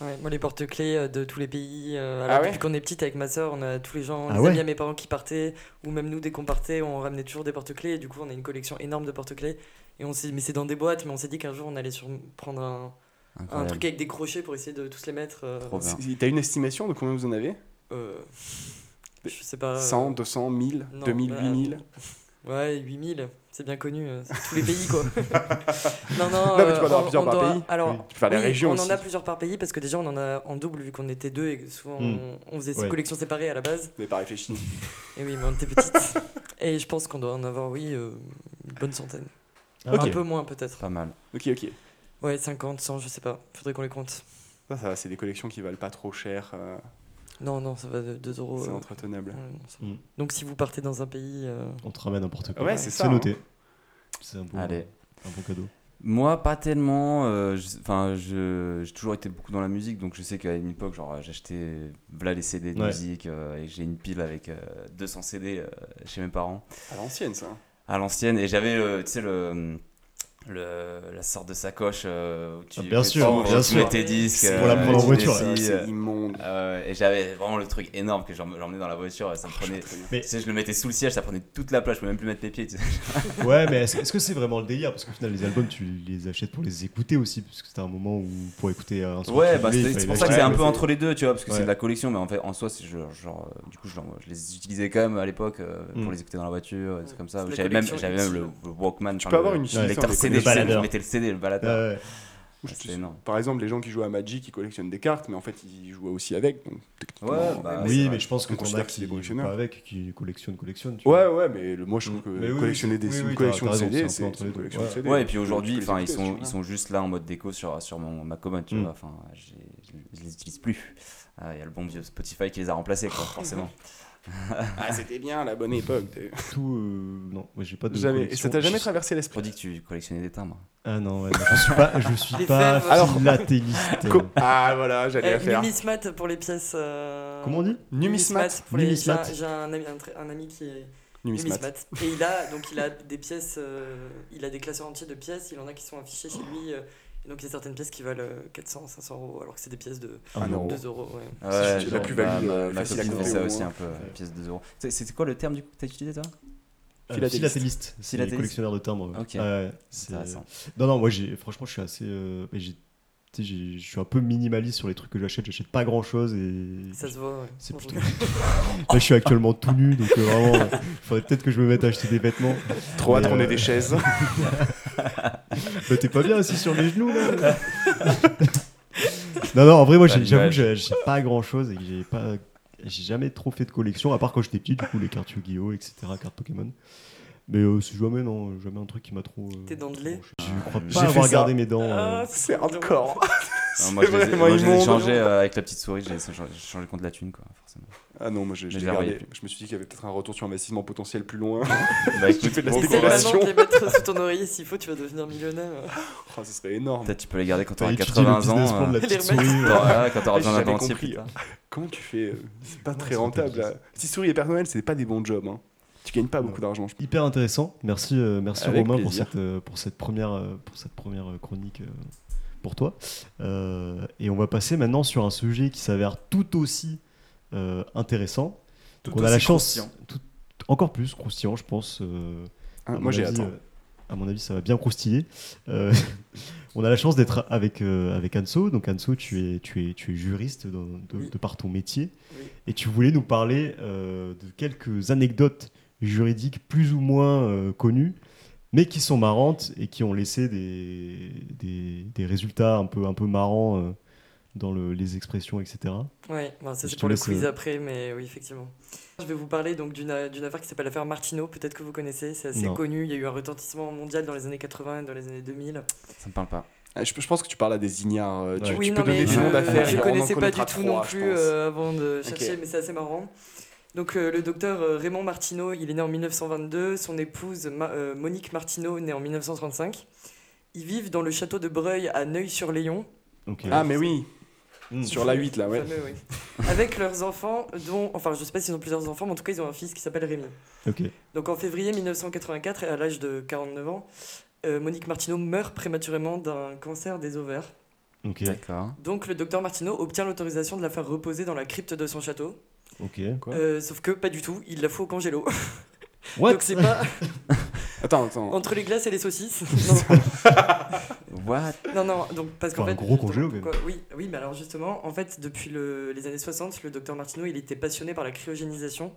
[SPEAKER 2] Ouais, moi, les porte-clés euh, de tous les pays. euh,
[SPEAKER 4] Ah
[SPEAKER 2] alors,
[SPEAKER 4] ouais
[SPEAKER 2] Depuis qu'on est petite avec ma soeur, on a tous les gens,
[SPEAKER 1] Ah
[SPEAKER 2] les
[SPEAKER 1] ouais
[SPEAKER 2] amis à mes parents qui partaient, ou même nous, dès qu'on partait, on ramenait toujours des porte-clés. Et du coup, on a une collection énorme de porte-clés. Et on s'est mais c'est dans des boîtes, mais on s'est dit qu'un jour, on allait sur... prendre un, un
[SPEAKER 3] Incroyable.
[SPEAKER 2] truc avec des crochets pour essayer de tous les mettre. euh,
[SPEAKER 3] Trop bien.
[SPEAKER 4] C'est- T'as une estimation de combien vous en avez
[SPEAKER 2] euh, je sais pas. euh,
[SPEAKER 4] 100, 200, 1000,
[SPEAKER 2] non,
[SPEAKER 4] 2000,
[SPEAKER 2] bah,
[SPEAKER 4] 8000
[SPEAKER 2] Ouais, 8000, c'est bien connu, euh, c'est tous les pays quoi. non, non,
[SPEAKER 4] Non, mais tu
[SPEAKER 2] euh,
[SPEAKER 4] vas en avoir
[SPEAKER 2] on-
[SPEAKER 4] plusieurs
[SPEAKER 2] on
[SPEAKER 4] par
[SPEAKER 2] doit-
[SPEAKER 4] pays.
[SPEAKER 2] Alors,
[SPEAKER 1] Oui.
[SPEAKER 4] Tu peux faire les
[SPEAKER 2] oui,
[SPEAKER 4] régions
[SPEAKER 2] on
[SPEAKER 4] aussi.
[SPEAKER 2] en a plusieurs par pays parce que déjà on en a en double vu qu'on était deux et que souvent
[SPEAKER 1] Hmm.
[SPEAKER 2] on, on faisait ces
[SPEAKER 1] Ouais.
[SPEAKER 2] collections séparées à la base.
[SPEAKER 4] Vous n'avez pas réfléchi.
[SPEAKER 2] Et oui, mais on était petites. et je pense qu'on doit en avoir, oui, euh, une bonne centaine.
[SPEAKER 1] Ah, ok.
[SPEAKER 2] Un peu moins peut-être.
[SPEAKER 3] Pas mal.
[SPEAKER 4] Ok, ok.
[SPEAKER 2] Ouais, 50, 100, je sais pas. Faudrait qu'on les compte.
[SPEAKER 4] Ah, Ça, ça va, c'est des collections qui valent pas trop cher. euh,
[SPEAKER 2] Non, non, ça va de 2 euros.
[SPEAKER 4] c'est
[SPEAKER 2] euh,
[SPEAKER 4] entretenable.
[SPEAKER 2] ouais, non, ça va.
[SPEAKER 1] Mm.
[SPEAKER 2] Donc si vous partez dans un pays... euh,
[SPEAKER 1] On te ramène n'importe quoi.
[SPEAKER 4] Ouais, c'est ça,
[SPEAKER 1] noté. C'est un bon,
[SPEAKER 3] Allez.
[SPEAKER 1] un bon cadeau.
[SPEAKER 3] Moi, pas tellement. euh, je- Enfin, je- j'ai toujours été beaucoup dans la musique, donc je sais qu'à une époque, genre, j'achetais voilà les CD de
[SPEAKER 1] Ouais.
[SPEAKER 3] musique euh, et j'ai une pile avec euh, 200 CD euh, chez mes parents
[SPEAKER 4] À l'ancienne, ça. hein.
[SPEAKER 3] à l'ancienne. Et j'avais, euh, tu sais, le, le- la sorte de sacoche euh, où tu,
[SPEAKER 1] Ah, bien
[SPEAKER 3] que tu
[SPEAKER 1] sûr,
[SPEAKER 3] ouvres,
[SPEAKER 1] bien
[SPEAKER 3] tu mets
[SPEAKER 1] sûr.
[SPEAKER 3] tes disques. euh,
[SPEAKER 1] Pour la prendre en
[SPEAKER 3] tu
[SPEAKER 1] voiture,
[SPEAKER 3] les scies,
[SPEAKER 4] C'est
[SPEAKER 3] euh,
[SPEAKER 4] immonde.
[SPEAKER 3] euh, et j'avais vraiment le truc énorme que j'em- j'emmenais dans la voiture.
[SPEAKER 1] Oh,
[SPEAKER 3] Ça me prenait.
[SPEAKER 4] Très bien.
[SPEAKER 3] Tu sais, je le mettais sous le siège, ça prenait toute la place, je pouvais même plus mettre mes pieds. tu sais.
[SPEAKER 1] Ouais, mais est-ce est-ce que c'est vraiment le délire Parce qu'au final, les albums, tu les achètes pour les écouter aussi, parce que c'était un moment où pour écouter un son.
[SPEAKER 3] Ouais,
[SPEAKER 1] tu
[SPEAKER 3] bah,
[SPEAKER 1] voulais, il
[SPEAKER 3] c'est
[SPEAKER 1] fallait
[SPEAKER 3] c'est pour ça que
[SPEAKER 1] l'acheter.
[SPEAKER 3] c'est un peu
[SPEAKER 4] Ouais,
[SPEAKER 3] entre les deux, tu vois, parce que
[SPEAKER 1] Ouais.
[SPEAKER 3] c'est de la collection, mais en fait, en soi, c'est genre, genre, euh, du coup, je, leur- je les utilisais quand même à l'époque euh,
[SPEAKER 1] Mm.
[SPEAKER 3] pour les écouter dans la voiture, des trucs comme ça.
[SPEAKER 2] C'est de la
[SPEAKER 3] J'avais même,
[SPEAKER 2] collection
[SPEAKER 3] j'avais même le,
[SPEAKER 2] utile.
[SPEAKER 3] le Walkman. Tu
[SPEAKER 4] peux avoir une utilisation
[SPEAKER 3] lecteur
[SPEAKER 4] avec
[SPEAKER 3] CD,
[SPEAKER 1] le
[SPEAKER 3] je sais,
[SPEAKER 1] baladeur.
[SPEAKER 3] je mettais le CD, le baladeur.
[SPEAKER 1] Ouais, ouais.
[SPEAKER 4] Ou Euh, je
[SPEAKER 3] C'est
[SPEAKER 4] te-
[SPEAKER 3] énorme.
[SPEAKER 4] Par exemple, les gens qui jouent à Magic, ils collectionnent des cartes, mais en fait, ils jouaient aussi avec. donc, techniquement, euh,
[SPEAKER 3] Ouais, bah,
[SPEAKER 4] même-
[SPEAKER 3] c'est
[SPEAKER 1] oui,
[SPEAKER 3] vrai.
[SPEAKER 1] mais je pense que
[SPEAKER 4] Ah, On
[SPEAKER 1] t'en as
[SPEAKER 4] considère que c'est
[SPEAKER 1] qui
[SPEAKER 4] des
[SPEAKER 1] jouent
[SPEAKER 4] collectionneurs.
[SPEAKER 1] pas avec, qui collectionnent, collectionnent. tu
[SPEAKER 4] ouais,
[SPEAKER 1] vois.
[SPEAKER 4] ouais, mais le- moi, je trouve que
[SPEAKER 1] Mais oui,
[SPEAKER 4] collectionner des
[SPEAKER 1] oui,
[SPEAKER 4] une
[SPEAKER 1] oui,
[SPEAKER 4] collection
[SPEAKER 1] t'as
[SPEAKER 4] de
[SPEAKER 1] raison,
[SPEAKER 4] CD,
[SPEAKER 1] c'est un
[SPEAKER 4] c'est
[SPEAKER 1] peu entre les
[SPEAKER 4] une
[SPEAKER 1] deux.
[SPEAKER 4] collection de
[SPEAKER 1] Ouais.
[SPEAKER 4] CD.
[SPEAKER 3] Mm. Ouais, et puis
[SPEAKER 4] Tu peux
[SPEAKER 3] aujourd'hui,
[SPEAKER 4] les
[SPEAKER 3] enfin, ils
[SPEAKER 4] écouter,
[SPEAKER 3] sont,
[SPEAKER 4] si tu
[SPEAKER 3] ils
[SPEAKER 4] veux.
[SPEAKER 3] sont juste là en mode déco sur, sur mon, ma commode, tu
[SPEAKER 1] Mm.
[SPEAKER 3] vois. Enfin, j'ai- je, je les utilise plus. Ah, Il y a le bon vieux Spotify qui les a remplacés, quoi, forcément.
[SPEAKER 4] Ah, c'était bien la bonne époque. t'es-
[SPEAKER 1] Tout, euh, non, moi j'ai pas de.
[SPEAKER 4] Jamais. Et
[SPEAKER 1] collection.
[SPEAKER 4] ça t'a jamais
[SPEAKER 1] Je-
[SPEAKER 3] Je
[SPEAKER 4] traversé l'esprit
[SPEAKER 3] dit que tu collectionnais des timbres.
[SPEAKER 1] Ah non, ouais, non, je suis pas, je suis
[SPEAKER 2] Les
[SPEAKER 1] pas
[SPEAKER 2] fèves.
[SPEAKER 4] Alors-
[SPEAKER 1] philatéliste.
[SPEAKER 4] Co- Ah, voilà, j'allais
[SPEAKER 2] eh,
[SPEAKER 4] la faire.
[SPEAKER 2] numismate pour les pièces... euh,
[SPEAKER 1] Comment on dit
[SPEAKER 4] Numismat.
[SPEAKER 2] pour les- J'ai
[SPEAKER 1] Numismate.
[SPEAKER 2] un, j'ai un ami, un tr- un ami qui est
[SPEAKER 4] Numismat.
[SPEAKER 2] numismate. Et il a, donc, il a des pièces, euh, il a des classeurs entiers de pièces, il en a qui sont affichées chez lui. euh, et donc il y a certaines pièces qui valent euh, 400, 500 euros, alors que c'est des pièces de
[SPEAKER 1] Ah non.
[SPEAKER 4] Oh.
[SPEAKER 2] 2 euros. Ouais.
[SPEAKER 4] la plus-value,
[SPEAKER 3] bah, ma,
[SPEAKER 4] euh,
[SPEAKER 3] ma
[SPEAKER 4] facile à
[SPEAKER 3] copine fait
[SPEAKER 4] compter
[SPEAKER 3] ça
[SPEAKER 1] hein.
[SPEAKER 4] au
[SPEAKER 3] aussi
[SPEAKER 4] moins.
[SPEAKER 3] un peu, euh, pièce de 2 euros. C'est- C'était quoi le terme du coup que t'as utilisé toi
[SPEAKER 1] Euh,
[SPEAKER 4] Philatéliste.
[SPEAKER 1] Philatéliste. C'est les
[SPEAKER 3] Philatéliste.
[SPEAKER 1] collectionneurs de timbres. ouais.
[SPEAKER 3] Ok.
[SPEAKER 1] Ouais, c'est-
[SPEAKER 3] Intéressant.
[SPEAKER 1] Non, non, moi, j'ai, franchement, je suis assez. euh, mais j'ai- tu sais, j'ai- je suis un peu minimaliste sur les trucs que j'achète. J'achète pas grand chose et.
[SPEAKER 2] Ça se voit. ouais.
[SPEAKER 1] C'est
[SPEAKER 2] Bon,
[SPEAKER 1] plutôt- Là, je suis actuellement tout nu, donc euh, vraiment, euh, faudrait peut-être que je me mette à acheter des vêtements.
[SPEAKER 3] hein.
[SPEAKER 4] Trop hâte
[SPEAKER 1] Mais,
[SPEAKER 4] qu'on
[SPEAKER 1] euh,
[SPEAKER 4] ait des chaises.
[SPEAKER 1] Bah, t'es pas bien assis sur les genoux, là. non, non, en vrai, moi,
[SPEAKER 3] Pas
[SPEAKER 1] j'ai- j'avoue que
[SPEAKER 3] l'image.
[SPEAKER 1] j'ai- j'achète pas grand chose et que j'ai pas. J'ai jamais trop fait de collection, à part quand j'étais petit, du coup, les cartes Yu-Gi-Oh, etc., cartes Pokémon. Mais euh, c'est jamais, non, jamais un truc qui m'a trop. euh,
[SPEAKER 2] T'es dentelé
[SPEAKER 1] trop branché. Je crois
[SPEAKER 3] J'ai
[SPEAKER 1] pas
[SPEAKER 4] fait
[SPEAKER 1] avoir
[SPEAKER 4] ça.
[SPEAKER 1] gardé mes dents. euh,
[SPEAKER 2] Ah,
[SPEAKER 4] C'est
[SPEAKER 2] trop drôle.
[SPEAKER 4] hardcore.
[SPEAKER 3] Non,
[SPEAKER 4] C'est
[SPEAKER 3] moi, je les ai,
[SPEAKER 4] vraiment
[SPEAKER 3] moi, je les ai
[SPEAKER 4] immonde.
[SPEAKER 3] changés euh, avec la petite souris, j'ai j'ai changé contre la thune, quoi, forcément.
[SPEAKER 4] Ah non, moi, je,
[SPEAKER 3] Je
[SPEAKER 4] je
[SPEAKER 3] les
[SPEAKER 4] l'ai
[SPEAKER 3] voyais
[SPEAKER 4] gardé. Je me suis dit qu'il y avait peut-être un retour sur investissement potentiel plus loin.
[SPEAKER 3] Bah écoute,
[SPEAKER 4] fais de la
[SPEAKER 3] bon
[SPEAKER 2] Essaye
[SPEAKER 3] courage.
[SPEAKER 4] spéculation.
[SPEAKER 2] maintenant de les mettre sous ton oreiller s'il faut, tu vas devenir millionnaire.
[SPEAKER 4] Oh, ce serait énorme.
[SPEAKER 3] Peut-être tu peux les garder quand
[SPEAKER 1] t'as
[SPEAKER 3] t'auras
[SPEAKER 1] étudié Bah, le
[SPEAKER 3] 80
[SPEAKER 1] business plan
[SPEAKER 3] ans.
[SPEAKER 1] de
[SPEAKER 3] euh,
[SPEAKER 1] la petite
[SPEAKER 2] les remettre.
[SPEAKER 1] souris, euh,
[SPEAKER 3] t'auras- ah, quand t'auras
[SPEAKER 4] J'ai
[SPEAKER 3] besoin d'un
[SPEAKER 4] jamais
[SPEAKER 3] dentier
[SPEAKER 4] compris.
[SPEAKER 3] plus tard.
[SPEAKER 4] Comment tu fais euh, C'est pas
[SPEAKER 1] Ouais,
[SPEAKER 4] très
[SPEAKER 1] c'est
[SPEAKER 4] rentable.
[SPEAKER 1] rentable.
[SPEAKER 4] là. Si souris et Père Noël, c'est pas des bons jobs. hein. Tu gagnes pas beaucoup
[SPEAKER 1] Ouais.
[SPEAKER 4] d'argent, je pense.
[SPEAKER 1] Hyper intéressant. Merci, euh, merci
[SPEAKER 4] Avec
[SPEAKER 1] Romain pour
[SPEAKER 4] plaisir.
[SPEAKER 1] cette, euh, pour cette première, euh, pour cette première euh, chronique euh, pour toi. Euh, et on va passer maintenant sur un sujet qui s'avère tout aussi euh, intéressant. Donc on a la chance, tout- encore plus croustillant, je pense. euh, à
[SPEAKER 4] Hein,
[SPEAKER 1] mon
[SPEAKER 4] moi, j'ai
[SPEAKER 1] avis,
[SPEAKER 4] attends.
[SPEAKER 1] euh, à mon avis, ça va bien croustiller. Euh, on a la chance d'être avec, euh, avec Anso. Donc, Anso, tu es, tu es, tu es juriste dans- de,
[SPEAKER 2] Oui.
[SPEAKER 1] de par ton métier.
[SPEAKER 2] Oui.
[SPEAKER 1] Et tu voulais nous parler euh, de quelques anecdotes juridiques plus ou moins euh, connues, mais qui sont marrantes et qui ont laissé des, des, des résultats un peu, un peu marrants euh, dans le- les expressions, etc.
[SPEAKER 2] Ouais, bon, ça
[SPEAKER 1] Je
[SPEAKER 2] c'est
[SPEAKER 1] te
[SPEAKER 2] pour le
[SPEAKER 1] laisse,
[SPEAKER 2] quiz
[SPEAKER 1] euh,
[SPEAKER 2] après, mais oui, effectivement. Je vais vous parler donc d'une euh, d'une affaire qui s'appelle l'affaire Martineau, peut-être que vous connaissez, c'est assez
[SPEAKER 1] Non.
[SPEAKER 2] connu, il y a eu un retentissement mondial dans les années 80 et dans les années 2000.
[SPEAKER 3] Ça me parle pas.
[SPEAKER 4] Ah, je, je pense que tu parles à des ignares. euh, Tu,
[SPEAKER 1] Ouais.
[SPEAKER 4] tu peux
[SPEAKER 2] mais
[SPEAKER 4] donner des
[SPEAKER 2] je-
[SPEAKER 4] noms d'affaires. euh,
[SPEAKER 2] Je
[SPEAKER 4] on en
[SPEAKER 2] connaissais pas du
[SPEAKER 4] connaîtra
[SPEAKER 2] tout
[SPEAKER 4] trois,
[SPEAKER 2] non
[SPEAKER 4] je
[SPEAKER 2] plus
[SPEAKER 4] pense.
[SPEAKER 2] euh, avant de chercher,
[SPEAKER 4] Ok.
[SPEAKER 2] mais c'est assez marrant. Donc euh, le docteur euh, Raymond Martineau, il est né en 1922, son épouse Ma- euh, Monique Martineau, née en 1935. Ils vivent dans le château de Breuil à Neuil-sur-Léon.
[SPEAKER 1] Ok.
[SPEAKER 4] Ah, mais oui,
[SPEAKER 1] Mm.
[SPEAKER 4] sur la 8, là, ouais.
[SPEAKER 2] Fameux, oui. Avec leurs enfants, dont, enfin je sais pas s'ils ont plusieurs enfants, mais en tout cas ils ont un fils qui s'appelle Rémi.
[SPEAKER 1] Ok.
[SPEAKER 2] Donc en février 1984, et à l'âge de 49 ans, euh, Monique Martineau meurt prématurément d'un cancer des ovaires.
[SPEAKER 4] Ah.
[SPEAKER 1] Ok.
[SPEAKER 3] D'accord.
[SPEAKER 2] Donc le docteur Martineau obtient l'autorisation de la faire reposer dans la crypte de son château.
[SPEAKER 1] Ok.
[SPEAKER 4] Quoi
[SPEAKER 2] Euh, sauf que pas du tout, il la fout au congélo.
[SPEAKER 1] What
[SPEAKER 2] Donc c'est pas
[SPEAKER 4] Attends, attends.
[SPEAKER 2] entre les glaces et les saucisses.
[SPEAKER 3] What
[SPEAKER 2] Non, non, non, donc parce qu'en
[SPEAKER 1] Enfin,
[SPEAKER 2] fait.
[SPEAKER 1] un gros
[SPEAKER 2] justement,
[SPEAKER 1] congélo, quand même.
[SPEAKER 2] pourquoi- Oui, oui, mais alors justement, en fait, depuis le- les années 60, le docteur Martineau, il était passionné par la cryogénisation.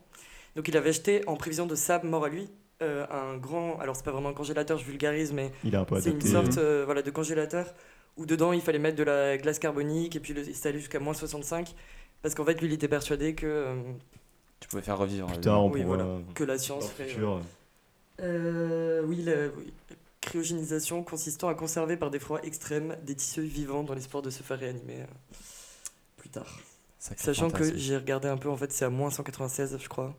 [SPEAKER 2] Donc il avait acheté, en prévision de sa mort à lui, euh, un grand. Alors c'est pas vraiment un congélateur, je vulgarise, mais
[SPEAKER 1] Il a un peu
[SPEAKER 2] C'est une
[SPEAKER 1] adapté. hein.
[SPEAKER 2] sorte euh, voilà, de congélateur où dedans il fallait mettre de la glace carbonique et puis le- ça allait jusqu'à moins 65 parce qu'en fait lui il était persuadé que, euh,
[SPEAKER 3] Tu pouvais faire revivre. euh,
[SPEAKER 1] Plus tard, on
[SPEAKER 2] Oui,
[SPEAKER 1] pourra-
[SPEAKER 2] voilà. que
[SPEAKER 1] dans
[SPEAKER 2] la
[SPEAKER 1] le
[SPEAKER 2] science ferait.
[SPEAKER 1] futur,
[SPEAKER 2] euh, oui, le- oui. cryogénisation consistant à conserver par des froids extrêmes des tissus vivants dans l'espoir de se faire réanimer euh, plus tard.
[SPEAKER 3] Sacré
[SPEAKER 2] Sachant que
[SPEAKER 3] fantasme.
[SPEAKER 2] j'ai regardé un peu, en fait, c'est à moins 196, je crois.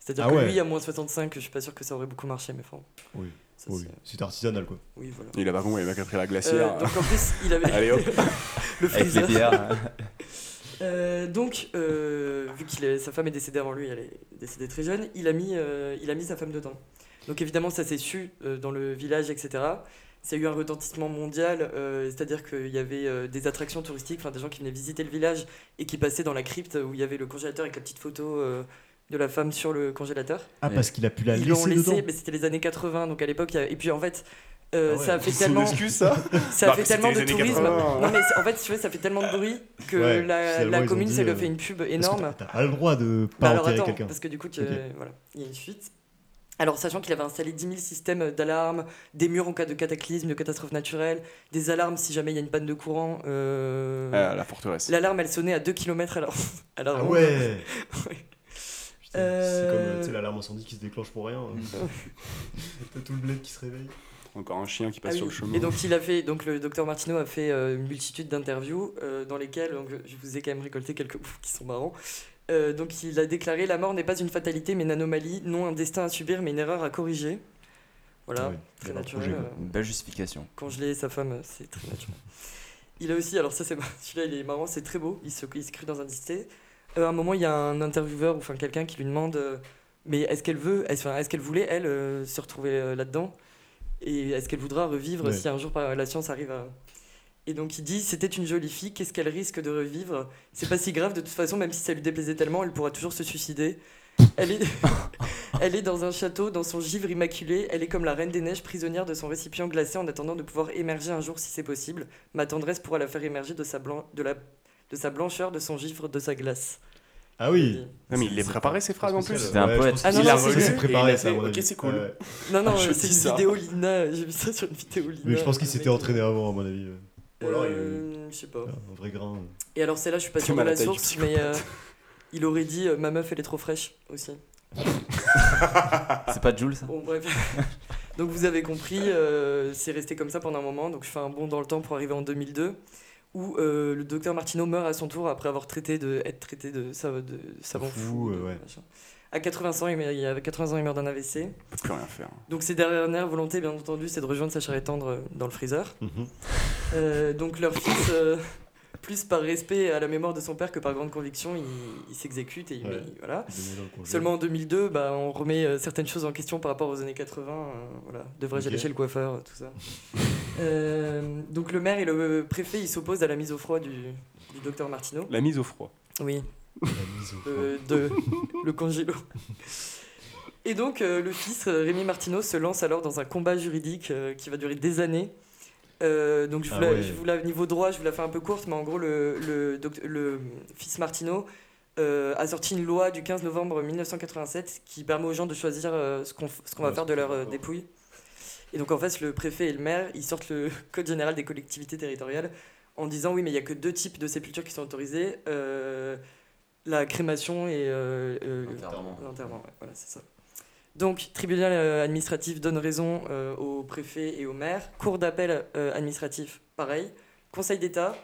[SPEAKER 2] C'est-à-dire
[SPEAKER 1] Ah
[SPEAKER 2] que
[SPEAKER 1] ouais.
[SPEAKER 2] lui, à moins 65, je suis pas sûr que ça aurait beaucoup marché, mais enfin.
[SPEAKER 1] Oui,
[SPEAKER 2] ça,
[SPEAKER 1] oui.
[SPEAKER 2] c'est-
[SPEAKER 1] C'est artisanal quoi.
[SPEAKER 2] oui, voilà.
[SPEAKER 4] Il a pas compris, il m'a capté la
[SPEAKER 2] Euh,
[SPEAKER 4] glacière.
[SPEAKER 2] donc en plus, il avait
[SPEAKER 4] Allez hop,
[SPEAKER 2] le
[SPEAKER 3] avec les hein.
[SPEAKER 2] freezer.
[SPEAKER 3] bières.
[SPEAKER 2] Euh, donc, euh, vu que sa femme est décédée avant lui, elle est décédée très jeune, il a mis, euh, il a mis sa femme dedans. Donc évidemment, ça s'est su euh, dans le village, etc. Ça a eu un retentissement mondial, euh, c'est-à-dire qu'il y avait euh, des attractions touristiques, enfin des gens qui venaient visiter le village et qui passaient dans la crypte où il y avait le congélateur avec la petite photo euh, de la femme sur le congélateur.
[SPEAKER 1] Ah,
[SPEAKER 3] Ouais.
[SPEAKER 1] parce qu'il a pu la
[SPEAKER 2] Ils l'ont
[SPEAKER 1] laisser dedans.
[SPEAKER 2] laissé, mais c'était les années 80, donc à l'époque, il y a- et puis en fait, euh,
[SPEAKER 1] Ah ouais,
[SPEAKER 2] ça a fait
[SPEAKER 4] c'est une
[SPEAKER 2] tellement,
[SPEAKER 4] excuse ça
[SPEAKER 2] ça a
[SPEAKER 4] Bah,
[SPEAKER 2] fait
[SPEAKER 4] c'était
[SPEAKER 2] tellement de
[SPEAKER 4] les années
[SPEAKER 2] tourisme.
[SPEAKER 4] 80.
[SPEAKER 2] Non mais c'est- en fait, si tu veux, ça fait tellement de bruit que
[SPEAKER 1] Ouais,
[SPEAKER 2] la,
[SPEAKER 1] finalement,
[SPEAKER 2] la
[SPEAKER 1] ils ont
[SPEAKER 2] commune,
[SPEAKER 1] dit,
[SPEAKER 2] ça lui a
[SPEAKER 1] euh,
[SPEAKER 2] fait une pub
[SPEAKER 1] Parce que
[SPEAKER 2] énorme.
[SPEAKER 1] T'as t'as pas le droit de
[SPEAKER 2] Bah
[SPEAKER 1] pas
[SPEAKER 2] alors
[SPEAKER 1] enterrer
[SPEAKER 2] attends,
[SPEAKER 1] quelqu'un.
[SPEAKER 2] parce que du coup, tu-
[SPEAKER 1] Ok.
[SPEAKER 2] voilà, il y a une fuite. Alors, sachant qu'il avait installé 10 000 systèmes d'alarme, des murs en cas de cataclysme, de catastrophe naturelle, des alarmes si jamais il y a une panne de courant. euh,
[SPEAKER 4] Euh, La forteresse.
[SPEAKER 2] L'alarme, elle sonnait à 2 km à l'heure. à la
[SPEAKER 1] Ah
[SPEAKER 2] ronde.
[SPEAKER 1] ouais Putain, C'est comme
[SPEAKER 2] Euh.
[SPEAKER 1] euh, tu sais, l'alarme incendie qui se déclenche pour rien. hein. T'as tout le bled qui se réveille.
[SPEAKER 4] Encore un chien qui
[SPEAKER 2] Ah
[SPEAKER 4] passe sur
[SPEAKER 2] oui.
[SPEAKER 4] le chemin.
[SPEAKER 2] Et donc, il a fait, donc le docteur Martineau a fait euh, une multitude d'interviews euh, dans lesquelles donc, je vous ai quand même récolté quelques bouts qui sont marrants. Euh, donc, il a déclaré La mort n'est pas une fatalité, mais une anomalie, non un destin à subir, mais une erreur à corriger. Voilà,
[SPEAKER 1] Ah oui, il y
[SPEAKER 2] très
[SPEAKER 1] avait un
[SPEAKER 2] naturel.
[SPEAKER 1] projet, quoi.
[SPEAKER 2] euh,
[SPEAKER 3] Une belle justification.
[SPEAKER 2] congeler sa femme, euh, c'est très naturel. Il a aussi, alors ça c'est celui-là il est marrant, c'est très beau, il se, il se crée dans un lycée. Euh, à un moment, il y a un intervieweur ou enfin quelqu'un qui lui demande euh, mais est-ce qu'elle veut, est-ce enfin, est-ce qu'elle voulait elle euh, se retrouver euh, là-dedans et est-ce qu'elle voudra revivre
[SPEAKER 1] Ouais.
[SPEAKER 2] si un jour par- la science arrive à et donc il dit c'était une jolie fille, qu'est-ce qu'elle risque de revivre C'est pas si grave de toute façon, même si ça lui déplaisait tellement, elle pourra toujours se suicider. Elle est, elle est dans un château, dans son givre immaculé. Elle est comme la reine des neiges, prisonnière de son récipient glacé en attendant de pouvoir émerger un jour si c'est possible. Ma tendresse pourra la faire émerger de sa, blan- de la... de sa blancheur, de son givre, de sa glace.
[SPEAKER 1] Ah oui
[SPEAKER 4] Non, mais il les préparé ses phrases en
[SPEAKER 1] Spécial,
[SPEAKER 4] plus.
[SPEAKER 3] C'était un
[SPEAKER 1] ouais, je
[SPEAKER 3] poète.
[SPEAKER 1] pense que
[SPEAKER 2] Ah non,
[SPEAKER 1] c'est-
[SPEAKER 2] non,
[SPEAKER 1] ça,
[SPEAKER 2] c'est-
[SPEAKER 1] c'est préparé,
[SPEAKER 4] et il a
[SPEAKER 1] ça, à
[SPEAKER 4] fait,
[SPEAKER 1] mon
[SPEAKER 4] ok,
[SPEAKER 1] avis.
[SPEAKER 4] c'est cool.
[SPEAKER 1] Ouais.
[SPEAKER 2] Non, non,
[SPEAKER 4] Je
[SPEAKER 2] euh,
[SPEAKER 4] dis
[SPEAKER 2] c'est une
[SPEAKER 4] ça.
[SPEAKER 2] vidéo Lina. J'ai vu ça sur une vidéo Lina.
[SPEAKER 1] Mais je pense qu'il
[SPEAKER 2] Le
[SPEAKER 1] s'était
[SPEAKER 2] mec,
[SPEAKER 1] entraîné avant, à mon avis. ouais.
[SPEAKER 2] euh,
[SPEAKER 1] Ou alors, il y a eu
[SPEAKER 2] Je sais pas.
[SPEAKER 1] un vrai grain.
[SPEAKER 2] Et alors, celle-là, je suis pas
[SPEAKER 4] Très
[SPEAKER 2] sûre de
[SPEAKER 4] mal à
[SPEAKER 2] la
[SPEAKER 4] taille du
[SPEAKER 2] source, mais euh, il aurait dit euh, Ma meuf, elle est trop fraîche aussi.
[SPEAKER 3] C'est pas Jules ça
[SPEAKER 2] Bon, bref. donc, vous avez compris, euh, c'est resté comme ça pendant un moment. Donc, je fais un bond dans le temps pour arriver en 2002, où euh, le docteur Martineau meurt à son tour après avoir traité de, être traité de, sa- de, savon
[SPEAKER 1] Fou,
[SPEAKER 2] fou. de
[SPEAKER 1] euh, ouais.
[SPEAKER 2] machin. À 80 ans, il meurt- il avait 80 ans, il meurt d'un AVC.
[SPEAKER 4] On peut plus rien faire.
[SPEAKER 2] Donc, ses dernières volontés, bien entendu, c'est de rejoindre sa chère et tendre euh, dans le freezer.
[SPEAKER 1] Mhm.
[SPEAKER 2] Euh, donc, leur fils, euh, plus par respect à la mémoire de son père que par grande conviction, il, il s'exécute et il,
[SPEAKER 1] Ouais.
[SPEAKER 2] voilà.
[SPEAKER 1] Il est mis dans le congé.
[SPEAKER 2] Seulement en 2002, bah, on remet euh, certaines choses en question par rapport aux années 80. euh, voilà. Devrais-je
[SPEAKER 1] Ok.
[SPEAKER 2] aller chez le coiffeur, euh, tout ça. Euh, donc le maire et le préfet, ils s'opposent à la mise au froid du, du docteur Martineau.
[SPEAKER 4] La mise au froid.
[SPEAKER 2] Oui,
[SPEAKER 1] La mise au point.
[SPEAKER 2] euh, de, le congélo. Et donc euh, le fils, euh, Rémi Martineau, se lance alors dans un combat juridique euh, qui va durer des années. Euh, donc je vous,
[SPEAKER 1] Ah
[SPEAKER 2] la,
[SPEAKER 1] ouais.
[SPEAKER 2] je vous la- niveau droit, je vous la fais un peu courte, mais en gros le, le, doct- le fils Martineau euh, a sorti une loi du 15 novembre 1987 qui permet aux gens de choisir euh, ce qu'on f- ce qu'on va
[SPEAKER 1] Ouais,
[SPEAKER 2] faire de leur euh,
[SPEAKER 1] d'accord.
[SPEAKER 2] dépouille. Et donc en fait le préfet et le maire, ils sortent le code général des collectivités territoriales en disant oui mais il n'y a que deux types de sépultures qui sont autorisées, euh, la crémation et euh, euh,
[SPEAKER 3] L'enterrement.
[SPEAKER 2] l'enterrement. ouais, voilà c'est ça. Donc, tribunal euh, administratif donne raison euh, au préfet et au maire. Cour d'appel euh, administratif, pareil. Conseil d'État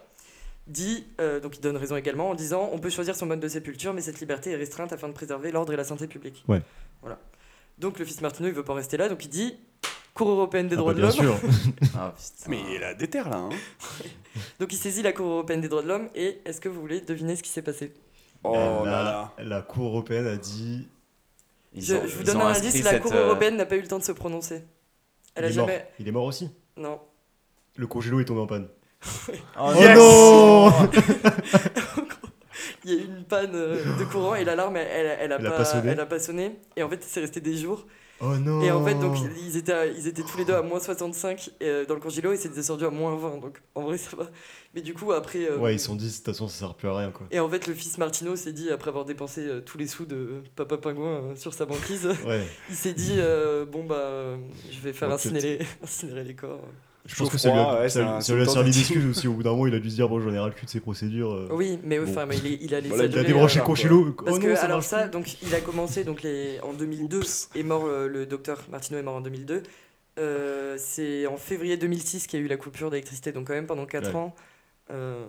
[SPEAKER 2] dit, euh, donc il donne raison également en disant on peut choisir son mode de sépulture, mais cette liberté est restreinte afin de préserver l'ordre et la santé publique.
[SPEAKER 1] Ouais.
[SPEAKER 2] Voilà. Donc, le fils Martineau, il veut pas rester là, donc il dit Cour européenne des
[SPEAKER 1] Ah
[SPEAKER 2] droits
[SPEAKER 1] bah,
[SPEAKER 2] de
[SPEAKER 1] bien
[SPEAKER 2] l'homme.
[SPEAKER 1] sûr.
[SPEAKER 3] Ah putain.
[SPEAKER 4] Mais il a déterre là. Hein.
[SPEAKER 2] Donc, il saisit la Cour européenne des droits de l'homme et est-ce que vous voulez deviner ce qui s'est passé
[SPEAKER 4] Oh
[SPEAKER 1] la,
[SPEAKER 4] là là.
[SPEAKER 1] la Cour européenne a dit.
[SPEAKER 3] Ils
[SPEAKER 2] je,
[SPEAKER 3] ont-
[SPEAKER 2] je vous
[SPEAKER 3] ils
[SPEAKER 2] donne
[SPEAKER 3] ont
[SPEAKER 2] un
[SPEAKER 3] inscrit
[SPEAKER 2] indice la
[SPEAKER 3] cette,
[SPEAKER 2] Cour
[SPEAKER 3] euh,
[SPEAKER 2] européenne n'a pas eu le temps de se prononcer. Elle a
[SPEAKER 1] il, est mort.
[SPEAKER 2] jamais.
[SPEAKER 1] il est mort aussi.
[SPEAKER 2] Non.
[SPEAKER 1] Le congélo est tombé en panne.
[SPEAKER 3] Oh,
[SPEAKER 1] Yes
[SPEAKER 3] non
[SPEAKER 2] Il y a eu une panne euh, de courant et l'alarme elle, elle, elle a
[SPEAKER 1] Elle a
[SPEAKER 2] pas,
[SPEAKER 1] pas sonné.
[SPEAKER 2] elle a pas sonné et en fait c'est resté des jours
[SPEAKER 1] Oh non
[SPEAKER 2] et en fait donc euh, ils- ils étaient à- ils étaient tous les deux à moins 65 euh, dans le congélo et c'est descendu à moins 20 donc en vrai ça va mais du coup après euh,
[SPEAKER 1] Ouais, ils se sont dit, de toute façon, ça sert plus à rien quoi.
[SPEAKER 2] et en fait le fils Martino s'est dit après avoir dépensé euh, tous les sous de papa pingouin euh, sur sa banquise
[SPEAKER 1] Ouais.
[SPEAKER 2] il s'est dit euh, bon bah euh, je vais faire
[SPEAKER 1] Oh,
[SPEAKER 2] incinérer, incinérer les corps
[SPEAKER 1] Je
[SPEAKER 4] Chaud
[SPEAKER 1] pense que ça lui
[SPEAKER 4] froid,
[SPEAKER 1] a,
[SPEAKER 4] ouais,
[SPEAKER 1] ça
[SPEAKER 4] c'est
[SPEAKER 1] lui-
[SPEAKER 4] un-
[SPEAKER 1] ça lui a
[SPEAKER 4] c'est
[SPEAKER 1] servi
[SPEAKER 4] une
[SPEAKER 1] d'excuse aussi. Au bout d'un moment, il a dû se dire, bon, j'en ai ras le cul de ces procédures. euh.
[SPEAKER 2] oui mais
[SPEAKER 1] Bon.
[SPEAKER 2] enfin mais il, est- il allait
[SPEAKER 4] Voilà, il a
[SPEAKER 1] Il a
[SPEAKER 2] s'adurer,
[SPEAKER 1] débranché
[SPEAKER 2] euh,
[SPEAKER 1] le congélo.
[SPEAKER 2] Parce
[SPEAKER 1] oh
[SPEAKER 2] que
[SPEAKER 1] non, ça
[SPEAKER 2] alors
[SPEAKER 1] marche
[SPEAKER 2] ça,
[SPEAKER 1] plus.
[SPEAKER 2] donc il a commencé donc les en 2002
[SPEAKER 4] Oups.
[SPEAKER 2] est mort euh, le, docteur Martineau est mort en 2002. Euh, c'est en février 2006 qu'il y a eu la coupure d'électricité, donc quand même pendant 4
[SPEAKER 1] Ouais.
[SPEAKER 2] ans. Euh,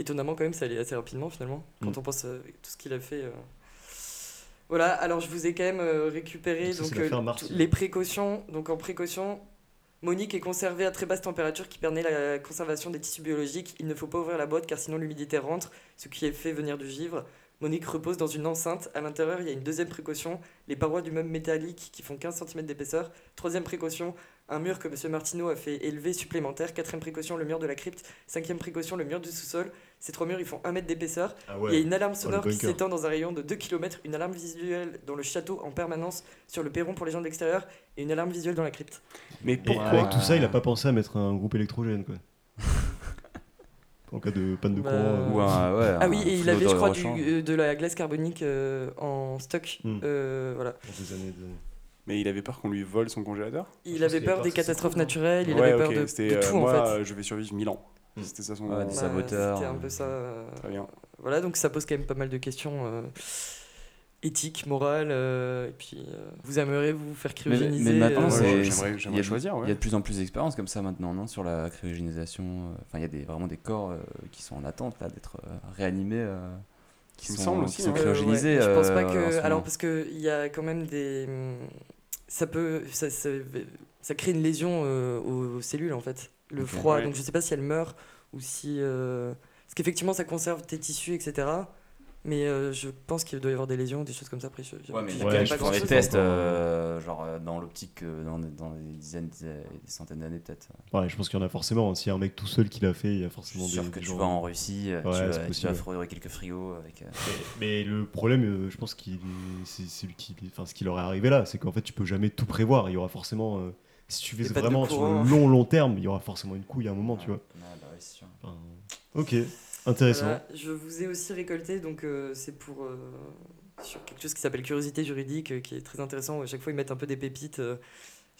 [SPEAKER 2] étonnamment, quand même, ça allait assez rapidement finalement, quand
[SPEAKER 1] Mm.
[SPEAKER 2] on pense à tout ce qu'il a fait. euh. Voilà, alors je vous ai quand même euh, récupéré
[SPEAKER 1] Donc ça,
[SPEAKER 2] donc,
[SPEAKER 1] c'est l'affaire
[SPEAKER 2] euh,
[SPEAKER 1] Marcy.
[SPEAKER 2] les précautions. Donc en précaution, Monique est conservée à très basse température qui permet la conservation des tissus biologiques. Il ne faut pas ouvrir la boîte car sinon l'humidité rentre, ce qui est fait venir du givre. Monique repose dans une enceinte. À l'intérieur, il y a une deuxième précaution, les parois du meuble métallique qui font 15 cm d'épaisseur. Troisième précaution, un mur que M. Martineau a fait élever supplémentaire. Quatrième précaution, le mur de la crypte. Cinquième précaution, le mur du sous-sol. Ces trois murs, ils font 1 mètre d'épaisseur.
[SPEAKER 1] Ah
[SPEAKER 2] Il y a
[SPEAKER 1] ouais.
[SPEAKER 2] une alarme sonore qui
[SPEAKER 1] bunker.
[SPEAKER 2] s'étend dans un rayon de 2 km, une alarme visuelle dans le château en permanence, sur le perron pour les gens de l'extérieur, et une alarme visuelle dans la crypte.
[SPEAKER 4] Mais
[SPEAKER 1] Et
[SPEAKER 4] pourquoi
[SPEAKER 1] avec tout ça, il a pas pensé à mettre un groupe électrogène, quoi. en cas de panne de
[SPEAKER 2] Bah,
[SPEAKER 1] courant. euh,
[SPEAKER 3] Ou un- ouais,
[SPEAKER 2] Ah oui,
[SPEAKER 3] un
[SPEAKER 2] et il
[SPEAKER 3] frigo
[SPEAKER 2] avait,
[SPEAKER 3] de
[SPEAKER 2] je crois,
[SPEAKER 3] rechange.
[SPEAKER 2] du- euh, de la glace carbonique euh, en stock.
[SPEAKER 1] Hmm.
[SPEAKER 2] Euh, voilà.
[SPEAKER 1] dans des années, des années.
[SPEAKER 4] Mais il avait peur qu'on lui vole son congélateur
[SPEAKER 2] Il
[SPEAKER 1] pense
[SPEAKER 2] avait
[SPEAKER 1] qu'il
[SPEAKER 2] peur
[SPEAKER 1] avait peur
[SPEAKER 2] des
[SPEAKER 1] que ça
[SPEAKER 2] catastrophes
[SPEAKER 1] s'écroule, hein.
[SPEAKER 2] naturelles, il
[SPEAKER 4] Ouais,
[SPEAKER 2] avait peur
[SPEAKER 4] ok,
[SPEAKER 2] de- de,
[SPEAKER 4] c'était, euh,
[SPEAKER 2] tout en
[SPEAKER 4] moi,
[SPEAKER 2] fait.
[SPEAKER 4] euh, je vais survivre 1000 ans.
[SPEAKER 1] Mm.
[SPEAKER 4] C'était ça son.
[SPEAKER 3] Ouais, des saboteurs,
[SPEAKER 2] C'était un
[SPEAKER 3] euh.
[SPEAKER 2] peu ça. euh,
[SPEAKER 4] Très bien.
[SPEAKER 2] Voilà, donc ça pose quand même pas mal de questions euh, éthiques, morales, euh, et puis euh, vous aimeriez vous faire
[SPEAKER 3] mais
[SPEAKER 2] cryogéniser.
[SPEAKER 3] maintenant,
[SPEAKER 4] Ouais,
[SPEAKER 2] euh,
[SPEAKER 3] c'est-
[SPEAKER 4] J'aimerais
[SPEAKER 3] il y a
[SPEAKER 4] j'aimerais
[SPEAKER 3] de-
[SPEAKER 4] choisir,
[SPEAKER 3] Il y a
[SPEAKER 4] ouais.
[SPEAKER 3] de plus en plus d'expériences comme ça maintenant, non Sur la cryogénisation. euh, Enfin, il y a des, vraiment des corps euh, qui sont en attente là d'être euh, réanimés. euh, qui
[SPEAKER 4] Il me
[SPEAKER 3] sont,
[SPEAKER 4] semble
[SPEAKER 3] qui
[SPEAKER 4] aussi,
[SPEAKER 3] sont
[SPEAKER 4] hein.
[SPEAKER 2] Euh,
[SPEAKER 3] cryogénisés.
[SPEAKER 2] ouais, Je pense
[SPEAKER 3] euh,
[SPEAKER 2] pas
[SPEAKER 3] en ce
[SPEAKER 2] que.
[SPEAKER 3] moment.
[SPEAKER 2] Alors, parce qu'il y a quand même des. hum, Ça peut. Ça, ça, ça crée une lésion euh, aux, aux cellules, en fait. Le
[SPEAKER 3] Ok.
[SPEAKER 2] froid.
[SPEAKER 4] Ouais.
[SPEAKER 2] Donc, je sais pas si elles meurent ou si. euh, Parce qu'effectivement, ça conserve tes tissus, etc. Mais euh, je pense qu'il doit y avoir des lésions, des choses comme ça. Après, je, je-
[SPEAKER 3] Ouais, mais
[SPEAKER 2] je-
[SPEAKER 3] il
[SPEAKER 2] je
[SPEAKER 3] y a
[SPEAKER 1] Ouais,
[SPEAKER 3] quand
[SPEAKER 2] connais
[SPEAKER 3] même
[SPEAKER 1] je
[SPEAKER 3] pas
[SPEAKER 1] pense
[SPEAKER 3] dans les
[SPEAKER 1] que
[SPEAKER 2] grand-chose.
[SPEAKER 1] c'est
[SPEAKER 2] hein.
[SPEAKER 3] tests,
[SPEAKER 1] encore,
[SPEAKER 3] euh, genre euh, dans l'optique, euh, dans, des- dans des dizaines euh, et des centaines d'années peut-être.
[SPEAKER 1] Ouais, je pense qu'il y en a forcément. S'il y a un mec tout seul qui l'a fait, il y a
[SPEAKER 3] Je suis
[SPEAKER 1] forcément
[SPEAKER 3] sûr
[SPEAKER 1] des,
[SPEAKER 3] que
[SPEAKER 1] des
[SPEAKER 3] tu
[SPEAKER 1] gens-
[SPEAKER 3] vas en Russie, euh,
[SPEAKER 1] Ouais,
[SPEAKER 3] tu,
[SPEAKER 1] c'est
[SPEAKER 3] vas, tu vas
[SPEAKER 1] possible.
[SPEAKER 3] fourrer quelques frigos avec. euh,
[SPEAKER 1] Mais le problème, euh, je pense qu'il c'est celui qui, enfin, ce qui leur est arrivé là, c'est qu'en fait, tu peux jamais tout prévoir. Il y aura forcément, euh, si tu fais
[SPEAKER 2] Des pannes de
[SPEAKER 1] vraiment sur
[SPEAKER 2] courant.
[SPEAKER 1] le long long terme, il y aura forcément une couille à un moment, tu vois.
[SPEAKER 3] Ah, bah oui, c'est sûr.
[SPEAKER 1] Enfin, ok, intéressant.
[SPEAKER 2] Voilà, je vous ai aussi récolté, donc euh, c'est pour euh, sur quelque chose qui s'appelle Curiosité juridique, euh, qui est très intéressant. où À chaque fois, ils mettent un peu des pépites. euh,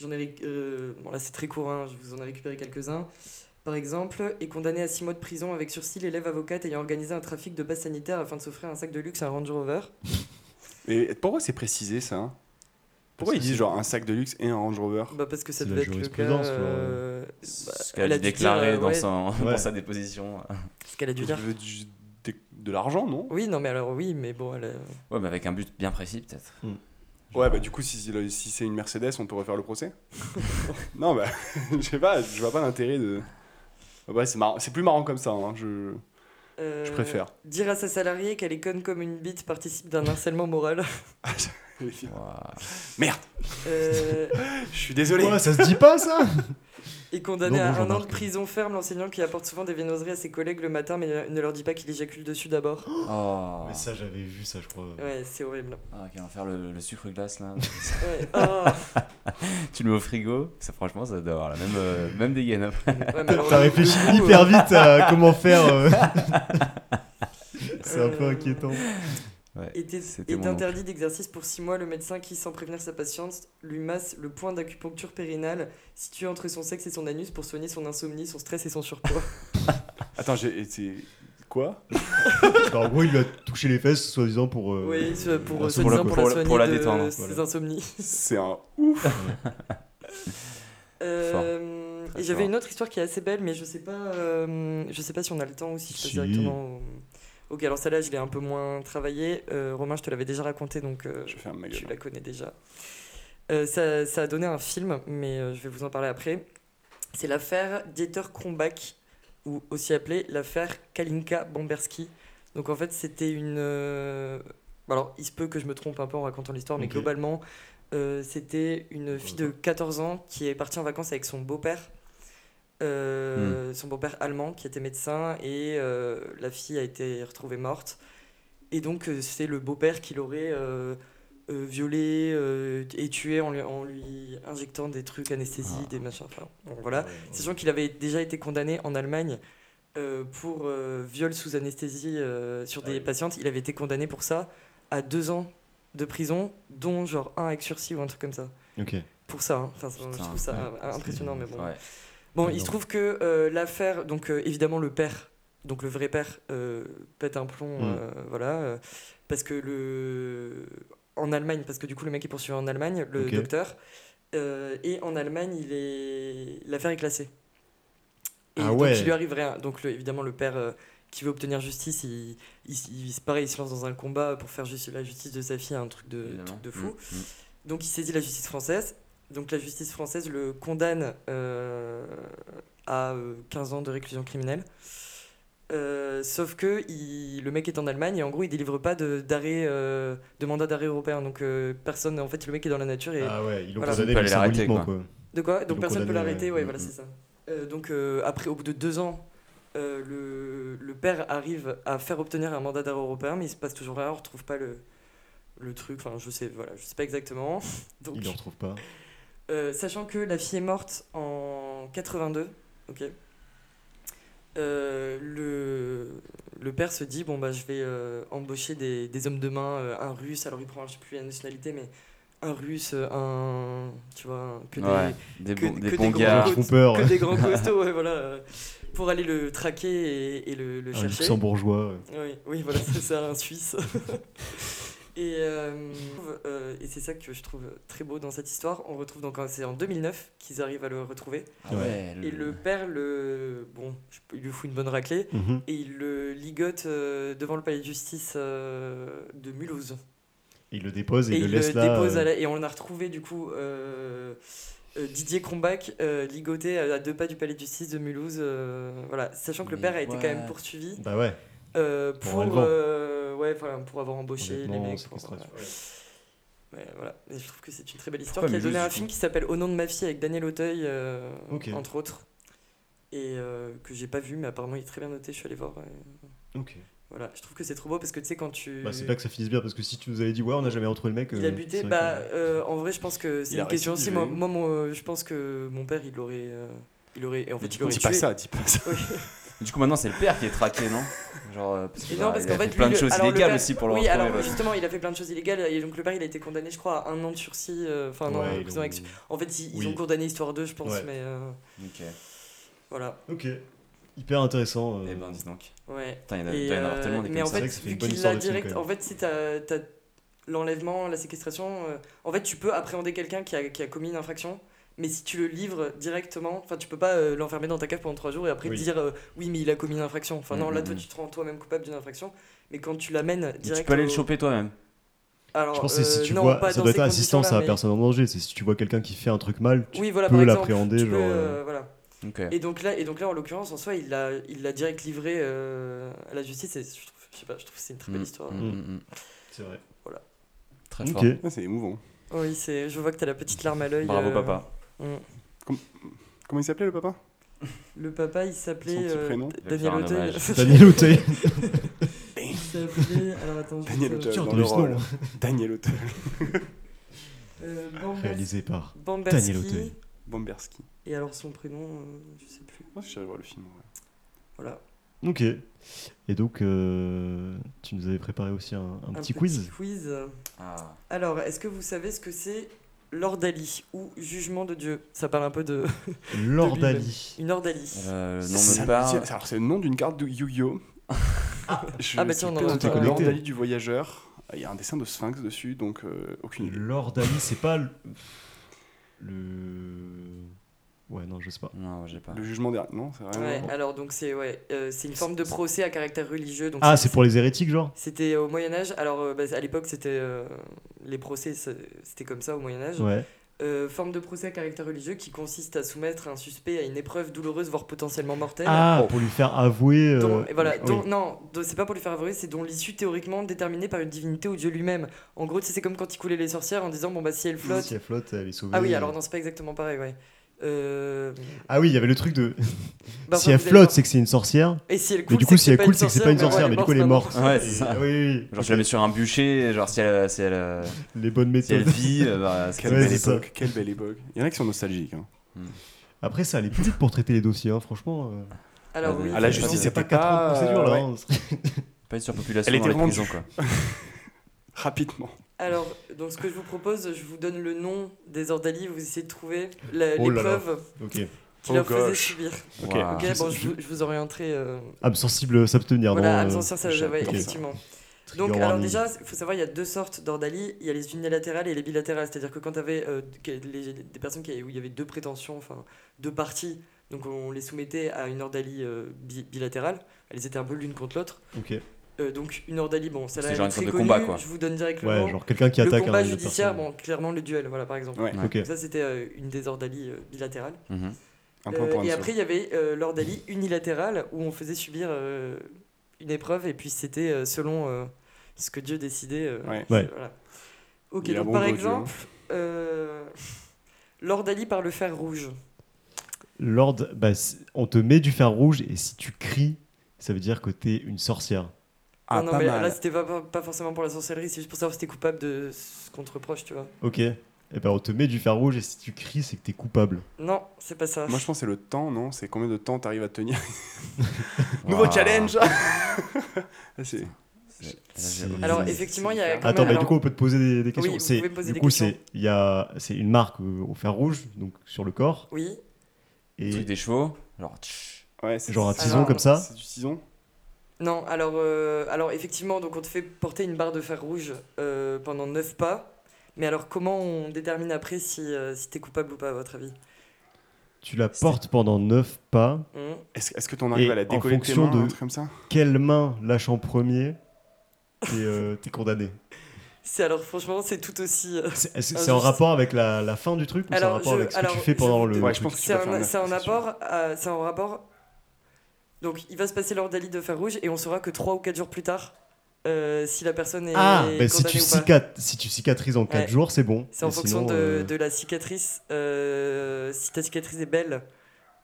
[SPEAKER 2] J'en ai, réc- euh, bon là, c'est très court. hein, je vous en ai récupéré quelques-uns. Par exemple, est condamné à 6 mois de prison avec sursis l'élève avocate ayant organisé un trafic de passe sanitaire afin de s'offrir un sac de luxe à un Range Rover.
[SPEAKER 4] Et pourquoi c'est précisé ça hein Pourquoi
[SPEAKER 1] Parce
[SPEAKER 4] ils
[SPEAKER 1] que
[SPEAKER 4] disent
[SPEAKER 1] c'est-
[SPEAKER 4] genre un sac de luxe et un Range Rover
[SPEAKER 2] Bah, parce que ça
[SPEAKER 1] C'est
[SPEAKER 2] devait
[SPEAKER 1] la
[SPEAKER 2] être le cas.
[SPEAKER 1] jurisprudence, genre,
[SPEAKER 2] euh, bah,
[SPEAKER 3] Ce
[SPEAKER 2] elle
[SPEAKER 3] qu'elle
[SPEAKER 2] a
[SPEAKER 3] a
[SPEAKER 2] dû dire,
[SPEAKER 3] déclaré
[SPEAKER 2] euh,
[SPEAKER 3] dans,
[SPEAKER 2] ouais,
[SPEAKER 3] son-
[SPEAKER 1] Ouais.
[SPEAKER 3] dans sa déposition.
[SPEAKER 2] ce qu'elle a dû
[SPEAKER 4] Tu
[SPEAKER 2] dire.
[SPEAKER 4] veux du- des- de l'argent, non
[SPEAKER 2] Oui, non, mais alors oui, mais bon, elle, a-
[SPEAKER 3] Ouais, mais avec un but bien précis peut-être.
[SPEAKER 1] Hmm.
[SPEAKER 4] Ouais, bah du coup, si, si- si c'est une Mercedes, on peut refaire le procès Non, bah, je sais pas, je vois pas l'intérêt de. Ouais, c'est marrant, c'est plus marrant comme ça, hein, je,
[SPEAKER 2] euh,
[SPEAKER 4] je préfère.
[SPEAKER 2] Dire à sa salariée qu'elle est conne comme une bite participe d'un harcèlement moral.
[SPEAKER 3] Ouah.
[SPEAKER 2] Euh,
[SPEAKER 4] Je suis désolé
[SPEAKER 1] Ouais, ça se dit pas ça
[SPEAKER 2] Et condamné
[SPEAKER 1] Non,
[SPEAKER 2] à
[SPEAKER 1] bonjour,
[SPEAKER 2] un an de
[SPEAKER 1] Marc.
[SPEAKER 2] prison ferme, l'enseignant qui apporte souvent des viennoiseries à ses collègues le matin, mais ne leur dit pas qu'il éjacule dessus d'abord.
[SPEAKER 3] Oh.
[SPEAKER 1] Mais ça, j'avais vu ça, je crois.
[SPEAKER 2] Ouais, c'est horrible.
[SPEAKER 3] Ah, quel enfer, le, le sucre glace là.
[SPEAKER 2] Ouais, ah.
[SPEAKER 3] tu le mets au frigo, ça, franchement, ça doit avoir la même, euh, même dégaine après.
[SPEAKER 2] Ouais, mais
[SPEAKER 1] T'as
[SPEAKER 2] alors,
[SPEAKER 1] t'as
[SPEAKER 2] le
[SPEAKER 1] réfléchi
[SPEAKER 2] coup, euh,
[SPEAKER 1] hyper vite à comment faire. euh. c'est un peu
[SPEAKER 2] Euh,
[SPEAKER 1] inquiétant.
[SPEAKER 3] Ouais.
[SPEAKER 2] Était,
[SPEAKER 3] C'était
[SPEAKER 2] est
[SPEAKER 3] mon oncle.
[SPEAKER 2] interdit d'exercice pour 6 mois, le médecin qui, sans prévenir sa patiente, lui masse le point d'acupuncture périnale situé entre son sexe et son anus pour soigner son insomnie, son stress et son surpoids.
[SPEAKER 4] Attends, j'ai. et c'est- Quoi
[SPEAKER 1] Bah, en gros, il lui a touché les fesses, soi-disant pour. euh,
[SPEAKER 2] oui, c'est pour,
[SPEAKER 1] la
[SPEAKER 2] euh,
[SPEAKER 1] soigner,
[SPEAKER 2] soi-disant
[SPEAKER 1] quoi.
[SPEAKER 2] pour,
[SPEAKER 3] la- pour
[SPEAKER 2] la
[SPEAKER 3] la-
[SPEAKER 2] soigner
[SPEAKER 3] pour la
[SPEAKER 2] de
[SPEAKER 3] détendre.
[SPEAKER 2] ses
[SPEAKER 1] Voilà.
[SPEAKER 2] insomnies.
[SPEAKER 4] C'est un.
[SPEAKER 2] Euh,
[SPEAKER 3] Très
[SPEAKER 2] et j'avais
[SPEAKER 3] fort.
[SPEAKER 2] une autre histoire qui est assez belle, mais je sais pas, euh, je sais pas si on a le temps ou si je passe
[SPEAKER 1] Si.
[SPEAKER 2] directement. au- Ok, alors celle-là, je l'ai un peu moins travaillée. Euh, Romain, je te l'avais déjà raconté, donc euh,
[SPEAKER 4] Je vais faire ma
[SPEAKER 2] tu
[SPEAKER 4] gueule.
[SPEAKER 2] la connais déjà. Euh, ça, ça a donné un film, mais euh, je vais vous en parler après. C'est l'affaire Dieter Krombach, ou aussi appelée l'affaire Kalinka Bomberski. Donc en fait, c'était une. euh, Alors, il se peut que je me trompe un peu en racontant l'histoire, mais
[SPEAKER 1] Ok.
[SPEAKER 2] globalement, euh, c'était une fille de 14 ans qui est partie en vacances avec son beau-père. Euh, Son beau-père allemand qui était médecin et euh, la fille a été retrouvée morte. Et donc, euh, c'est le beau-père qui l'aurait euh, euh, violée euh, et tuée en lui, en lui injectant des trucs anesthésie,
[SPEAKER 3] Ah.
[SPEAKER 2] des machins. Enfin, bon,
[SPEAKER 1] Ah.
[SPEAKER 2] voilà. Sachant qu'il avait déjà été condamné en Allemagne euh, pour euh, viol sous anesthésie euh, sur
[SPEAKER 1] Ah
[SPEAKER 2] des
[SPEAKER 1] oui.
[SPEAKER 2] patientes. Il avait été condamné pour ça à deux ans de prison, dont genre un avec sursis ou un truc comme ça.
[SPEAKER 1] Ok.
[SPEAKER 2] Pour ça, hein. Enfin, ça, je
[SPEAKER 3] Putain,
[SPEAKER 2] trouve ça
[SPEAKER 1] ouais,
[SPEAKER 2] euh, impressionnant,
[SPEAKER 1] c'est-
[SPEAKER 2] mais bon.
[SPEAKER 3] Ouais.
[SPEAKER 2] Bon,
[SPEAKER 1] Mais
[SPEAKER 2] il se
[SPEAKER 1] non.
[SPEAKER 2] trouve que euh, l'affaire, donc euh, évidemment le père, donc le vrai père, euh, pète un plomb,
[SPEAKER 1] Mm.
[SPEAKER 2] euh, voilà, euh, parce que le. En Allemagne, parce que du coup le mec est poursuivi en Allemagne, le
[SPEAKER 1] Ok.
[SPEAKER 2] docteur, Euh, et en Allemagne, il est... l'affaire est classée. Et
[SPEAKER 1] Ah
[SPEAKER 2] donc,
[SPEAKER 1] ouais.
[SPEAKER 2] il lui arrive rien. Donc, le- évidemment, le père euh, qui veut obtenir justice, il, il, il- pareil, il se lance dans un combat pour faire justi- la justice de sa fille, un truc de,
[SPEAKER 3] évidemment.
[SPEAKER 2] truc de fou.
[SPEAKER 3] Mm, mm.
[SPEAKER 2] Donc il saisit la justice française. Donc la justice française le condamne euh, à euh, 15 ans de réclusion criminelle. Euh, sauf que il- le mec est en Allemagne et en gros il délivre pas de, d'arrêt, euh, de mandat d'arrêt européen. Donc euh, personne, en fait, le mec est dans la nature et
[SPEAKER 1] Ah ouais, ils l'ont
[SPEAKER 2] Voilà.
[SPEAKER 1] condamné
[SPEAKER 3] Ils peuvent
[SPEAKER 1] mais
[SPEAKER 3] aller l'arrêter,
[SPEAKER 1] symboliquement, quoi.
[SPEAKER 2] de quoi
[SPEAKER 1] Ils
[SPEAKER 2] Donc
[SPEAKER 1] l'ont
[SPEAKER 2] personne ne peut
[SPEAKER 1] condamné,
[SPEAKER 2] l'arrêter,
[SPEAKER 1] ouais.
[SPEAKER 2] ouais, voilà,
[SPEAKER 3] Mm,
[SPEAKER 2] c'est ça. Euh, donc euh, après, au bout de deux ans, euh, le, le père arrive à faire obtenir un mandat d'arrêt européen, mais il se passe toujours rien, on retrouve pas le, le truc, enfin je sais, voilà, je sais pas exactement. Donc,
[SPEAKER 1] Ils ne le retrouvent pas.
[SPEAKER 2] euh, sachant que la fille est morte en 82, ok. Euh, le, le père se dit bon bah je vais euh, embaucher des, des hommes de main, euh, un russe, alors il prend je sais plus la nationalité mais un russe, euh, un tu vois que des,
[SPEAKER 3] Ouais, des,
[SPEAKER 2] que-
[SPEAKER 3] bons- des
[SPEAKER 2] que
[SPEAKER 3] bons
[SPEAKER 2] des
[SPEAKER 3] gars.
[SPEAKER 1] Ils
[SPEAKER 2] gros-
[SPEAKER 1] font peur,
[SPEAKER 2] que des grands costauds ouais, voilà euh, pour aller le traquer et, et le, le
[SPEAKER 1] un
[SPEAKER 2] chercher.
[SPEAKER 1] luxembourgeois. euh, ouais.
[SPEAKER 2] Oui, oui, voilà, c'est ça, un Suisse. et euh, je trouve, euh, et c'est ça que je trouve très beau dans cette histoire. On retrouve donc, hein, c'est en 2009 qu'ils arrivent à le retrouver.
[SPEAKER 3] Ah ouais,
[SPEAKER 1] Mmh.
[SPEAKER 2] Et le père, le, bon, je- il lui fout une bonne raclée.
[SPEAKER 1] Mhm.
[SPEAKER 2] Et il le ligote euh, devant le palais de justice euh, de Mulhouse.
[SPEAKER 1] Il le dépose et,
[SPEAKER 2] et
[SPEAKER 1] il le
[SPEAKER 2] il
[SPEAKER 1] laisse
[SPEAKER 2] le
[SPEAKER 1] là.
[SPEAKER 2] dépose
[SPEAKER 1] euh,
[SPEAKER 2] à la- Et on a retrouvé du coup euh, euh, Didier Krombach euh, ligoté à, à deux pas du palais de justice de Mulhouse. euh, voilà, sachant que le
[SPEAKER 3] Mais
[SPEAKER 2] père a été
[SPEAKER 3] what
[SPEAKER 2] quand même poursuivi.
[SPEAKER 1] Bah ouais,
[SPEAKER 2] Euh,
[SPEAKER 1] Pour
[SPEAKER 2] pour,
[SPEAKER 1] enlèvement.
[SPEAKER 2] euh, ouais, voilà, pour avoir embauché les
[SPEAKER 1] complètement
[SPEAKER 2] mecs. pour-
[SPEAKER 1] séquestration.
[SPEAKER 2] voilà. Ouais, voilà. Et je trouve que c'est une très belle histoire
[SPEAKER 3] Pourquoi
[SPEAKER 2] qui a
[SPEAKER 3] Mulhouse,
[SPEAKER 2] donné un
[SPEAKER 3] du
[SPEAKER 2] film qui s'appelle Au nom de ma fille avec Daniel Auteuil, euh,
[SPEAKER 1] Ok.
[SPEAKER 2] entre autres, et euh, que j'ai pas vu, mais apparemment il est très bien noté. Je suis allé voir. et
[SPEAKER 1] Ok.
[SPEAKER 2] voilà, je trouve que c'est trop beau parce que tu sais quand tu
[SPEAKER 1] Bah, c'est pas que ça finisse bien parce que si tu nous avais dit ouais on n'a jamais retrouvé le mec.
[SPEAKER 2] il
[SPEAKER 1] euh,
[SPEAKER 2] a buté,
[SPEAKER 1] c'est vrai
[SPEAKER 2] bah
[SPEAKER 1] que-
[SPEAKER 2] euh, en vrai je pense que c'est
[SPEAKER 4] Il a
[SPEAKER 2] une question aussi.
[SPEAKER 4] récidivé.
[SPEAKER 2] Moi, moi, mon, euh, je pense que mon père il l'aurait, euh, il aurait, et en fait
[SPEAKER 3] du
[SPEAKER 2] il
[SPEAKER 3] coup,
[SPEAKER 2] l'aurait
[SPEAKER 4] Dis
[SPEAKER 2] tué.
[SPEAKER 4] pas ça, dis pas ça.
[SPEAKER 2] Oui.
[SPEAKER 3] Du coup, maintenant, c'est le père qui est traqué, non Genre, euh, parce
[SPEAKER 2] Et
[SPEAKER 3] que,
[SPEAKER 2] non,
[SPEAKER 3] genre,
[SPEAKER 2] parce
[SPEAKER 3] il
[SPEAKER 2] qu'en
[SPEAKER 3] a
[SPEAKER 2] fait,
[SPEAKER 3] fait plein
[SPEAKER 2] lui,
[SPEAKER 3] de
[SPEAKER 2] le-
[SPEAKER 3] choses
[SPEAKER 2] alors, le
[SPEAKER 3] illégales
[SPEAKER 2] père-
[SPEAKER 3] aussi pour le
[SPEAKER 2] Oui,
[SPEAKER 3] retrouver.
[SPEAKER 2] alors
[SPEAKER 3] parce que-
[SPEAKER 2] justement, il a fait plein de choses illégales et donc le père il a été condamné, je crois, à un an de sursis, euh, enfin un an
[SPEAKER 1] Ouais,
[SPEAKER 2] de
[SPEAKER 1] ils
[SPEAKER 2] prison
[SPEAKER 1] l'ont-
[SPEAKER 2] avec- En fait, ils, ils
[SPEAKER 1] Oui.
[SPEAKER 2] ont condamné Histoire 2, je pense,
[SPEAKER 1] Ouais.
[SPEAKER 2] mais euh,
[SPEAKER 3] Ok.
[SPEAKER 2] voilà.
[SPEAKER 1] Ok. Hyper intéressant. euh,
[SPEAKER 3] Eh ben, dis donc.
[SPEAKER 2] Ouais.
[SPEAKER 3] Putain, il y en a-
[SPEAKER 2] Et,
[SPEAKER 3] il doit y en avoir
[SPEAKER 2] euh,
[SPEAKER 3] tellement des
[SPEAKER 2] mais
[SPEAKER 3] comme
[SPEAKER 2] en
[SPEAKER 1] C'est
[SPEAKER 3] ça.
[SPEAKER 1] vrai
[SPEAKER 2] fait,
[SPEAKER 1] que ça fait une
[SPEAKER 2] vu
[SPEAKER 1] bonne
[SPEAKER 2] qu'il
[SPEAKER 1] histoire
[SPEAKER 2] l'a
[SPEAKER 1] de film,
[SPEAKER 2] direct,
[SPEAKER 1] quand même.
[SPEAKER 2] en fait, si t'as t'as l'enlèvement, la séquestration, euh, en fait, tu peux appréhender quelqu'un qui a, qui a commis une infraction. Mais si tu le livres directement, enfin tu peux pas euh, l'enfermer dans ta cave pendant trois jours et après
[SPEAKER 1] Oui. Mm,
[SPEAKER 2] dire euh, oui mais il a commis une infraction. Enfin non
[SPEAKER 3] Mhm,
[SPEAKER 2] là toi
[SPEAKER 3] mhm.
[SPEAKER 2] tu te rends toi-même coupable d'une infraction, mais quand tu l'amènes
[SPEAKER 3] Et
[SPEAKER 2] direct.
[SPEAKER 3] Tu peux aller le
[SPEAKER 2] au-
[SPEAKER 3] choper toi-même.
[SPEAKER 2] Alors,
[SPEAKER 1] Je pense que si
[SPEAKER 2] euh,
[SPEAKER 1] tu
[SPEAKER 2] non,
[SPEAKER 1] vois,
[SPEAKER 2] pas
[SPEAKER 1] ça
[SPEAKER 2] dans
[SPEAKER 1] doit
[SPEAKER 2] ces
[SPEAKER 1] être assistance à
[SPEAKER 2] conditions-là,
[SPEAKER 1] la
[SPEAKER 2] mais-
[SPEAKER 1] personne en danger. C'est si tu vois quelqu'un qui fait un truc mal, tu
[SPEAKER 2] Oui, voilà, par
[SPEAKER 1] peux
[SPEAKER 2] exemple,
[SPEAKER 1] l'appréhender.
[SPEAKER 2] tu peux,
[SPEAKER 1] Genre, euh,
[SPEAKER 2] euh, voilà.
[SPEAKER 3] Ok.
[SPEAKER 2] Et donc là, et donc là, en l'occurrence, en soi, il l'a, il l'a direct livré euh, à la justice. Et je trouve, je sais pas, je trouve que c'est une très belle
[SPEAKER 3] Mm,
[SPEAKER 2] histoire.
[SPEAKER 3] mm, mm, mm.
[SPEAKER 1] C'est vrai.
[SPEAKER 3] Très fort.
[SPEAKER 1] Ok.
[SPEAKER 4] Ah, c'est émouvant.
[SPEAKER 2] Oui, c'est, je vois que t'as la petite larme à l'œil.
[SPEAKER 3] Bravo,
[SPEAKER 2] euh,
[SPEAKER 3] papa.
[SPEAKER 2] mm.
[SPEAKER 4] Comment il s'appelait le papa
[SPEAKER 2] Le papa, il s'appelait
[SPEAKER 4] Son petit
[SPEAKER 2] euh,
[SPEAKER 4] prénom.
[SPEAKER 2] D-
[SPEAKER 3] Il va
[SPEAKER 2] Daniel
[SPEAKER 3] faire un
[SPEAKER 2] Auteuil.
[SPEAKER 3] hommage.
[SPEAKER 1] Daniel Auteuil.
[SPEAKER 2] il s'appelait. Alors attends, euh, je
[SPEAKER 4] Daniel
[SPEAKER 2] vais-
[SPEAKER 4] Auteuil.
[SPEAKER 1] Tiens,
[SPEAKER 4] dans
[SPEAKER 1] de
[SPEAKER 4] le
[SPEAKER 1] ce
[SPEAKER 4] rôle.
[SPEAKER 1] nom.
[SPEAKER 4] Daniel Auteuil.
[SPEAKER 2] Euh, Bambers-
[SPEAKER 1] Réalisé par.
[SPEAKER 2] Bamberski.
[SPEAKER 1] Daniel Auteuil.
[SPEAKER 4] Bomberski.
[SPEAKER 2] Et alors son prénom, euh, je sais plus.
[SPEAKER 4] Moi, je suis allé voir le film. ouais.
[SPEAKER 2] Voilà.
[SPEAKER 1] Ok. Et donc, euh, tu nous avais préparé aussi un, un petit quiz.
[SPEAKER 2] Quiz.
[SPEAKER 3] Ah.
[SPEAKER 2] Alors, est-ce que vous savez ce que c'est l'ordalie ou jugement de Dieu Ça parle un peu de
[SPEAKER 1] L'ordalie.
[SPEAKER 2] une ordalie.
[SPEAKER 3] Euh, le nom
[SPEAKER 4] Ça
[SPEAKER 3] me
[SPEAKER 4] me
[SPEAKER 3] parle.
[SPEAKER 4] dit- Alors, c'est le nom d'une carte de Yu-Gi-Oh! Je
[SPEAKER 2] Ah bah
[SPEAKER 4] sais
[SPEAKER 2] tiens, on en
[SPEAKER 4] pas
[SPEAKER 2] a
[SPEAKER 4] du tout.
[SPEAKER 1] pas parlé.
[SPEAKER 4] L'ordalie du voyageur. Il y a un dessin de sphinx dessus, donc euh, aucune idée.
[SPEAKER 1] L'ordalie, c'est pas le... le. Ouais, non, je sais pas.
[SPEAKER 3] Non, j'ai pas.
[SPEAKER 4] Le jugement dernier, non C'est vraiment.
[SPEAKER 2] Ouais, alors donc c'est ouais, euh, c'est une forme de procès à caractère religieux. Donc
[SPEAKER 1] Ah, c'est pour les hérétiques, genre
[SPEAKER 2] C'était au Moyen Âge. Alors euh, bah, à l'époque, c'était euh, les procès, c'est- c'était comme ça au Moyen Âge.
[SPEAKER 1] Ouais.
[SPEAKER 2] Euh, forme de procès à caractère religieux qui consiste à soumettre un suspect à une épreuve douloureuse, voire potentiellement mortelle.
[SPEAKER 1] Ah,
[SPEAKER 4] Oh.
[SPEAKER 1] pour lui faire avouer. euh,
[SPEAKER 2] Dont- et voilà,
[SPEAKER 1] oui.
[SPEAKER 2] dont- non, dont- c'est pas pour lui faire avouer, c'est dont l'issue théoriquement déterminée par une divinité ou Dieu lui-même. En gros, tu sais, c'est comme quand il coulait les sorcières en disant bon bah si elle flotte,
[SPEAKER 1] Si elle flotte, elle est sauvée.
[SPEAKER 2] Ah oui, alors non, c'est pas exactement pareil, ouais. Euh,
[SPEAKER 1] Ah oui, il y avait le truc de.
[SPEAKER 2] bah,
[SPEAKER 1] si
[SPEAKER 2] enfin,
[SPEAKER 1] elle
[SPEAKER 2] vous allez voir.
[SPEAKER 1] flotte, c'est que c'est une sorcière.
[SPEAKER 2] Et si elle coule,
[SPEAKER 1] Mais du coup, si elle coule,
[SPEAKER 2] une
[SPEAKER 1] c'est que c'est pas une sorcière, mais du coup, elle est morte.
[SPEAKER 3] Ouais,
[SPEAKER 1] Et-
[SPEAKER 3] c'est ça.
[SPEAKER 1] ah oui, oui, oui.
[SPEAKER 3] Genre, tu la mets sur un bûcher, genre, si elle, si elle, euh,
[SPEAKER 1] Les bonnes
[SPEAKER 3] si elle
[SPEAKER 1] méthodes.
[SPEAKER 3] vit, euh, bah, c'est
[SPEAKER 4] Quelle
[SPEAKER 1] Ouais,
[SPEAKER 4] belle
[SPEAKER 1] c'est ça.
[SPEAKER 4] époque, quelle belle époque. Il y en a qui sont nostalgiques. hein.
[SPEAKER 1] Après, ça allait plus vite pour traiter les dossiers, hein, franchement. euh.
[SPEAKER 2] Alors oui,
[SPEAKER 3] Ah,
[SPEAKER 4] À la
[SPEAKER 3] c'est
[SPEAKER 4] justice,
[SPEAKER 3] pas-
[SPEAKER 4] c'était
[SPEAKER 1] Pas
[SPEAKER 4] pas,
[SPEAKER 1] 4 ans de procédure, là.
[SPEAKER 4] ouais,
[SPEAKER 1] hein.
[SPEAKER 3] pas une surpopulation
[SPEAKER 4] Elle
[SPEAKER 3] dans
[SPEAKER 4] était
[SPEAKER 3] les
[SPEAKER 4] rendue.
[SPEAKER 3] prisons, quoi.
[SPEAKER 4] Rapidement.
[SPEAKER 2] alors, donc ce que je vous propose, je vous donne le nom des ordalies, vous essayez de trouver la-
[SPEAKER 1] Oh là là.
[SPEAKER 2] l'épreuve
[SPEAKER 1] Ok.
[SPEAKER 2] qui
[SPEAKER 4] Oh
[SPEAKER 2] leur faisait
[SPEAKER 4] gosh. Ah.
[SPEAKER 2] subir.
[SPEAKER 4] Ok.
[SPEAKER 3] Waouh.
[SPEAKER 2] Ok, bon, je vous, je vous orienterai. euh,
[SPEAKER 1] Âme sensible, euh, s'abstenir.
[SPEAKER 2] voilà,
[SPEAKER 1] non, euh,
[SPEAKER 2] absence ça,
[SPEAKER 4] je sais pas
[SPEAKER 2] ouais,
[SPEAKER 4] comment ça.
[SPEAKER 2] effectivement.
[SPEAKER 1] Trigger
[SPEAKER 2] Donc, alors
[SPEAKER 1] warning.
[SPEAKER 2] déjà, il faut savoir, il y a deux sortes d'ordalie. Il y a les unilatérales et les bilatérales. C'est-à-dire que quand tu avais des personnes qui avaient- où il y avait deux prétentions, enfin deux parties, donc on les soumettait à une ordalie euh, bi- bilatérale. Elles étaient un peu l'une contre l'autre.
[SPEAKER 1] Ok.
[SPEAKER 2] Euh, donc une ordalie, bon, celle-là,
[SPEAKER 3] C'est
[SPEAKER 2] elle
[SPEAKER 3] genre
[SPEAKER 2] est
[SPEAKER 3] une
[SPEAKER 2] très
[SPEAKER 3] sorte de
[SPEAKER 2] connue.
[SPEAKER 3] combat, quoi.
[SPEAKER 2] Je vous donne directement.
[SPEAKER 1] Ouais, genre quelqu'un qui
[SPEAKER 2] le
[SPEAKER 1] attaque un
[SPEAKER 2] combat
[SPEAKER 1] autre
[SPEAKER 2] judiciaire,
[SPEAKER 1] personnage.
[SPEAKER 2] bon, clairement le duel, voilà, par exemple.
[SPEAKER 4] Ouais,
[SPEAKER 3] bon.
[SPEAKER 1] Ok.
[SPEAKER 2] Ça, c'était euh, une des ordalies euh, bilatérales.
[SPEAKER 3] Mhm.
[SPEAKER 4] un point
[SPEAKER 2] Euh,
[SPEAKER 4] pour un
[SPEAKER 2] et
[SPEAKER 4] seul.
[SPEAKER 2] après, il y avait euh, l'ordalie unilatérale où on faisait subir euh, une épreuve et puis c'était euh, selon euh, ce que Dieu décidait. euh,
[SPEAKER 4] Ouais.
[SPEAKER 1] Ouais.
[SPEAKER 2] voilà. Ok,
[SPEAKER 4] Il a
[SPEAKER 2] donc
[SPEAKER 4] bon
[SPEAKER 2] par
[SPEAKER 4] dos, Dieu,
[SPEAKER 2] exemple,
[SPEAKER 4] hein.
[SPEAKER 2] euh, l'ordalie par le fer rouge.
[SPEAKER 1] Lord, bah, c- on te met du fer rouge et si tu cries, ça veut dire que t'es une sorcière.
[SPEAKER 4] Ah,
[SPEAKER 2] non, non,
[SPEAKER 4] pas
[SPEAKER 2] mais
[SPEAKER 4] mal.
[SPEAKER 2] là, c'était pas, pas, pas forcément pour la sorcellerie, c'est juste pour savoir si t'es coupable de ce qu'on te reproche, tu vois.
[SPEAKER 1] Ok. Et ben on te met du fer rouge et si tu cries, c'est que t'es coupable.
[SPEAKER 2] Non, c'est pas ça.
[SPEAKER 4] Moi, je pense que c'est le temps, non C'est combien de temps t'arrives à tenir
[SPEAKER 3] Waouh.
[SPEAKER 4] Nouveau challenge C'est-
[SPEAKER 3] C'est- j'ai-
[SPEAKER 1] Alors,
[SPEAKER 2] Alors,
[SPEAKER 1] c'est-
[SPEAKER 2] effectivement, il y a quand
[SPEAKER 1] Attends,
[SPEAKER 2] même-
[SPEAKER 1] mais
[SPEAKER 2] Ah, alors,
[SPEAKER 1] du coup, on peut te poser des, des questions.
[SPEAKER 2] vous
[SPEAKER 1] C'est-
[SPEAKER 2] pouvez me poser
[SPEAKER 1] du
[SPEAKER 2] des
[SPEAKER 1] coup,
[SPEAKER 2] questions.
[SPEAKER 1] c'est il y a, c'est une marque euh, au fer rouge, donc sur le corps,
[SPEAKER 2] Oui,
[SPEAKER 1] et
[SPEAKER 3] Truc des chevaux. Alors, tch.
[SPEAKER 4] Ouais, c'est
[SPEAKER 1] genre un
[SPEAKER 4] c'est-
[SPEAKER 1] tison
[SPEAKER 2] Alors,
[SPEAKER 1] comme ça.
[SPEAKER 4] C'est du tison
[SPEAKER 2] Non, alors, euh, alors effectivement, donc on te fait porter une barre de fer rouge euh, pendant 9 pas. Mais alors, comment on détermine après si, euh, si t'es coupable ou pas, à votre avis
[SPEAKER 1] Tu la portes pendant 9 pas.
[SPEAKER 2] Hum
[SPEAKER 4] Est-ce est-ce que t'en arrives
[SPEAKER 1] Et
[SPEAKER 4] à la
[SPEAKER 1] en
[SPEAKER 4] décoller de tes
[SPEAKER 1] fonction
[SPEAKER 4] mains,
[SPEAKER 1] de-
[SPEAKER 4] un truc comme ça
[SPEAKER 1] Quelle main lâche en premier T'es euh, t'es condamné.
[SPEAKER 2] C'est alors, franchement, c'est tout aussi. euh,
[SPEAKER 1] C'est est-ce que
[SPEAKER 2] Ah,
[SPEAKER 1] c'est en
[SPEAKER 2] juste.
[SPEAKER 1] rapport avec la, la fin du truc ou c'est en
[SPEAKER 2] Alors,
[SPEAKER 1] rapport
[SPEAKER 2] je-
[SPEAKER 1] avec ce que
[SPEAKER 2] alors,
[SPEAKER 1] tu fais
[SPEAKER 2] je-
[SPEAKER 1] pendant le.
[SPEAKER 4] Ouais, je pense que tu
[SPEAKER 2] C'est
[SPEAKER 4] vas faire
[SPEAKER 2] un,
[SPEAKER 4] neuf,
[SPEAKER 2] c'est un
[SPEAKER 4] c'est sûr.
[SPEAKER 2] apport. à- C'est un rapport. Donc, il va se passer l'ordalie de fer rouge et on saura que 3 ou 4 jours plus tard euh, si la personne est.
[SPEAKER 1] Ah,
[SPEAKER 2] condamnée
[SPEAKER 1] bah, si, tu
[SPEAKER 2] ou pas.
[SPEAKER 1] cicat- si tu cicatrises en 4
[SPEAKER 2] Ouais.
[SPEAKER 1] jours, c'est bon.
[SPEAKER 2] C'est en
[SPEAKER 1] Mais
[SPEAKER 2] fonction
[SPEAKER 1] sinon,
[SPEAKER 2] de,
[SPEAKER 1] euh,
[SPEAKER 2] de la cicatrice. euh, si ta cicatrice est belle.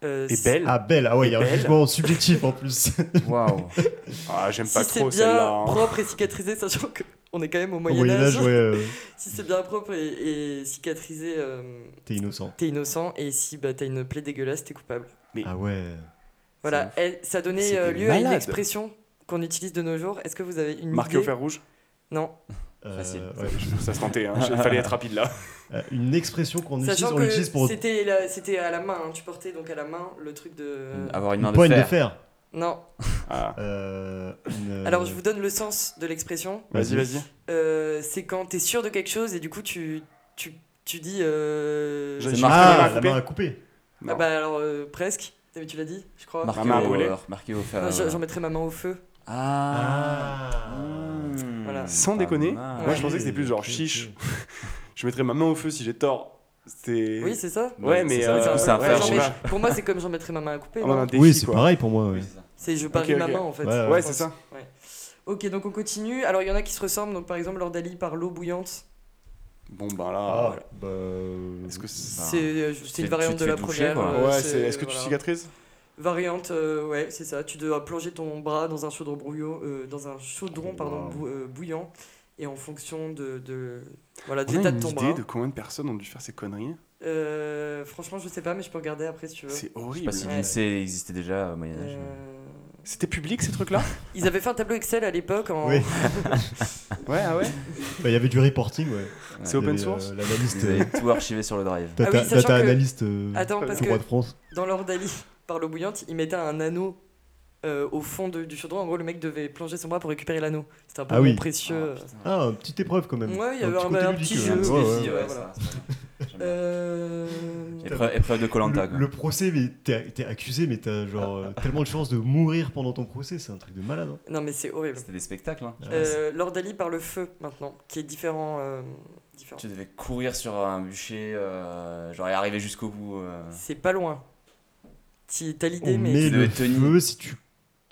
[SPEAKER 2] euh,
[SPEAKER 4] Et
[SPEAKER 2] si-
[SPEAKER 4] belle
[SPEAKER 1] Ah, belle, ah ouais, il y a un
[SPEAKER 4] Belle.
[SPEAKER 1] jugement subjectif en plus.
[SPEAKER 3] Waouh.
[SPEAKER 4] Ah, j'aime
[SPEAKER 2] Si
[SPEAKER 4] pas
[SPEAKER 2] c'est
[SPEAKER 4] trop
[SPEAKER 2] bien
[SPEAKER 4] celle-là. hein.
[SPEAKER 2] propre et cicatrisé, sachant qu'on est quand même au
[SPEAKER 1] Au Moyen-Âge,
[SPEAKER 2] Moyen-Âge.
[SPEAKER 1] ouais, euh,
[SPEAKER 2] Si c'est bien propre et, et cicatrisé, euh,
[SPEAKER 1] t'es innocent.
[SPEAKER 2] t'es innocent. Et si bah, t'as une plaie dégueulasse, t'es coupable.
[SPEAKER 1] Ah ouais.
[SPEAKER 2] Voilà, elle- ça donnait
[SPEAKER 4] C'est
[SPEAKER 2] euh,
[SPEAKER 4] des
[SPEAKER 2] lieu à une
[SPEAKER 4] malades.
[SPEAKER 2] expression qu'on utilise de nos jours. Est-ce que vous avez une
[SPEAKER 4] Marqué
[SPEAKER 2] idée
[SPEAKER 4] au fer rouge
[SPEAKER 2] Non.
[SPEAKER 1] Euh,
[SPEAKER 3] Facile.
[SPEAKER 1] ouais.
[SPEAKER 4] Ça se tentait, hein. fallait être rapide là.
[SPEAKER 1] Euh, une expression qu'on utilise,
[SPEAKER 2] Sachant
[SPEAKER 1] on
[SPEAKER 2] que
[SPEAKER 1] l'utilise pour
[SPEAKER 2] c'était la- c'était à la main, hein, tu portais donc à la main le truc de...
[SPEAKER 4] Mm.
[SPEAKER 2] Ah
[SPEAKER 3] Avoir une main
[SPEAKER 1] une
[SPEAKER 3] de
[SPEAKER 1] poigne de
[SPEAKER 3] fer.
[SPEAKER 1] fer.
[SPEAKER 2] Non.
[SPEAKER 4] Ah.
[SPEAKER 1] Euh, une,
[SPEAKER 2] Alors
[SPEAKER 1] euh,
[SPEAKER 2] je vous donne le sens de l'expression.
[SPEAKER 4] Vas-y, vas-y.
[SPEAKER 2] Euh, C'est quand t'es sûr de quelque chose et du coup tu, tu, tu dis... euh,
[SPEAKER 4] Je-
[SPEAKER 3] C'est
[SPEAKER 4] la main
[SPEAKER 1] Ah,
[SPEAKER 4] à
[SPEAKER 1] la
[SPEAKER 4] couper.
[SPEAKER 1] main à couper.
[SPEAKER 2] Ah bah alors euh, presque, T'as- tu l'as dit, je crois.
[SPEAKER 3] Marqué
[SPEAKER 4] main à
[SPEAKER 3] au-
[SPEAKER 4] brûler.
[SPEAKER 3] Marqué au fer.
[SPEAKER 2] Non, je-
[SPEAKER 3] voilà.
[SPEAKER 2] J'en mettrai ma main au feu.
[SPEAKER 3] Ah.
[SPEAKER 1] Ah.
[SPEAKER 3] Mmh,
[SPEAKER 2] Voilà.
[SPEAKER 4] Sans
[SPEAKER 3] pas
[SPEAKER 4] déconner,
[SPEAKER 3] mal.
[SPEAKER 4] moi, je pensais que c'était plus genre
[SPEAKER 1] Ok, ok.
[SPEAKER 4] chiche. Je mettrais ma main au feu si j'ai tort. C'était.
[SPEAKER 2] Oui, c'est ça.
[SPEAKER 4] Ouais, mais,
[SPEAKER 3] c'est
[SPEAKER 4] euh,
[SPEAKER 3] ça, du coup, c'est un
[SPEAKER 4] ouais,
[SPEAKER 3] fer,
[SPEAKER 2] j'en
[SPEAKER 4] je
[SPEAKER 3] je
[SPEAKER 4] sais
[SPEAKER 2] mets-
[SPEAKER 4] pas.
[SPEAKER 2] Pour moi, c'est comme j'en mettrai ma main à couper.
[SPEAKER 4] Ah,
[SPEAKER 2] non
[SPEAKER 4] on a un défi,
[SPEAKER 1] Oui, c'est
[SPEAKER 4] quoi.
[SPEAKER 1] pareil pour moi.
[SPEAKER 3] Oui,
[SPEAKER 1] ouais.
[SPEAKER 3] c'est ça.
[SPEAKER 2] C'est je parie
[SPEAKER 4] Ok,
[SPEAKER 2] ma
[SPEAKER 4] ok.
[SPEAKER 2] main en fait.
[SPEAKER 1] Ouais, ouais.
[SPEAKER 4] Ouais, c'est ça.
[SPEAKER 2] Ok, donc on continue. Alors il y en a qui se ressemblent, donc par exemple l'ordalie par l'eau bouillante.
[SPEAKER 3] Ah.
[SPEAKER 4] Bon, bah
[SPEAKER 1] Ah,
[SPEAKER 4] là.
[SPEAKER 1] bah, euh,
[SPEAKER 4] Est-ce que c'est.
[SPEAKER 3] Ah.
[SPEAKER 2] C'est euh, c'est
[SPEAKER 3] Tu-
[SPEAKER 2] une
[SPEAKER 3] tu
[SPEAKER 2] variante
[SPEAKER 3] te
[SPEAKER 2] de
[SPEAKER 3] fais
[SPEAKER 2] la
[SPEAKER 3] doucher,
[SPEAKER 2] première.
[SPEAKER 3] quoi.
[SPEAKER 2] euh,
[SPEAKER 4] Ouais, c'est. Est-ce que tu
[SPEAKER 2] voilà.
[SPEAKER 4] cicatrises
[SPEAKER 2] Variante, euh, ouais, c'est ça. Tu dois plonger ton bras dans un chaudron, brouillot, euh, dans un chaudron pardon,
[SPEAKER 1] Wow.
[SPEAKER 2] bou- euh, bouillant. Et en fonction de, de- voilà, de
[SPEAKER 4] On a
[SPEAKER 2] l'état
[SPEAKER 4] une
[SPEAKER 2] de hein. ton
[SPEAKER 4] idée
[SPEAKER 2] bras.
[SPEAKER 4] de combien de personnes ont dû faire ces conneries
[SPEAKER 2] Euh, franchement, je sais pas, mais je peux regarder après si tu veux.
[SPEAKER 3] Je sais
[SPEAKER 4] C'est horrible.
[SPEAKER 3] pas si
[SPEAKER 2] Ouais.
[SPEAKER 3] l'INSEE existait déjà au Moyen-Âge.
[SPEAKER 2] Euh,
[SPEAKER 4] C'était public ces trucs là
[SPEAKER 2] Ils avaient fait un tableau Excel à l'époque en,
[SPEAKER 1] Oui,
[SPEAKER 4] Ouais, ah ouais.
[SPEAKER 1] bah, il y avait du reporting, ouais. Il
[SPEAKER 4] C'est
[SPEAKER 1] y
[SPEAKER 4] open
[SPEAKER 1] avait, euh,
[SPEAKER 4] source
[SPEAKER 1] L'analyste.
[SPEAKER 3] Ils
[SPEAKER 1] euh,
[SPEAKER 3] avaient tout archivé sur le drive.
[SPEAKER 1] Data,
[SPEAKER 2] Ah oui, sachant
[SPEAKER 1] data
[SPEAKER 2] que-
[SPEAKER 1] analyst euh,
[SPEAKER 2] Attends, parce
[SPEAKER 1] tout
[SPEAKER 2] que
[SPEAKER 1] droit de France.
[SPEAKER 2] dans l'ordalie par l'eau bouillante, il mettait un anneau euh, au fond de- du chaudron. En gros, le mec devait plonger son bras pour récupérer l'anneau. C'était un peu
[SPEAKER 1] Ah oui.
[SPEAKER 2] précieux.
[SPEAKER 3] Ah, putain.
[SPEAKER 1] Ah, une petite épreuve quand même.
[SPEAKER 2] Ouais, il y avait
[SPEAKER 1] petit
[SPEAKER 2] un-
[SPEAKER 1] côté
[SPEAKER 2] un
[SPEAKER 1] ludique,
[SPEAKER 2] petit
[SPEAKER 1] euh,
[SPEAKER 2] jeu.
[SPEAKER 1] ouais,
[SPEAKER 3] Ouais,
[SPEAKER 1] ouais.
[SPEAKER 3] ouais,
[SPEAKER 2] ouais,
[SPEAKER 3] ça,
[SPEAKER 2] voilà.
[SPEAKER 3] ça, j'aime bien.
[SPEAKER 2] Euh,
[SPEAKER 3] Épreuve épreuve de Colanta.
[SPEAKER 1] Le, le procès, mais t'es t'es accusé, mais t'as genre euh, tellement de chances de mourir pendant ton procès, c'est un truc de malade. hein.
[SPEAKER 2] Non, mais c'est horrible.
[SPEAKER 3] C'était des spectacles. hein.
[SPEAKER 1] Ah,
[SPEAKER 2] Euh, L'ordalie par le feu maintenant, qui est différent. euh, différent.
[SPEAKER 3] Tu devais courir sur un bûcher, euh, genre et arriver jusqu'au bout. euh.
[SPEAKER 2] C'est pas loin. Si T'as l'idée,
[SPEAKER 1] On
[SPEAKER 2] mais.
[SPEAKER 1] met
[SPEAKER 3] tu devais
[SPEAKER 1] le
[SPEAKER 3] tenir.
[SPEAKER 1] feu si tu.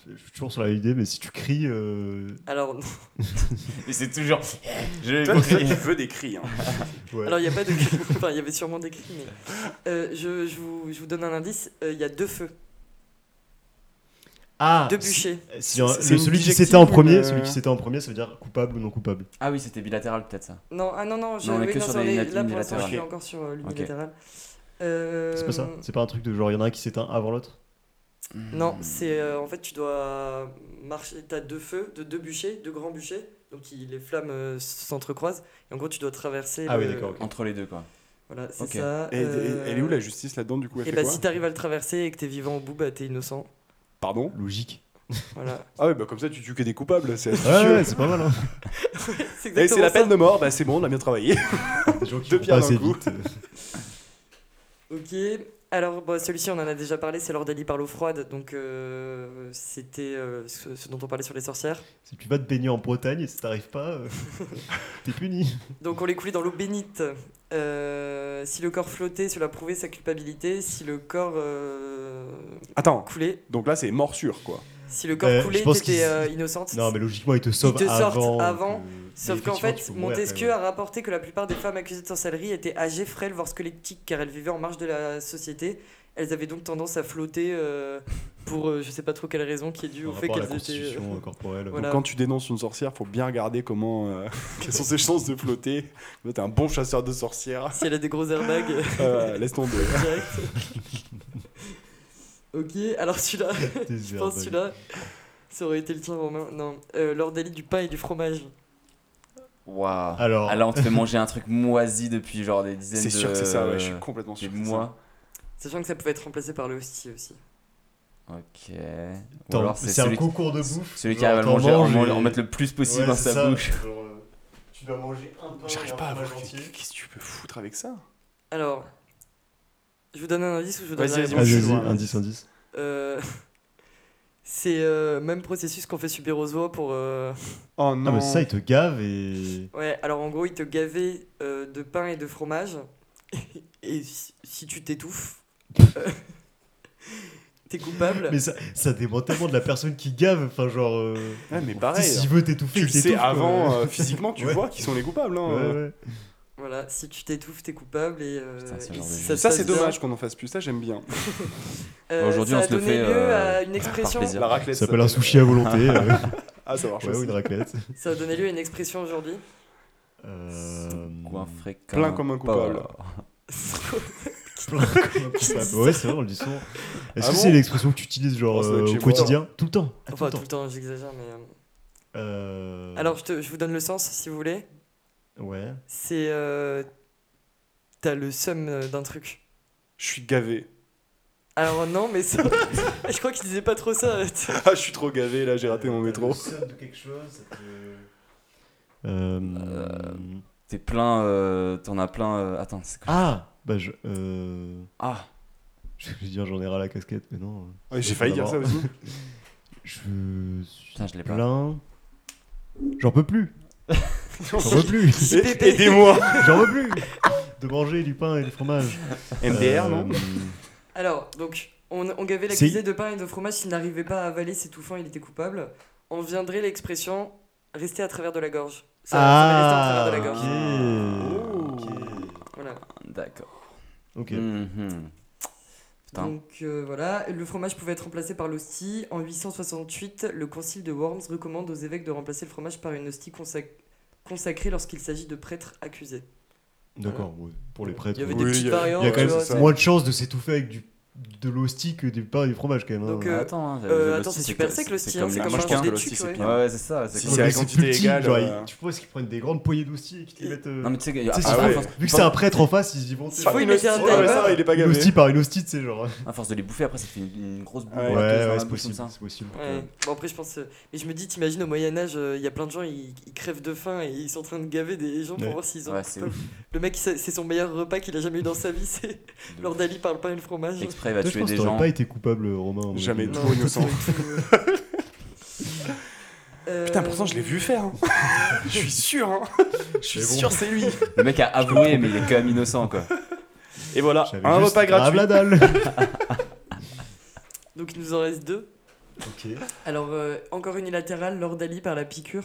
[SPEAKER 1] Je suis toujours sur la idée, mais si tu cries, euh,
[SPEAKER 2] Alors,
[SPEAKER 3] Et c'est toujours. Je
[SPEAKER 4] Toi, toi, tu veux des cris. Hein.
[SPEAKER 1] ouais.
[SPEAKER 2] alors il y a pas de. enfin, il y avait sûrement des cris, mais. Euh, je, je vous, je vous donne un indice. euh, Il y a deux feux,
[SPEAKER 1] ah,
[SPEAKER 2] deux bûchers.
[SPEAKER 1] si- si un-
[SPEAKER 4] C'est-
[SPEAKER 1] le-
[SPEAKER 4] c'est une
[SPEAKER 1] celui qui
[SPEAKER 4] bijective
[SPEAKER 1] s'était en
[SPEAKER 4] ou
[SPEAKER 1] premier,
[SPEAKER 4] une-
[SPEAKER 2] euh,
[SPEAKER 1] celui qui s'était en premier, ça veut dire coupable ou non coupable.
[SPEAKER 3] Ah oui, c'était bilatéral peut-être ça.
[SPEAKER 2] Non, ah non, non, je,
[SPEAKER 3] Non, on est
[SPEAKER 2] oui,
[SPEAKER 3] que
[SPEAKER 2] non,
[SPEAKER 3] sur
[SPEAKER 2] ça, on
[SPEAKER 3] des
[SPEAKER 2] est-
[SPEAKER 3] unilati-
[SPEAKER 2] là pour l'instant, je suis
[SPEAKER 4] unilatérales.
[SPEAKER 2] encore sur euh, l'unilatéral. Euh,
[SPEAKER 1] C'est pas ça C'est pas un truc de genre il y en a un qui s'éteint avant l'autre
[SPEAKER 2] Non, c'est euh, en fait, tu dois marcher. T'as deux feux, de deux bûchers, deux grands bûchers, donc il- les flammes euh, s'entrecroisent. Et en gros, tu dois traverser.
[SPEAKER 1] Ah oui,
[SPEAKER 2] le-
[SPEAKER 1] d'accord, ok.
[SPEAKER 3] Entre les deux quoi.
[SPEAKER 2] Voilà, c'est
[SPEAKER 3] Ok.
[SPEAKER 2] ça.
[SPEAKER 4] Et- et-
[SPEAKER 2] euh,
[SPEAKER 4] Elle est où la justice là-dedans du coup elle
[SPEAKER 2] Et
[SPEAKER 4] fait
[SPEAKER 2] bah,
[SPEAKER 4] quoi
[SPEAKER 2] si t'arrives à le traverser et que t'es vivant au bout, bah t'es innocent.
[SPEAKER 4] Pardon
[SPEAKER 1] Logique.
[SPEAKER 2] Voilà.
[SPEAKER 4] Ah ouais, bah comme ça, tu tues que des coupables, c'est
[SPEAKER 1] Ouais,
[SPEAKER 4] astucieux.
[SPEAKER 1] ouais, c'est pas mal. Hein.
[SPEAKER 2] C'est
[SPEAKER 4] Et c'est la
[SPEAKER 2] exactement ça.
[SPEAKER 4] peine de mort, bah c'est bon, on a bien travaillé.
[SPEAKER 1] Des gens qui
[SPEAKER 4] Deux
[SPEAKER 1] vont
[SPEAKER 4] pierres
[SPEAKER 1] pas assez
[SPEAKER 4] d'un coup.
[SPEAKER 1] vite. euh.
[SPEAKER 2] Ok. Alors, bah, celui-ci, on en a déjà parlé, c'est Lord Ali par l'eau froide. Donc, euh, c'était euh, ce, ce dont on parlait sur les sorcières.
[SPEAKER 1] Si tu vas te baigner en Bretagne et si t'arrives pas, euh, t'es puni.
[SPEAKER 2] Donc, on les coulait dans l'eau bénite. Euh, si le corps flottait, cela prouvait sa culpabilité. Si le corps euh,
[SPEAKER 4] Attends,
[SPEAKER 2] coulait,
[SPEAKER 4] donc là, c'est morsure, quoi.
[SPEAKER 2] si le corps
[SPEAKER 1] Euh,
[SPEAKER 2] coulait,
[SPEAKER 1] je pense
[SPEAKER 2] t'étais
[SPEAKER 1] qu'ils-
[SPEAKER 2] euh, innocente.
[SPEAKER 1] Non, mais logiquement, ils te sauvent
[SPEAKER 2] te sortent
[SPEAKER 1] avant.
[SPEAKER 2] avant,
[SPEAKER 1] que-
[SPEAKER 2] Sauf
[SPEAKER 1] Mais
[SPEAKER 2] qu'en
[SPEAKER 1] effectivement, tu
[SPEAKER 2] fait,
[SPEAKER 1] peux mourir
[SPEAKER 2] Montesquieu
[SPEAKER 1] quand
[SPEAKER 2] a rapporté que la plupart des femmes accusées de sorcellerie étaient âgées, frêles, voire squelettiques, car elles vivaient en marge de la société. Elles avaient donc tendance à flotter euh, pour euh, je sais pas trop quelle raison qui est due
[SPEAKER 1] même,
[SPEAKER 2] au
[SPEAKER 1] par
[SPEAKER 2] fait
[SPEAKER 1] rapport à la
[SPEAKER 2] qu'elles étaient.
[SPEAKER 1] constitution euh, corporelle.
[SPEAKER 2] Voilà.
[SPEAKER 4] Donc, quand tu dénonces une sorcière, faut bien regarder comment. euh, quelles sont ses chances de flotter. Toi, T'es un bon chasseur de sorcières.
[SPEAKER 2] Si elle a des gros airbags euh,
[SPEAKER 4] Euh, laisse tomber.
[SPEAKER 2] direct. ok, alors celui-là,
[SPEAKER 1] Des
[SPEAKER 2] je pense
[SPEAKER 1] airbags.
[SPEAKER 2] celui-là, ça aurait été le tien, Romain. Non, euh, Lord Ali du pain et du fromage.
[SPEAKER 3] Waouh.
[SPEAKER 1] Alors,
[SPEAKER 3] Alors, Ah, on te fait manger un truc moisi depuis genre des dizaines de
[SPEAKER 4] C'est sûr que c'est ça, ouais, je suis complètement
[SPEAKER 3] des
[SPEAKER 4] sûr. que c'est ça.
[SPEAKER 3] mois.
[SPEAKER 2] Sachant que ça pouvait être remplacé par le hostie aussi.
[SPEAKER 3] Ok. Ou
[SPEAKER 1] t'en-
[SPEAKER 3] alors, c'est
[SPEAKER 1] c'est un
[SPEAKER 3] celui,
[SPEAKER 1] concours de bouffe.
[SPEAKER 3] celui qui
[SPEAKER 1] Genre,
[SPEAKER 3] arrive à le
[SPEAKER 1] t'en
[SPEAKER 3] manger, en,
[SPEAKER 1] manges
[SPEAKER 3] man-
[SPEAKER 1] et-
[SPEAKER 3] en mettre le plus possible
[SPEAKER 1] Ouais,
[SPEAKER 3] dans
[SPEAKER 1] c'est
[SPEAKER 3] sa
[SPEAKER 1] ça.
[SPEAKER 3] bouche.
[SPEAKER 1] Genre, euh, Tu dois manger un pain. et
[SPEAKER 4] J'arrive
[SPEAKER 1] un
[SPEAKER 4] pas à voir.
[SPEAKER 1] fromage entier.
[SPEAKER 4] Qu'est-ce que tu peux foutre avec ça
[SPEAKER 2] Alors, je vous donne un indice ou je vous donne
[SPEAKER 4] Vas-y,
[SPEAKER 2] la
[SPEAKER 4] vas-y,
[SPEAKER 2] réponse
[SPEAKER 1] Vas-y,
[SPEAKER 4] Je
[SPEAKER 1] Ah, vas-y,
[SPEAKER 4] vois.
[SPEAKER 1] indice, indice.
[SPEAKER 2] Euh, c'est euh, même processus qu'on fait subir aux oies pour. euh,
[SPEAKER 4] Oh
[SPEAKER 1] Non,
[SPEAKER 4] non.
[SPEAKER 1] mais ça, ils te gavent et.
[SPEAKER 2] Ouais, alors en gros, ils te gavaient euh, de pain et de fromage. et si, si tu t'étouffes, euh, t'es coupable.
[SPEAKER 1] Mais ça, ça dépend tellement de la personne qui gave. Enfin, genre. euh,
[SPEAKER 4] Ouais, mais
[SPEAKER 1] tu sais,
[SPEAKER 2] hein.
[SPEAKER 4] pareil. hein.
[SPEAKER 1] S'il veut t'étouffer,
[SPEAKER 4] Tu le
[SPEAKER 1] il t'étouffe.
[SPEAKER 4] sais
[SPEAKER 1] quoi.
[SPEAKER 4] avant, euh, physiquement, tu
[SPEAKER 1] Ouais.
[SPEAKER 4] vois qui sont les coupables. hein.
[SPEAKER 1] Ouais,
[SPEAKER 2] euh.
[SPEAKER 1] ouais.
[SPEAKER 2] Voilà, si tu t'étouffes, t'es coupable. Et, euh,
[SPEAKER 3] Putain, ce
[SPEAKER 2] et
[SPEAKER 3] genre de
[SPEAKER 2] si
[SPEAKER 3] jeu.
[SPEAKER 2] ça se
[SPEAKER 4] Ça,
[SPEAKER 2] passe
[SPEAKER 4] c'est
[SPEAKER 2] bien,
[SPEAKER 4] dommage qu'on en fasse plus. Ça, j'aime bien.
[SPEAKER 2] euh,
[SPEAKER 3] Aujourd'hui,
[SPEAKER 2] ça
[SPEAKER 3] on
[SPEAKER 2] a
[SPEAKER 3] se le
[SPEAKER 2] donné
[SPEAKER 3] fait,
[SPEAKER 2] lieu
[SPEAKER 3] euh,
[SPEAKER 2] à une expression.
[SPEAKER 3] plaisir.
[SPEAKER 4] La raclette.
[SPEAKER 1] Ça s'appelle un
[SPEAKER 4] s'appelle.
[SPEAKER 1] sushi à volonté. euh,
[SPEAKER 4] Ah, ça marche
[SPEAKER 1] ouais, ou
[SPEAKER 4] aussi.
[SPEAKER 1] une raclette.
[SPEAKER 2] Ça a donné lieu à une expression aujourd'hui.
[SPEAKER 1] Euh,
[SPEAKER 3] Ou un fréquent. euh,
[SPEAKER 4] Plein comme un coupable.
[SPEAKER 1] plein de coupables. Ouais, c'est vrai, on le dit souvent. Est-ce
[SPEAKER 4] Ah
[SPEAKER 1] que
[SPEAKER 4] bon
[SPEAKER 1] c'est l'expression que tu utilises genre
[SPEAKER 4] Oh, ça doit être
[SPEAKER 1] euh,
[SPEAKER 4] chez
[SPEAKER 1] au
[SPEAKER 4] moi.
[SPEAKER 1] quotidien Tout le temps. Ah,
[SPEAKER 2] Enfin,
[SPEAKER 1] tout
[SPEAKER 2] tout
[SPEAKER 1] le
[SPEAKER 2] le
[SPEAKER 1] temps.
[SPEAKER 2] temps, j'exagère, mais. euh,
[SPEAKER 1] Euh,
[SPEAKER 2] Alors, je, te- je vous donne le sens si vous voulez.
[SPEAKER 1] Ouais.
[SPEAKER 2] C'est. euh, T'as le seum euh, d'un truc.
[SPEAKER 4] Je suis gavé.
[SPEAKER 2] Alors non, mais ça... je crois qu'il disait pas trop ça.
[SPEAKER 4] Ah, je suis trop gavé. Là, j'ai raté mon métro.
[SPEAKER 1] Euh, de quelque chose. Euh...
[SPEAKER 3] Euh, T'es plein. euh, T'en as plein. euh, Attends, c'est quoi
[SPEAKER 1] Ah Bah, je. Euh...
[SPEAKER 3] Ah
[SPEAKER 1] Je vais dire, j'en ai ras la casquette, mais non.
[SPEAKER 4] Ouais, j'ai failli dire ça aussi.
[SPEAKER 1] Je suis
[SPEAKER 3] Putain, je l'ai pas.
[SPEAKER 1] plein. J'en peux plus. J'en peux plus.
[SPEAKER 2] Si
[SPEAKER 4] Et-
[SPEAKER 2] pépé.
[SPEAKER 4] Aidez-moi.
[SPEAKER 1] J'en peux plus. De manger du pain et du fromage.
[SPEAKER 4] MDR, non
[SPEAKER 1] Euh,
[SPEAKER 2] Alors, donc, on, on gavait
[SPEAKER 1] C'est-
[SPEAKER 2] l'accusé de pain et de fromage s'il n'arrivait pas à avaler ses touffants, il était coupable. On viendrait l'expression rester à travers de la gorge. Ça, ça va rester en
[SPEAKER 1] Ah,
[SPEAKER 2] travers de la gorge.
[SPEAKER 1] ok.
[SPEAKER 4] Oh.
[SPEAKER 2] Voilà.
[SPEAKER 3] D'accord.
[SPEAKER 1] Ok.
[SPEAKER 4] Mm.
[SPEAKER 3] Mhm. Putain.
[SPEAKER 2] Donc euh, voilà, le fromage pouvait être remplacé par l'hostie. En 868, le concile de Worms recommande aux évêques de remplacer le fromage par une hostie consac- consacrée lorsqu'il s'agit de prêtres accusés.
[SPEAKER 1] D'accord, ouais, pour les prêtres.
[SPEAKER 2] Il y avait
[SPEAKER 1] ouais.
[SPEAKER 2] des
[SPEAKER 4] Oui,
[SPEAKER 2] petites
[SPEAKER 4] il y a-
[SPEAKER 2] variantes.
[SPEAKER 1] Il y a quand
[SPEAKER 2] tu
[SPEAKER 1] même
[SPEAKER 2] vois,
[SPEAKER 4] c'est ça.
[SPEAKER 2] c'est-
[SPEAKER 1] moins de chances de s'étouffer avec du, de l'hostie que du pain et du fromage quand même. hein.
[SPEAKER 2] Donc,
[SPEAKER 3] Ah,
[SPEAKER 2] euh,
[SPEAKER 3] attends, hein,
[SPEAKER 2] euh,
[SPEAKER 3] le
[SPEAKER 2] attends,
[SPEAKER 3] hostie,
[SPEAKER 2] c'est super
[SPEAKER 3] que-
[SPEAKER 2] sec, le hostie, hein, c'est
[SPEAKER 3] les
[SPEAKER 2] comme
[SPEAKER 3] manches
[SPEAKER 2] un
[SPEAKER 3] qu'un.
[SPEAKER 2] genre des
[SPEAKER 4] l'hostie,
[SPEAKER 2] tucs,
[SPEAKER 4] c'est
[SPEAKER 2] ouais.
[SPEAKER 4] pire.
[SPEAKER 3] Ouais, ouais, c'est ça.
[SPEAKER 1] C'est
[SPEAKER 4] Si
[SPEAKER 3] comme
[SPEAKER 1] cool,
[SPEAKER 4] c'est à
[SPEAKER 1] mais
[SPEAKER 4] quantité
[SPEAKER 1] plus petit,
[SPEAKER 4] égale,
[SPEAKER 1] genre,
[SPEAKER 4] euh,
[SPEAKER 1] ils- tu penses qu'ils prennent des grandes poignées d'hostie et qu'ils les mettent. euh,
[SPEAKER 3] Non, mais tu sais que.
[SPEAKER 1] tu sais,
[SPEAKER 3] à-
[SPEAKER 1] c'est-
[SPEAKER 3] à
[SPEAKER 4] ouais.
[SPEAKER 3] force-
[SPEAKER 1] Vu que c'est un prêtre en face, ils y vont. tu sais,
[SPEAKER 2] Enfin,
[SPEAKER 1] genre,
[SPEAKER 2] il mettait un
[SPEAKER 1] oh, ouais,
[SPEAKER 2] timer.
[SPEAKER 1] ça,
[SPEAKER 4] il est pas
[SPEAKER 1] une
[SPEAKER 4] gavé.
[SPEAKER 1] hostie par une hostie, tu sais, genre.
[SPEAKER 3] À force de les bouffer, après, ça fait une, une grosse boule.
[SPEAKER 4] Ouais,
[SPEAKER 1] Ouais,
[SPEAKER 3] dans la
[SPEAKER 1] ouais, c'est
[SPEAKER 3] bouche,
[SPEAKER 1] possible.
[SPEAKER 3] comme ça.
[SPEAKER 1] C'est possible.
[SPEAKER 2] Ouais. Bon après je pense, euh, mais je me dis, t'imagines au Moyen Âge, euh, il y a plein de gens, ils, ils crèvent de faim et ils sont en train de gaver des gens pour
[SPEAKER 1] Ouais.
[SPEAKER 2] voir s'ils ont.
[SPEAKER 3] Ouais, c'est ouf.
[SPEAKER 2] Le mec, c'est c'est son meilleur repas qu'il a jamais eu dans sa vie, c'est Lord Dali parle pas et le fromage.
[SPEAKER 3] Exprès, il va
[SPEAKER 1] Toi, je
[SPEAKER 3] tuer
[SPEAKER 1] pense
[SPEAKER 3] des
[SPEAKER 1] que t'aurais
[SPEAKER 3] gens.
[SPEAKER 1] pas été coupable, Romain. à mon
[SPEAKER 4] Jamais.
[SPEAKER 1] avis.
[SPEAKER 4] Non. toujours innocent. Putain, pourtant,
[SPEAKER 2] Euh,
[SPEAKER 4] je l'ai vu faire. hein. Je suis sûr. hein. Je suis
[SPEAKER 1] Mais bon.
[SPEAKER 4] sûr, c'est lui.
[SPEAKER 3] Le mec a avoué, mais il est quand même innocent, quoi.
[SPEAKER 4] Et voilà,
[SPEAKER 1] J'avais
[SPEAKER 4] un
[SPEAKER 1] juste
[SPEAKER 4] repas
[SPEAKER 1] grave
[SPEAKER 4] gratuit.
[SPEAKER 1] la dalle.
[SPEAKER 2] Donc il nous en reste deux.
[SPEAKER 1] Ok.
[SPEAKER 2] Alors euh, encore unilatéral, Lord Dali par la piqûre.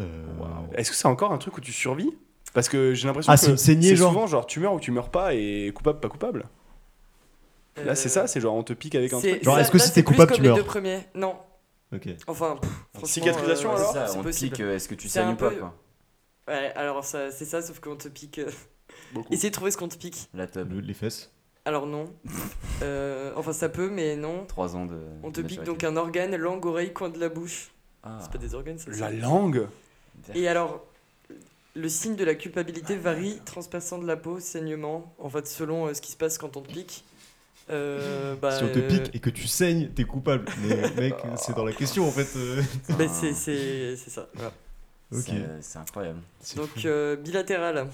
[SPEAKER 1] Euh,
[SPEAKER 3] Waouh.
[SPEAKER 4] Est-ce que c'est encore un truc où tu survis Parce que j'ai l'impression
[SPEAKER 1] Ah,
[SPEAKER 4] que
[SPEAKER 1] c'est une saignée, genre
[SPEAKER 4] souvent genre tu meurs ou tu meurs pas et coupable pas coupable. Là
[SPEAKER 2] Euh,
[SPEAKER 4] c'est ça, c'est genre on te pique avec un
[SPEAKER 2] c'est-
[SPEAKER 4] truc.
[SPEAKER 1] Genre,
[SPEAKER 2] ça-
[SPEAKER 1] est-ce que
[SPEAKER 2] là,
[SPEAKER 1] si
[SPEAKER 2] c'est
[SPEAKER 1] t'es
[SPEAKER 2] plus
[SPEAKER 1] coupable,
[SPEAKER 2] comme
[SPEAKER 1] tu
[SPEAKER 2] les
[SPEAKER 1] meurs
[SPEAKER 2] deux premiers. Non,
[SPEAKER 1] Ok.
[SPEAKER 2] enfin. pff, franchement,
[SPEAKER 4] Cicatrisation,
[SPEAKER 2] euh,
[SPEAKER 4] alors
[SPEAKER 2] c'est ça,
[SPEAKER 3] on
[SPEAKER 2] C'est
[SPEAKER 3] te pique,
[SPEAKER 2] possible.
[SPEAKER 3] euh, est-ce que tu
[SPEAKER 2] C'est
[SPEAKER 3] saignes
[SPEAKER 2] un
[SPEAKER 3] ou pas,
[SPEAKER 2] peu-
[SPEAKER 3] quoi
[SPEAKER 2] Ouais, alors ça- c'est ça, sauf qu'on te pique. euh,
[SPEAKER 4] Beaucoup.
[SPEAKER 2] Essayez de trouver ce qu'on te pique.
[SPEAKER 3] La teub.
[SPEAKER 1] Le- Les fesses.
[SPEAKER 2] Alors non. Euh, enfin ça peut, mais non.
[SPEAKER 3] 3 ans de.
[SPEAKER 2] On te
[SPEAKER 3] de
[SPEAKER 2] pique donc
[SPEAKER 3] maturité.
[SPEAKER 2] un organe, langue, oreille, coin de la bouche.
[SPEAKER 3] Ah,
[SPEAKER 2] C'est pas des organes, ça.
[SPEAKER 4] La langue
[SPEAKER 2] Et alors, le signe de la culpabilité varie, transperçant de la peau, saignement, en fait, selon euh, ce qui se passe quand on te pique. Euh, bah,
[SPEAKER 1] si on te
[SPEAKER 2] euh,
[SPEAKER 1] pique et que tu saignes, t'es coupable. Mais mec, c'est dans la question en fait. euh.
[SPEAKER 4] Ah.
[SPEAKER 2] bah, c'est, c'est, c'est ça. voilà.
[SPEAKER 1] Ok.
[SPEAKER 3] C'est- C'est incroyable.
[SPEAKER 1] C'est
[SPEAKER 2] Donc,
[SPEAKER 1] fou.
[SPEAKER 2] euh, bilatéral,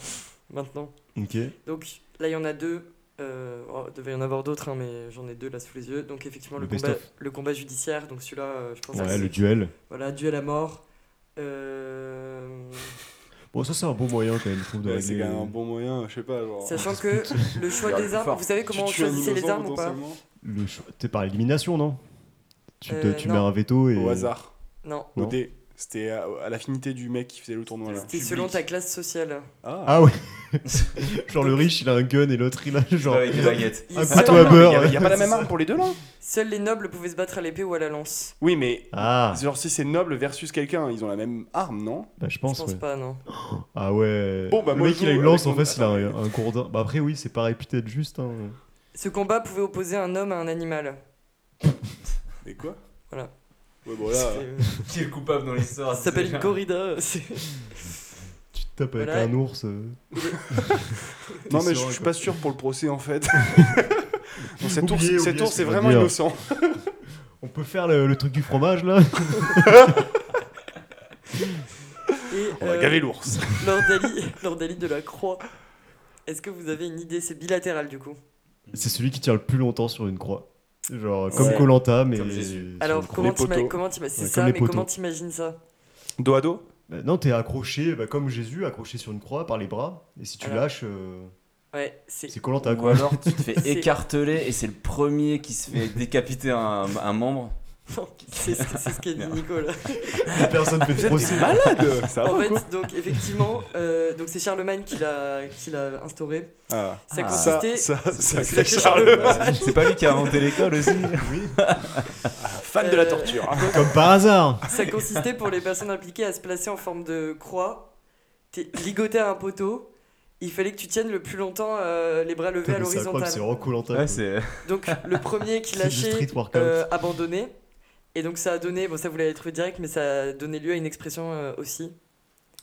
[SPEAKER 2] maintenant.
[SPEAKER 1] Ok.
[SPEAKER 2] Donc, là, il y en a deux. Euh, oh, il devait y en avoir d'autres, hein, mais j'en ai deux là sous les yeux. Donc, effectivement,
[SPEAKER 1] Le
[SPEAKER 2] le, combat,
[SPEAKER 1] best-of.
[SPEAKER 2] le combat judiciaire. Donc, celui-là, euh, je pense que
[SPEAKER 1] Ouais,
[SPEAKER 2] c'est-
[SPEAKER 1] le duel.
[SPEAKER 2] Voilà, duel à mort. Euh,
[SPEAKER 1] Bon, ça c'est un bon moyen quand même, je trouve, de
[SPEAKER 4] Ouais,
[SPEAKER 1] régler.
[SPEAKER 4] c'est quand même un bon moyen, je sais pas. Genre...
[SPEAKER 2] Sachant que le choix
[SPEAKER 4] Regarde
[SPEAKER 2] des
[SPEAKER 4] plus
[SPEAKER 2] armes,
[SPEAKER 4] fort.
[SPEAKER 2] vous savez
[SPEAKER 4] Tu
[SPEAKER 2] comment on
[SPEAKER 4] tues un
[SPEAKER 2] choisissait les
[SPEAKER 4] innocent,
[SPEAKER 2] armes ou pas
[SPEAKER 4] potentiellement
[SPEAKER 1] Le choix- T'es par élimination, non Tu, te-
[SPEAKER 2] Euh,
[SPEAKER 1] tu
[SPEAKER 2] non.
[SPEAKER 1] mets un veto et.
[SPEAKER 4] Au hasard,
[SPEAKER 2] Non,
[SPEAKER 1] Non.
[SPEAKER 4] au dé. C'était à, à l'affinité du mec qui faisait le tournoi là.
[SPEAKER 2] c'était selon ta classe sociale.
[SPEAKER 4] Ah,
[SPEAKER 1] Ah ouais Genre le riche il a un gun et l'autre il a genre.
[SPEAKER 3] Avec des baguettes.
[SPEAKER 2] Il-
[SPEAKER 1] Un
[SPEAKER 2] seul-
[SPEAKER 1] couteau à
[SPEAKER 4] il y
[SPEAKER 1] beurre.
[SPEAKER 4] a, y a pas la
[SPEAKER 1] C'est
[SPEAKER 4] même
[SPEAKER 1] ça.
[SPEAKER 4] arme pour les deux là
[SPEAKER 2] Seuls les nobles pouvaient se battre à l'épée ou à la lance.
[SPEAKER 4] Oui, mais
[SPEAKER 1] Ah
[SPEAKER 4] genre si c'est noble versus quelqu'un, ils ont la même arme, non
[SPEAKER 1] Bah je
[SPEAKER 2] Je
[SPEAKER 1] pense,
[SPEAKER 2] pense
[SPEAKER 1] ouais.
[SPEAKER 2] pas, non.
[SPEAKER 1] Ah ouais
[SPEAKER 4] Bon, bah,
[SPEAKER 1] Le
[SPEAKER 4] moi,
[SPEAKER 1] mec
[SPEAKER 4] je
[SPEAKER 1] il a
[SPEAKER 4] joue
[SPEAKER 1] une lance en
[SPEAKER 4] avec mon-
[SPEAKER 1] face, il a un, un gourdin. Bah après, oui, c'est pas réputé être juste. Hein.
[SPEAKER 2] Ce combat pouvait opposer un homme à un animal.
[SPEAKER 4] Mais quoi
[SPEAKER 2] Voilà.
[SPEAKER 4] Ouais, bon là.
[SPEAKER 2] C'est-
[SPEAKER 3] Qui est le coupable dans l'histoire
[SPEAKER 2] Ça s'appelle une corrida. c'est-
[SPEAKER 1] Tu te tapes avec
[SPEAKER 2] Voilà.
[SPEAKER 1] un ours. euh.
[SPEAKER 4] Non, mais
[SPEAKER 1] serein,
[SPEAKER 4] je je suis
[SPEAKER 1] quoi.
[SPEAKER 4] pas sûr pour le procès en fait. Non, cet
[SPEAKER 1] Oubliez,
[SPEAKER 4] ours,
[SPEAKER 1] oubliez
[SPEAKER 4] cet
[SPEAKER 1] ce
[SPEAKER 4] ours
[SPEAKER 1] qu'il
[SPEAKER 4] est
[SPEAKER 1] va
[SPEAKER 4] vraiment
[SPEAKER 1] dire.
[SPEAKER 4] innocent.
[SPEAKER 1] On peut faire le, le truc du fromage là
[SPEAKER 2] Et,
[SPEAKER 4] On va
[SPEAKER 2] euh,
[SPEAKER 4] gaver l'ours.
[SPEAKER 2] Lord Dali, Lord Dali de la Croix. Est-ce que vous avez une idée C'est bilatéral du coup.
[SPEAKER 1] C'est celui qui tient le plus longtemps sur une croix. Genre comme
[SPEAKER 2] Ouais.
[SPEAKER 1] Colanta, mais.
[SPEAKER 3] Comme Jésus.
[SPEAKER 1] sur une
[SPEAKER 2] Alors
[SPEAKER 1] croix.
[SPEAKER 2] comment
[SPEAKER 4] Les poteaux.
[SPEAKER 2] t'ima- comment t'ima- c'est
[SPEAKER 1] Ouais,
[SPEAKER 2] ça,
[SPEAKER 1] comme les
[SPEAKER 2] mais comment
[SPEAKER 1] poteaux.
[SPEAKER 2] t'imagines ça
[SPEAKER 4] Dos à dos
[SPEAKER 1] Bah, non, t'es accroché, bah, comme Jésus, accroché sur une croix par les bras. Et si tu
[SPEAKER 2] Voilà.
[SPEAKER 1] lâches, euh,
[SPEAKER 2] Ouais, c'est
[SPEAKER 1] c'est Colanta
[SPEAKER 3] Ou
[SPEAKER 1] quoi.
[SPEAKER 3] alors tu te fais
[SPEAKER 2] C'est-
[SPEAKER 3] écarteler et c'est le premier qui se fait décapiter un, un membre.
[SPEAKER 2] c'est ce que- c'est ce qu'a dit Nico là.
[SPEAKER 1] Personne fait
[SPEAKER 4] Vous
[SPEAKER 1] de
[SPEAKER 4] êtes des
[SPEAKER 1] procès.
[SPEAKER 4] malades Ça
[SPEAKER 2] En
[SPEAKER 4] va quoi
[SPEAKER 2] fait, donc effectivement, euh, donc c'est Charlemagne qui l'a qui l'a instauré.
[SPEAKER 4] Ah.
[SPEAKER 2] Ça
[SPEAKER 3] Ah.
[SPEAKER 4] Ça,
[SPEAKER 2] consistait.
[SPEAKER 4] ça, ça,
[SPEAKER 2] c'est
[SPEAKER 4] c'est
[SPEAKER 2] Charlemagne.
[SPEAKER 4] Charlemagne.
[SPEAKER 3] C'est pas lui qui a inventé l'école aussi
[SPEAKER 4] Fan de la
[SPEAKER 2] Euh,
[SPEAKER 4] torture.
[SPEAKER 1] Comme par hasard
[SPEAKER 2] Ça consistait pour les personnes impliquées à se placer en forme de croix, t'es ligoté à un poteau. Il fallait que tu tiennes le plus longtemps euh, les bras levés
[SPEAKER 1] Putain,
[SPEAKER 2] à
[SPEAKER 1] mais C'est incroyable, c'est vraiment
[SPEAKER 2] l'horizontale.
[SPEAKER 1] Colanta.
[SPEAKER 3] Ouais, c'est.
[SPEAKER 2] Donc le premier qui
[SPEAKER 1] C'est du
[SPEAKER 2] lâchait
[SPEAKER 1] street workout.
[SPEAKER 2] euh, abandonné. Et donc ça a donné, bon ça vous l'avez trouvé direct, mais ça a donné lieu à une expression euh, aussi.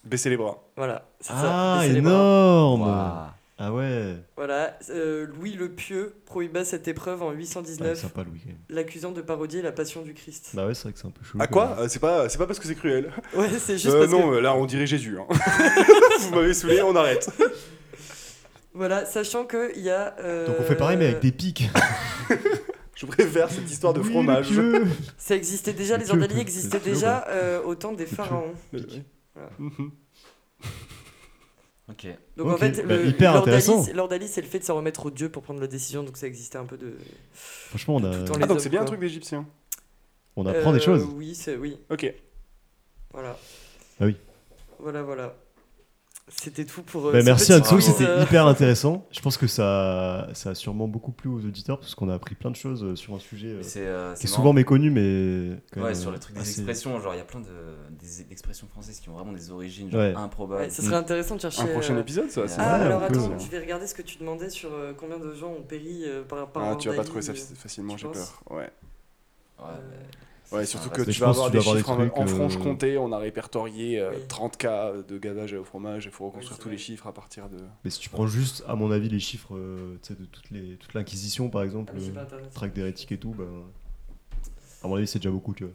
[SPEAKER 4] Baissez les bras.
[SPEAKER 2] Voilà, c'est ça.
[SPEAKER 1] Ah,
[SPEAKER 2] baisser les bras.
[SPEAKER 1] énorme
[SPEAKER 3] Waouh.
[SPEAKER 1] Ah ouais
[SPEAKER 2] Voilà, euh, Louis le Pieux prohiba cette épreuve en
[SPEAKER 1] Ah, C'est
[SPEAKER 2] 819,
[SPEAKER 1] sympa, Louis. quand même.
[SPEAKER 2] l'accusant de parodier la passion du Christ.
[SPEAKER 1] Bah ouais, c'est vrai que c'est un peu chelou.
[SPEAKER 4] Ah
[SPEAKER 1] quand
[SPEAKER 4] quoi
[SPEAKER 1] même.
[SPEAKER 4] Euh, C'est pas, c'est pas parce que c'est cruel.
[SPEAKER 2] Ouais, c'est juste
[SPEAKER 4] Euh,
[SPEAKER 2] parce
[SPEAKER 4] non,
[SPEAKER 2] que...
[SPEAKER 4] euh, là on dirait Jésus. hein. Vous m'avez saoulé, on arrête.
[SPEAKER 2] Voilà, sachant qu'il y a... euh,
[SPEAKER 1] Donc on fait pareil, mais avec des pics.
[SPEAKER 4] Je préfère cette histoire de
[SPEAKER 1] Oui, le
[SPEAKER 4] fromage.
[SPEAKER 1] pieu.
[SPEAKER 2] Ça existait déjà,
[SPEAKER 1] Le
[SPEAKER 2] les
[SPEAKER 1] pieu,
[SPEAKER 2] ordaliers
[SPEAKER 1] quoi.
[SPEAKER 2] existaient
[SPEAKER 1] Le pieu,
[SPEAKER 2] déjà euh, au temps des
[SPEAKER 1] pieu.
[SPEAKER 2] pharaons.
[SPEAKER 4] Mhm.
[SPEAKER 3] Ok.
[SPEAKER 2] Donc en
[SPEAKER 1] Ok,
[SPEAKER 2] fait,
[SPEAKER 1] bah,
[SPEAKER 2] le-
[SPEAKER 1] hyper intéressant.
[SPEAKER 2] l'ordalie, l'ordalie, c'est le fait de se remettre au dieu pour prendre la décision, donc ça existait un peu de...
[SPEAKER 1] Franchement, on, a-
[SPEAKER 2] Tout en
[SPEAKER 4] Ah,
[SPEAKER 2] les-
[SPEAKER 4] donc c'est bien un
[SPEAKER 2] hommes,
[SPEAKER 4] truc d'Égyptien.
[SPEAKER 1] on apprend Bah, des
[SPEAKER 2] Euh,
[SPEAKER 1] choses.
[SPEAKER 2] Oui, c'est... Oui,
[SPEAKER 4] Ok.
[SPEAKER 2] voilà.
[SPEAKER 1] Ah oui.
[SPEAKER 2] Voilà, voilà. C'était tout pour... euh,
[SPEAKER 1] Bah,
[SPEAKER 2] ce
[SPEAKER 1] merci
[SPEAKER 2] petit
[SPEAKER 1] Anso,
[SPEAKER 2] quiz,
[SPEAKER 1] c'était
[SPEAKER 2] euh,
[SPEAKER 1] hyper intéressant. Je pense que ça, ça a sûrement beaucoup plu aux auditeurs parce qu'on a appris plein de choses euh, sur un sujet euh,
[SPEAKER 3] Mais C'est
[SPEAKER 1] qui
[SPEAKER 3] euh,
[SPEAKER 1] est
[SPEAKER 3] c'est
[SPEAKER 1] souvent
[SPEAKER 3] marrant.
[SPEAKER 1] méconnu, mais quand
[SPEAKER 3] Ouais,
[SPEAKER 1] même,
[SPEAKER 3] sur
[SPEAKER 1] euh,
[SPEAKER 3] les trucs des
[SPEAKER 1] assez-
[SPEAKER 3] expressions, genre il y a plein de des expressions françaises qui ont vraiment des origines genre
[SPEAKER 1] Ouais.
[SPEAKER 3] improbables.
[SPEAKER 2] Ouais, ça serait intéressant de chercher...
[SPEAKER 4] Un prochain
[SPEAKER 2] euh,
[SPEAKER 4] épisode, ça. c'est
[SPEAKER 2] Ah,
[SPEAKER 1] Ouais,
[SPEAKER 4] vrai.
[SPEAKER 2] alors
[SPEAKER 1] on peut,
[SPEAKER 2] attends,
[SPEAKER 1] ouais.
[SPEAKER 2] je vais regarder ce que tu demandais sur euh, combien de gens ont péri euh, par par
[SPEAKER 4] Ah, tu vas pas
[SPEAKER 2] Ordalie,
[SPEAKER 4] trouver ça
[SPEAKER 2] euh.
[SPEAKER 4] facilement,
[SPEAKER 2] tu
[SPEAKER 4] j'ai
[SPEAKER 2] penses
[SPEAKER 4] peur. Ouais.
[SPEAKER 3] Ouais,
[SPEAKER 2] Euh,
[SPEAKER 3] c'est-
[SPEAKER 4] Ouais,
[SPEAKER 3] c'est
[SPEAKER 4] surtout
[SPEAKER 3] un
[SPEAKER 4] que
[SPEAKER 3] vaste-
[SPEAKER 1] Mais je
[SPEAKER 4] tu vas
[SPEAKER 1] pense que
[SPEAKER 4] avoir
[SPEAKER 1] tu
[SPEAKER 4] des
[SPEAKER 1] dois avoir des
[SPEAKER 4] chiffres en-
[SPEAKER 1] trucs,
[SPEAKER 4] en,
[SPEAKER 1] euh,
[SPEAKER 4] Franche-Comté, on a répertorié euh,
[SPEAKER 2] Oui.
[SPEAKER 4] 30K de gavage au fromage, il faut reconstruire
[SPEAKER 2] c'est
[SPEAKER 4] tous
[SPEAKER 2] vrai.
[SPEAKER 4] les chiffres à partir de...
[SPEAKER 1] Mais si tu prends juste, à mon avis, les chiffres euh, tu sais, de toutes les, toute l'Inquisition, par exemple,
[SPEAKER 2] Ah, mais c'est pas
[SPEAKER 1] euh,
[SPEAKER 2] internet.
[SPEAKER 1] tract d'hérétique et tout, bah, à mon avis, c'est déjà beaucoup, tu vois.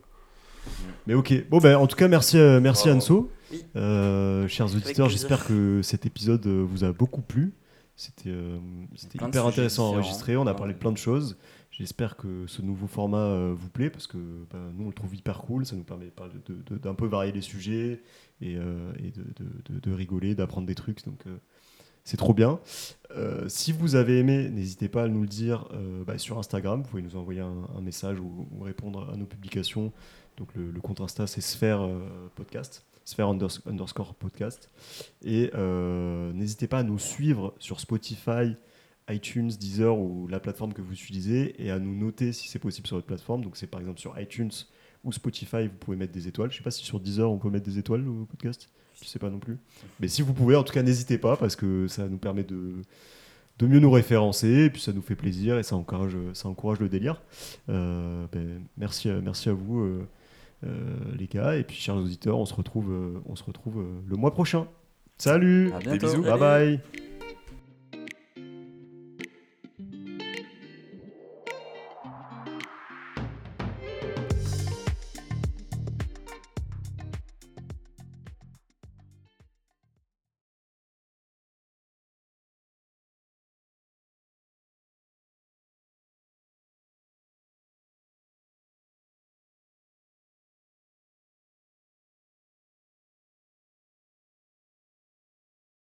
[SPEAKER 1] Mais ok, bon, bah, en tout cas, merci, euh, merci
[SPEAKER 3] Mm. Bravo.
[SPEAKER 1] Anso.
[SPEAKER 2] Oui.
[SPEAKER 1] Euh, chers auditeurs,
[SPEAKER 2] plaisir.
[SPEAKER 1] j'espère que cet épisode euh, vous a beaucoup plu. C'était euh, c'était
[SPEAKER 3] Plein de
[SPEAKER 1] hyper
[SPEAKER 3] sujets
[SPEAKER 1] intéressant à
[SPEAKER 3] différents.
[SPEAKER 1] enregistrer, on a parlé de
[SPEAKER 3] Ouais.
[SPEAKER 1] plein de choses. J'espère que ce nouveau format euh, vous plaît parce que bah, nous on le trouve hyper cool, ça nous permet de parler- de- de- d'un peu varier les sujets et, euh, et de, de- de- de rigoler, d'apprendre des trucs. Donc euh, c'est trop bien. Euh, si vous avez aimé, n'hésitez pas à nous le dire euh, bah, sur Instagram. Vous pouvez nous envoyer un, un message ou, ou répondre à nos publications. Donc le, le compte Insta c'est Sphère euh, Podcast, Sphère unders- underscore podcast. Et euh, n'hésitez pas à nous suivre sur Spotify, iTunes, Deezer ou la plateforme que vous utilisez et à nous noter si c'est possible sur votre plateforme. Donc c'est par exemple sur iTunes ou Spotify, vous pouvez mettre des étoiles. Je sais pas si sur Deezer on peut mettre des étoiles au podcast. Je sais pas non plus. Mais si vous pouvez, en tout cas, n'hésitez pas parce que ça nous permet de, de mieux nous référencer et puis ça nous fait plaisir et ça encourage, ça encourage le délire. Euh, ben, merci, à- merci à vous, euh, euh, les gars. Et puis, chers auditeurs, on se retrouve, euh, on se retrouve euh, le mois prochain. Salut
[SPEAKER 3] À bientôt.
[SPEAKER 1] Bye bye